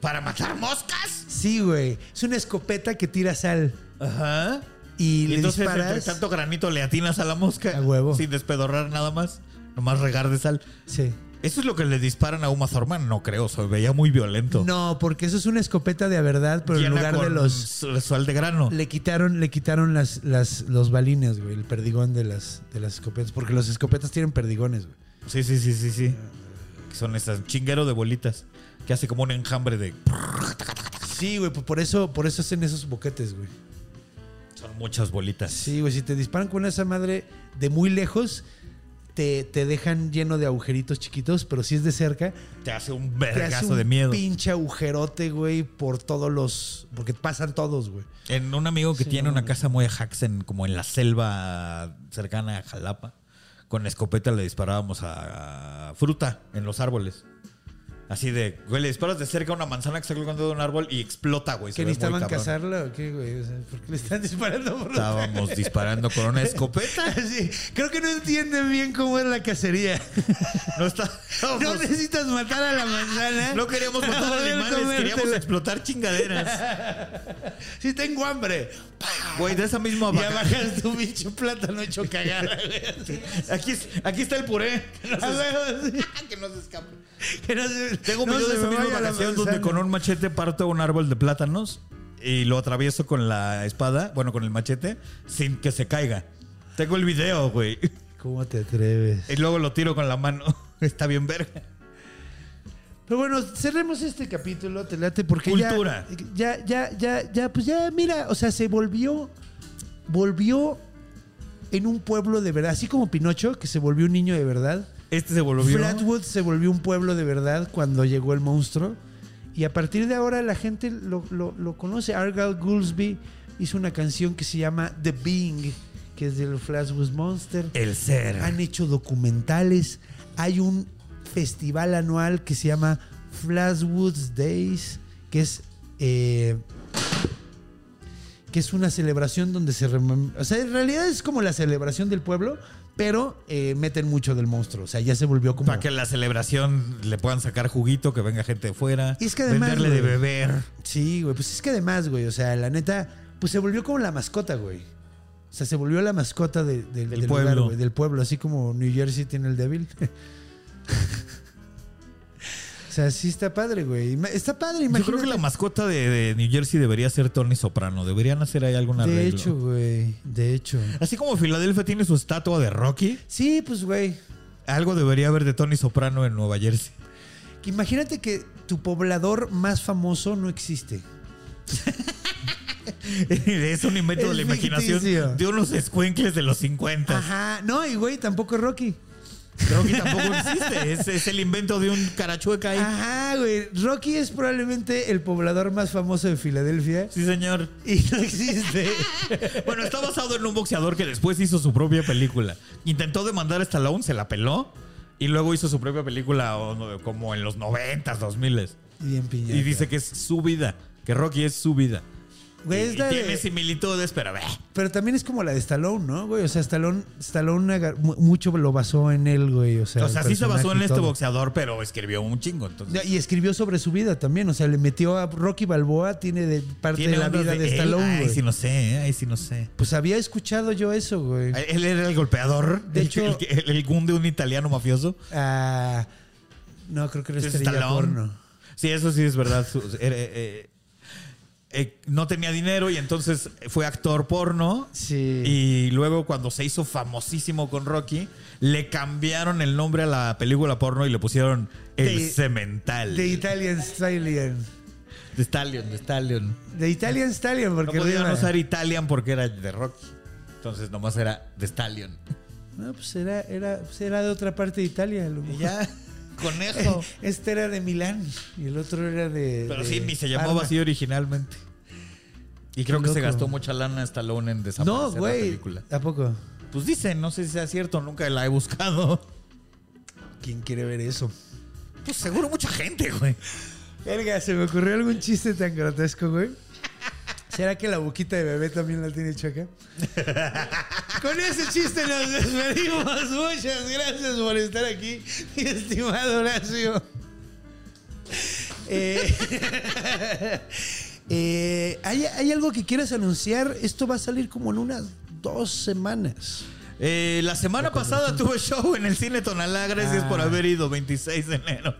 Speaker 4: para matar moscas.
Speaker 2: Sí, güey. Es una escopeta que tira sal.
Speaker 4: Ajá.
Speaker 2: Y,
Speaker 4: Y
Speaker 2: le
Speaker 4: entonces, entre
Speaker 2: disparas.
Speaker 4: tanto granito, le atinas a la mosca.
Speaker 2: A huevo.
Speaker 4: Sin despedorrar nada más. Nomás regar de sal.
Speaker 2: Sí.
Speaker 4: Eso es lo que le disparan a Uma Thurman, no creo. Se veía muy violento.
Speaker 2: No, porque eso es una escopeta de a verdad, pero
Speaker 4: Llena
Speaker 2: en lugar de
Speaker 4: con
Speaker 2: los.
Speaker 4: su- Sal de grano.
Speaker 2: Le quitaron, le quitaron las, las, los balines, güey, el perdigón de las, de las escopetas. Porque los escopetas tienen perdigones, güey.
Speaker 4: Sí, sí, sí, sí, sí. Que Son esas chinguero de bolitas. Que hace como un enjambre de.
Speaker 2: Sí, güey, pues por eso, por eso hacen esos boquetes, güey.
Speaker 4: Son muchas bolitas.
Speaker 2: Sí, güey, si te disparan con esa madre de muy lejos, te, te dejan lleno de agujeritos chiquitos, pero si es de cerca,
Speaker 4: Te hace un
Speaker 2: te
Speaker 4: vergazo
Speaker 2: hace un
Speaker 4: de miedo.
Speaker 2: pinche agujerote, güey, por todos los... Porque pasan todos, güey.
Speaker 4: En un amigo que tiene una casa muy jackson, como en la selva cercana a Jalapa, con escopeta le disparábamos a, a fruta en los árboles. Así de, güey, le disparas de cerca a una manzana que está colgando de un árbol y explota, güey. se
Speaker 2: ¿Que
Speaker 4: ve muy
Speaker 2: necesitaban
Speaker 4: cabrón.
Speaker 2: cazarla o qué, güey? O sea, ¿Por qué le están disparando por la
Speaker 4: Estábamos disparando con una escopeta.
Speaker 2: Sí, creo que no entienden bien cómo es la cacería.
Speaker 4: No está.
Speaker 2: No necesitas matar a la manzana.
Speaker 4: No queríamos matar
Speaker 2: Para poder
Speaker 4: animales,
Speaker 2: comértela.
Speaker 4: queríamos explotar chingaderas.
Speaker 2: Si tengo hambre,
Speaker 4: Güey, de esa misma
Speaker 2: ya
Speaker 4: vaca.
Speaker 2: bajas tu bicho plátano hecho cagada. güey. Sí.
Speaker 4: Aquí, es- aquí está el puré.
Speaker 2: A huevo, sí.
Speaker 4: Que no se escape.
Speaker 2: Que no se-
Speaker 4: Tengo un
Speaker 2: no
Speaker 4: video
Speaker 2: se
Speaker 4: de esa
Speaker 2: me
Speaker 4: misma
Speaker 2: vaya la
Speaker 4: vacación
Speaker 2: manzana.
Speaker 4: donde con un machete parto un árbol de plátanos y lo atravieso con la espada, bueno, con el machete, sin que se caiga. Tengo el video, güey.
Speaker 2: ¿Cómo te atreves?
Speaker 4: Y luego lo tiro con la mano. Está bien verga.
Speaker 2: Pero bueno, cerremos este capítulo, te late, porque ya-
Speaker 4: Cultura.
Speaker 2: Ya, ya, ya, ya, pues ya, mira, o sea, se volvió, volvió en un pueblo de verdad, así como Pinocho, que se volvió un niño de verdad.
Speaker 4: Este se volvió.
Speaker 2: Flatwood se volvió un pueblo de verdad cuando llegó el monstruo. Y a partir de ahora la gente lo, lo- lo conoce. Argyle Goolsby hizo una canción que se llama The Being, que es del Flatwood Monster.
Speaker 4: El ser.
Speaker 2: Han hecho documentales. Hay un festival anual que se llama Flashwoods Days, que es. eh, que es una celebración donde se... remem- O sea, en realidad es como la celebración del pueblo, pero eh, meten mucho del monstruo. O sea, ya se volvió como...
Speaker 4: Para que la celebración le puedan sacar juguito, que venga gente de fuera.
Speaker 2: Y es que además,
Speaker 4: Venderle de
Speaker 2: güey.
Speaker 4: beber.
Speaker 2: Sí, güey. Pues es que además, güey, o sea, la neta, pues se volvió como la mascota, güey. O sea, se volvió la mascota de- de- del, lugar,
Speaker 4: pueblo.
Speaker 2: güey, del pueblo, así como New Jersey tiene el débil. o sea, sí está padre, güey. Ima- Está padre, imagínate.
Speaker 4: Yo creo que la mascota de, de New Jersey debería ser Tony Soprano. Deberían hacer ahí algún arreglo.
Speaker 2: De hecho, güey. De hecho.
Speaker 4: Así como Filadelfia tiene su estatua de Rocky,
Speaker 2: Sí, pues, güey.
Speaker 4: algo debería haber de Tony Soprano en Nueva Jersey.
Speaker 2: que Imagínate que tu poblador más famoso no existe.
Speaker 4: es un invento
Speaker 2: Es
Speaker 4: de la imaginación
Speaker 2: ficticio.
Speaker 4: de unos escuencles de los 50.
Speaker 2: Ajá. No, y güey, tampoco es Rocky.
Speaker 4: Rocky tampoco existe. Es, es el invento de un carachueca ahí.
Speaker 2: Ajá, güey. Rocky es probablemente el poblador más famoso de Filadelfia.
Speaker 4: Sí, señor.
Speaker 2: Y no existe.
Speaker 4: Bueno, está basado en un boxeador que después hizo su propia película. Intentó demandar a Stallone, se la peló. Y luego hizo su propia película o- como en los 90s, 2000s.
Speaker 2: Bien piñata.
Speaker 4: Y dice que es su vida, que Rocky es su vida.
Speaker 2: Güey, es
Speaker 4: Y
Speaker 2: la de-
Speaker 4: tiene similitudes, pero ve.
Speaker 2: pero también es como la de Stallone, ¿no, güey? O sea, Stallone, Stallone agar- mu- mucho lo basó en él, güey. O sea,
Speaker 4: O sea,
Speaker 2: el
Speaker 4: sí se basó en
Speaker 2: personaje y
Speaker 4: este
Speaker 2: todo.
Speaker 4: boxeador, pero escribió un chingo. Entonces,
Speaker 2: Y escribió sobre su vida también. O sea, le metió a Rocky Balboa, tiene de parte de la
Speaker 4: ondas
Speaker 2: vida de,
Speaker 4: él.
Speaker 2: Stallone,
Speaker 4: Ay,
Speaker 2: güey.
Speaker 4: sí no sé, eh, ay, sí no sé.
Speaker 2: Pues había escuchado yo eso, güey.
Speaker 4: Él era el golpeador.
Speaker 2: De
Speaker 4: el-
Speaker 2: hecho-
Speaker 4: el, el, el gun de un italiano mafioso.
Speaker 2: Ah, no, creo que era
Speaker 4: Es
Speaker 2: estrella
Speaker 4: Stallone.
Speaker 2: porno.
Speaker 4: Sí, eso sí es verdad. Su- era, eh, eh, no tenía dinero y entonces fue actor porno.
Speaker 2: Sí.
Speaker 4: Y luego cuando se hizo famosísimo con Rocky, le cambiaron el nombre a la película porno y le pusieron El
Speaker 2: De-
Speaker 4: Cemental.
Speaker 2: The Italian Stallion.
Speaker 4: De Stallion, de Stallion.
Speaker 2: The Italian Stallion,
Speaker 4: No
Speaker 2: porque
Speaker 4: podían
Speaker 2: rima.
Speaker 4: usar Italian porque era de Rocky. Entonces nomás era de Stallion.
Speaker 2: No, pues era, era, pues era de otra parte de Italia. a lo
Speaker 4: Y
Speaker 2: mejor.
Speaker 4: ya, conejo.
Speaker 2: Este era de Milán y el otro era de.
Speaker 4: Pero
Speaker 2: de
Speaker 4: sí, ni se llamaba
Speaker 2: Parma.
Speaker 4: así originalmente. Y creo
Speaker 2: Qué
Speaker 4: que se
Speaker 2: loco.
Speaker 4: gastó mucha lana Stallone en
Speaker 2: No,
Speaker 4: desaparecer la
Speaker 2: güey.
Speaker 4: película.
Speaker 2: ¿A poco?
Speaker 4: Pues dicen, no sé si sea cierto, nunca la he buscado.
Speaker 2: ¿Quién quiere ver eso?
Speaker 4: Pues seguro mucha gente, güey.
Speaker 2: Verga, se me ocurrió algún chiste tan grotesco, güey. ¿Será que la boquita de bebé también la tiene chueca? Con ese chiste nos despedimos. Muchas gracias por estar aquí, mi estimado Horacio. Eh, eh, ¿hay, hay algo que quieras anunciar? Esto va a salir como en unas dos semanas.
Speaker 4: Eh, la semana pasada tuve show en el cine Tonalá, gracias
Speaker 2: Ah.
Speaker 4: por haber ido, 26 de enero.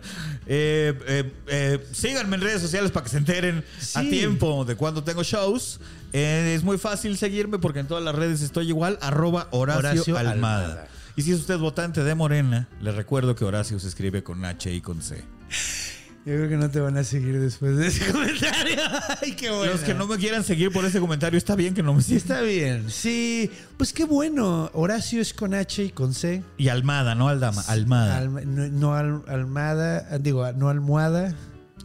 Speaker 4: Eh, eh, eh, síganme en redes sociales para que se enteren a
Speaker 2: Sí.
Speaker 4: tiempo de cuando tengo shows. Eh, es muy fácil seguirme porque en todas las redes estoy igual, arroba Horacio,
Speaker 2: Horacio
Speaker 4: Almada.
Speaker 2: Almada.
Speaker 4: Y si es usted votante de Morena, le recuerdo que Horacio se escribe con H y con C.
Speaker 2: Yo creo que no te van a seguir después de ese comentario. Ay, qué bueno.
Speaker 4: Los que no me quieran seguir por ese comentario, está bien que no me sigan.
Speaker 2: Está bien, sí. Pues qué bueno. Horacio es con H y con C.
Speaker 4: Y Almada, no Aldama, Almada.
Speaker 2: Alma- no no al- Almada, ah, digo, no Almohada,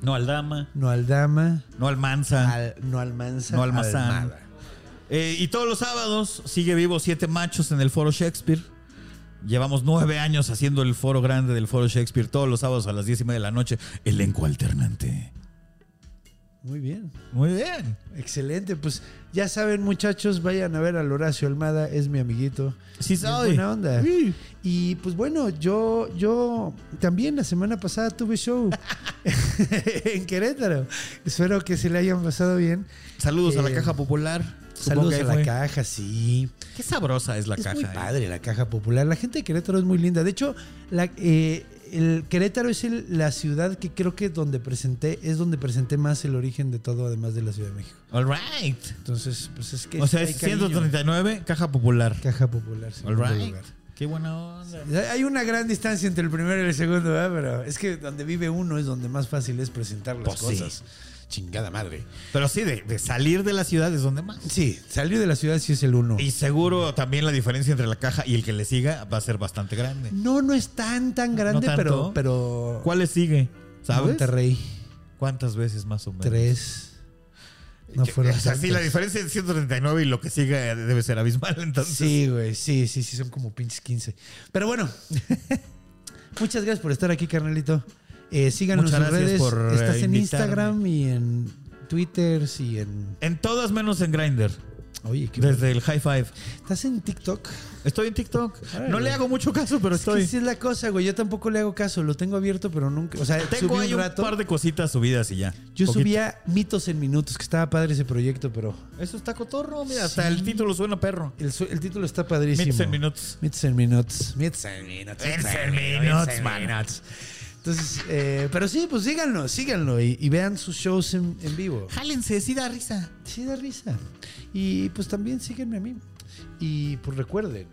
Speaker 4: no Aldama,
Speaker 2: no Aldama,
Speaker 4: no Almanza.
Speaker 2: al- no Almanza.
Speaker 4: No Almazán.
Speaker 2: Almada.
Speaker 4: Eh, y todos los sábados sigue vivo Siete Machos en el Foro Shakespeare. Llevamos nueve años haciendo el foro grande del foro Shakespeare todos los sábados a las diez y media de la noche. Elenco alternante.
Speaker 2: Muy bien.
Speaker 4: Muy bien.
Speaker 2: Excelente. Pues ya saben, muchachos, vayan a ver al Horacio Almada, es mi amiguito.
Speaker 4: Sí
Speaker 2: Es
Speaker 4: soy.
Speaker 2: buena onda.
Speaker 4: Sí.
Speaker 2: Y pues bueno, yo, yo también la semana pasada tuve show en Querétaro. Espero que se le hayan pasado bien.
Speaker 4: Saludos a la
Speaker 2: Eh,
Speaker 4: caja popular. Supongo
Speaker 2: Saludos
Speaker 4: que
Speaker 2: a la
Speaker 4: fue.
Speaker 2: caja, sí.
Speaker 4: Qué sabrosa es la
Speaker 2: es
Speaker 4: caja.
Speaker 2: muy
Speaker 4: eh.
Speaker 2: padre la caja popular. La gente de Querétaro es muy linda. De hecho, la, eh, el Querétaro es el- la ciudad que creo que donde presenté, es donde presenté más el origen de todo, además de la Ciudad de México.
Speaker 4: All right.
Speaker 2: Entonces, pues es que.
Speaker 4: O sea,
Speaker 2: hay
Speaker 4: es
Speaker 2: cariño.
Speaker 4: 139, caja popular.
Speaker 2: Caja popular.
Speaker 4: All
Speaker 2: segundo
Speaker 4: right.
Speaker 2: lugar.
Speaker 4: Qué buena onda.
Speaker 2: Hay una gran distancia entre el primero y el segundo, ¿verdad? pero es que donde vive uno es donde más fácil es presentar las
Speaker 4: Pues sí.
Speaker 2: cosas. Chingada madre.
Speaker 4: Pero sí, de, de salir de la ciudad es donde más.
Speaker 2: Sí, salir de la ciudad sí es el uno.
Speaker 4: Y seguro también la diferencia entre la caja y el que le siga va a ser bastante grande.
Speaker 2: No, no es tan, tan grande,
Speaker 4: tanto.
Speaker 2: pero, pero.
Speaker 4: ¿Cuál le sigue? ¿Sabes?
Speaker 2: Monterrey,
Speaker 4: ¿Cuántas veces más o menos?
Speaker 2: tres. No
Speaker 4: Que-
Speaker 2: fueron
Speaker 4: o sea, sí, la
Speaker 2: tantas.
Speaker 4: diferencia entre 139 y lo que siga debe ser abismal, entonces.
Speaker 2: Sí, güey, sí, sí, sí, son como pinches 15. Pero bueno, muchas gracias por estar aquí, carnalito. Eh, síganos
Speaker 4: Muchas
Speaker 2: en
Speaker 4: gracias
Speaker 2: redes.
Speaker 4: por, eh,
Speaker 2: Estás en
Speaker 4: invitarme.
Speaker 2: Instagram y en Twitter y en.
Speaker 4: En todas menos en Grindr.
Speaker 2: Oye, qué
Speaker 4: Desde el high five.
Speaker 2: ¿Estás en TikTok?
Speaker 4: Estoy en TikTok. No
Speaker 2: Órale.
Speaker 4: le hago mucho caso, pero
Speaker 2: Es que
Speaker 4: estoy.
Speaker 2: sí es la cosa, güey. Yo tampoco le hago caso. Lo tengo abierto, pero nunca. O sea,
Speaker 4: Tengo
Speaker 2: subí
Speaker 4: ahí
Speaker 2: un
Speaker 4: un
Speaker 2: rato.
Speaker 4: par de cositas subidas y ya.
Speaker 2: Yo
Speaker 4: Poquito.
Speaker 2: subía mitos en minutos, que estaba padre ese proyecto, pero
Speaker 4: Eso está cotorro, mira. Hasta el título suena perro.
Speaker 2: el, su- el título está padrísimo.
Speaker 4: Mitos en minutos.
Speaker 2: Mitos en minutos. Mitos en minutos.
Speaker 4: Mitos en minutos, man.
Speaker 2: Entonces, eh, pero sí, pues síganlo, síganlo y, y vean sus shows en, en vivo.
Speaker 4: Jálense, sí da risa.
Speaker 2: Sí da risa. Y pues también síganme a mí. Y pues recuerden,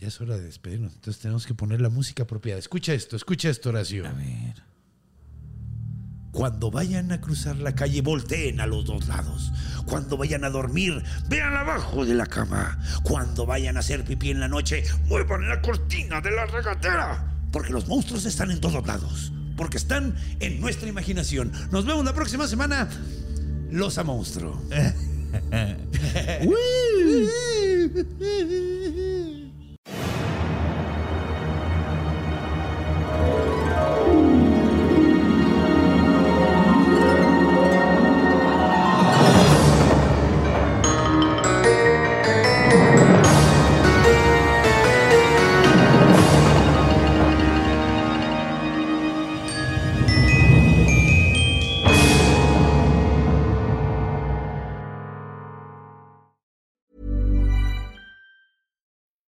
Speaker 2: ya es hora de despedirnos. Entonces tenemos que poner la música apropiada. Escucha esto, escucha esto, Horacio.
Speaker 4: A ver.
Speaker 2: Cuando vayan a cruzar la calle, volteen a los dos lados. Cuando vayan a dormir,
Speaker 5: Vean abajo de la cama. Cuando vayan a hacer pipí en la noche, muevan la cortina de la regatera. Porque los monstruos están en todos lados. Porque están en nuestra imaginación. Nos vemos la próxima semana. Los a monstruo.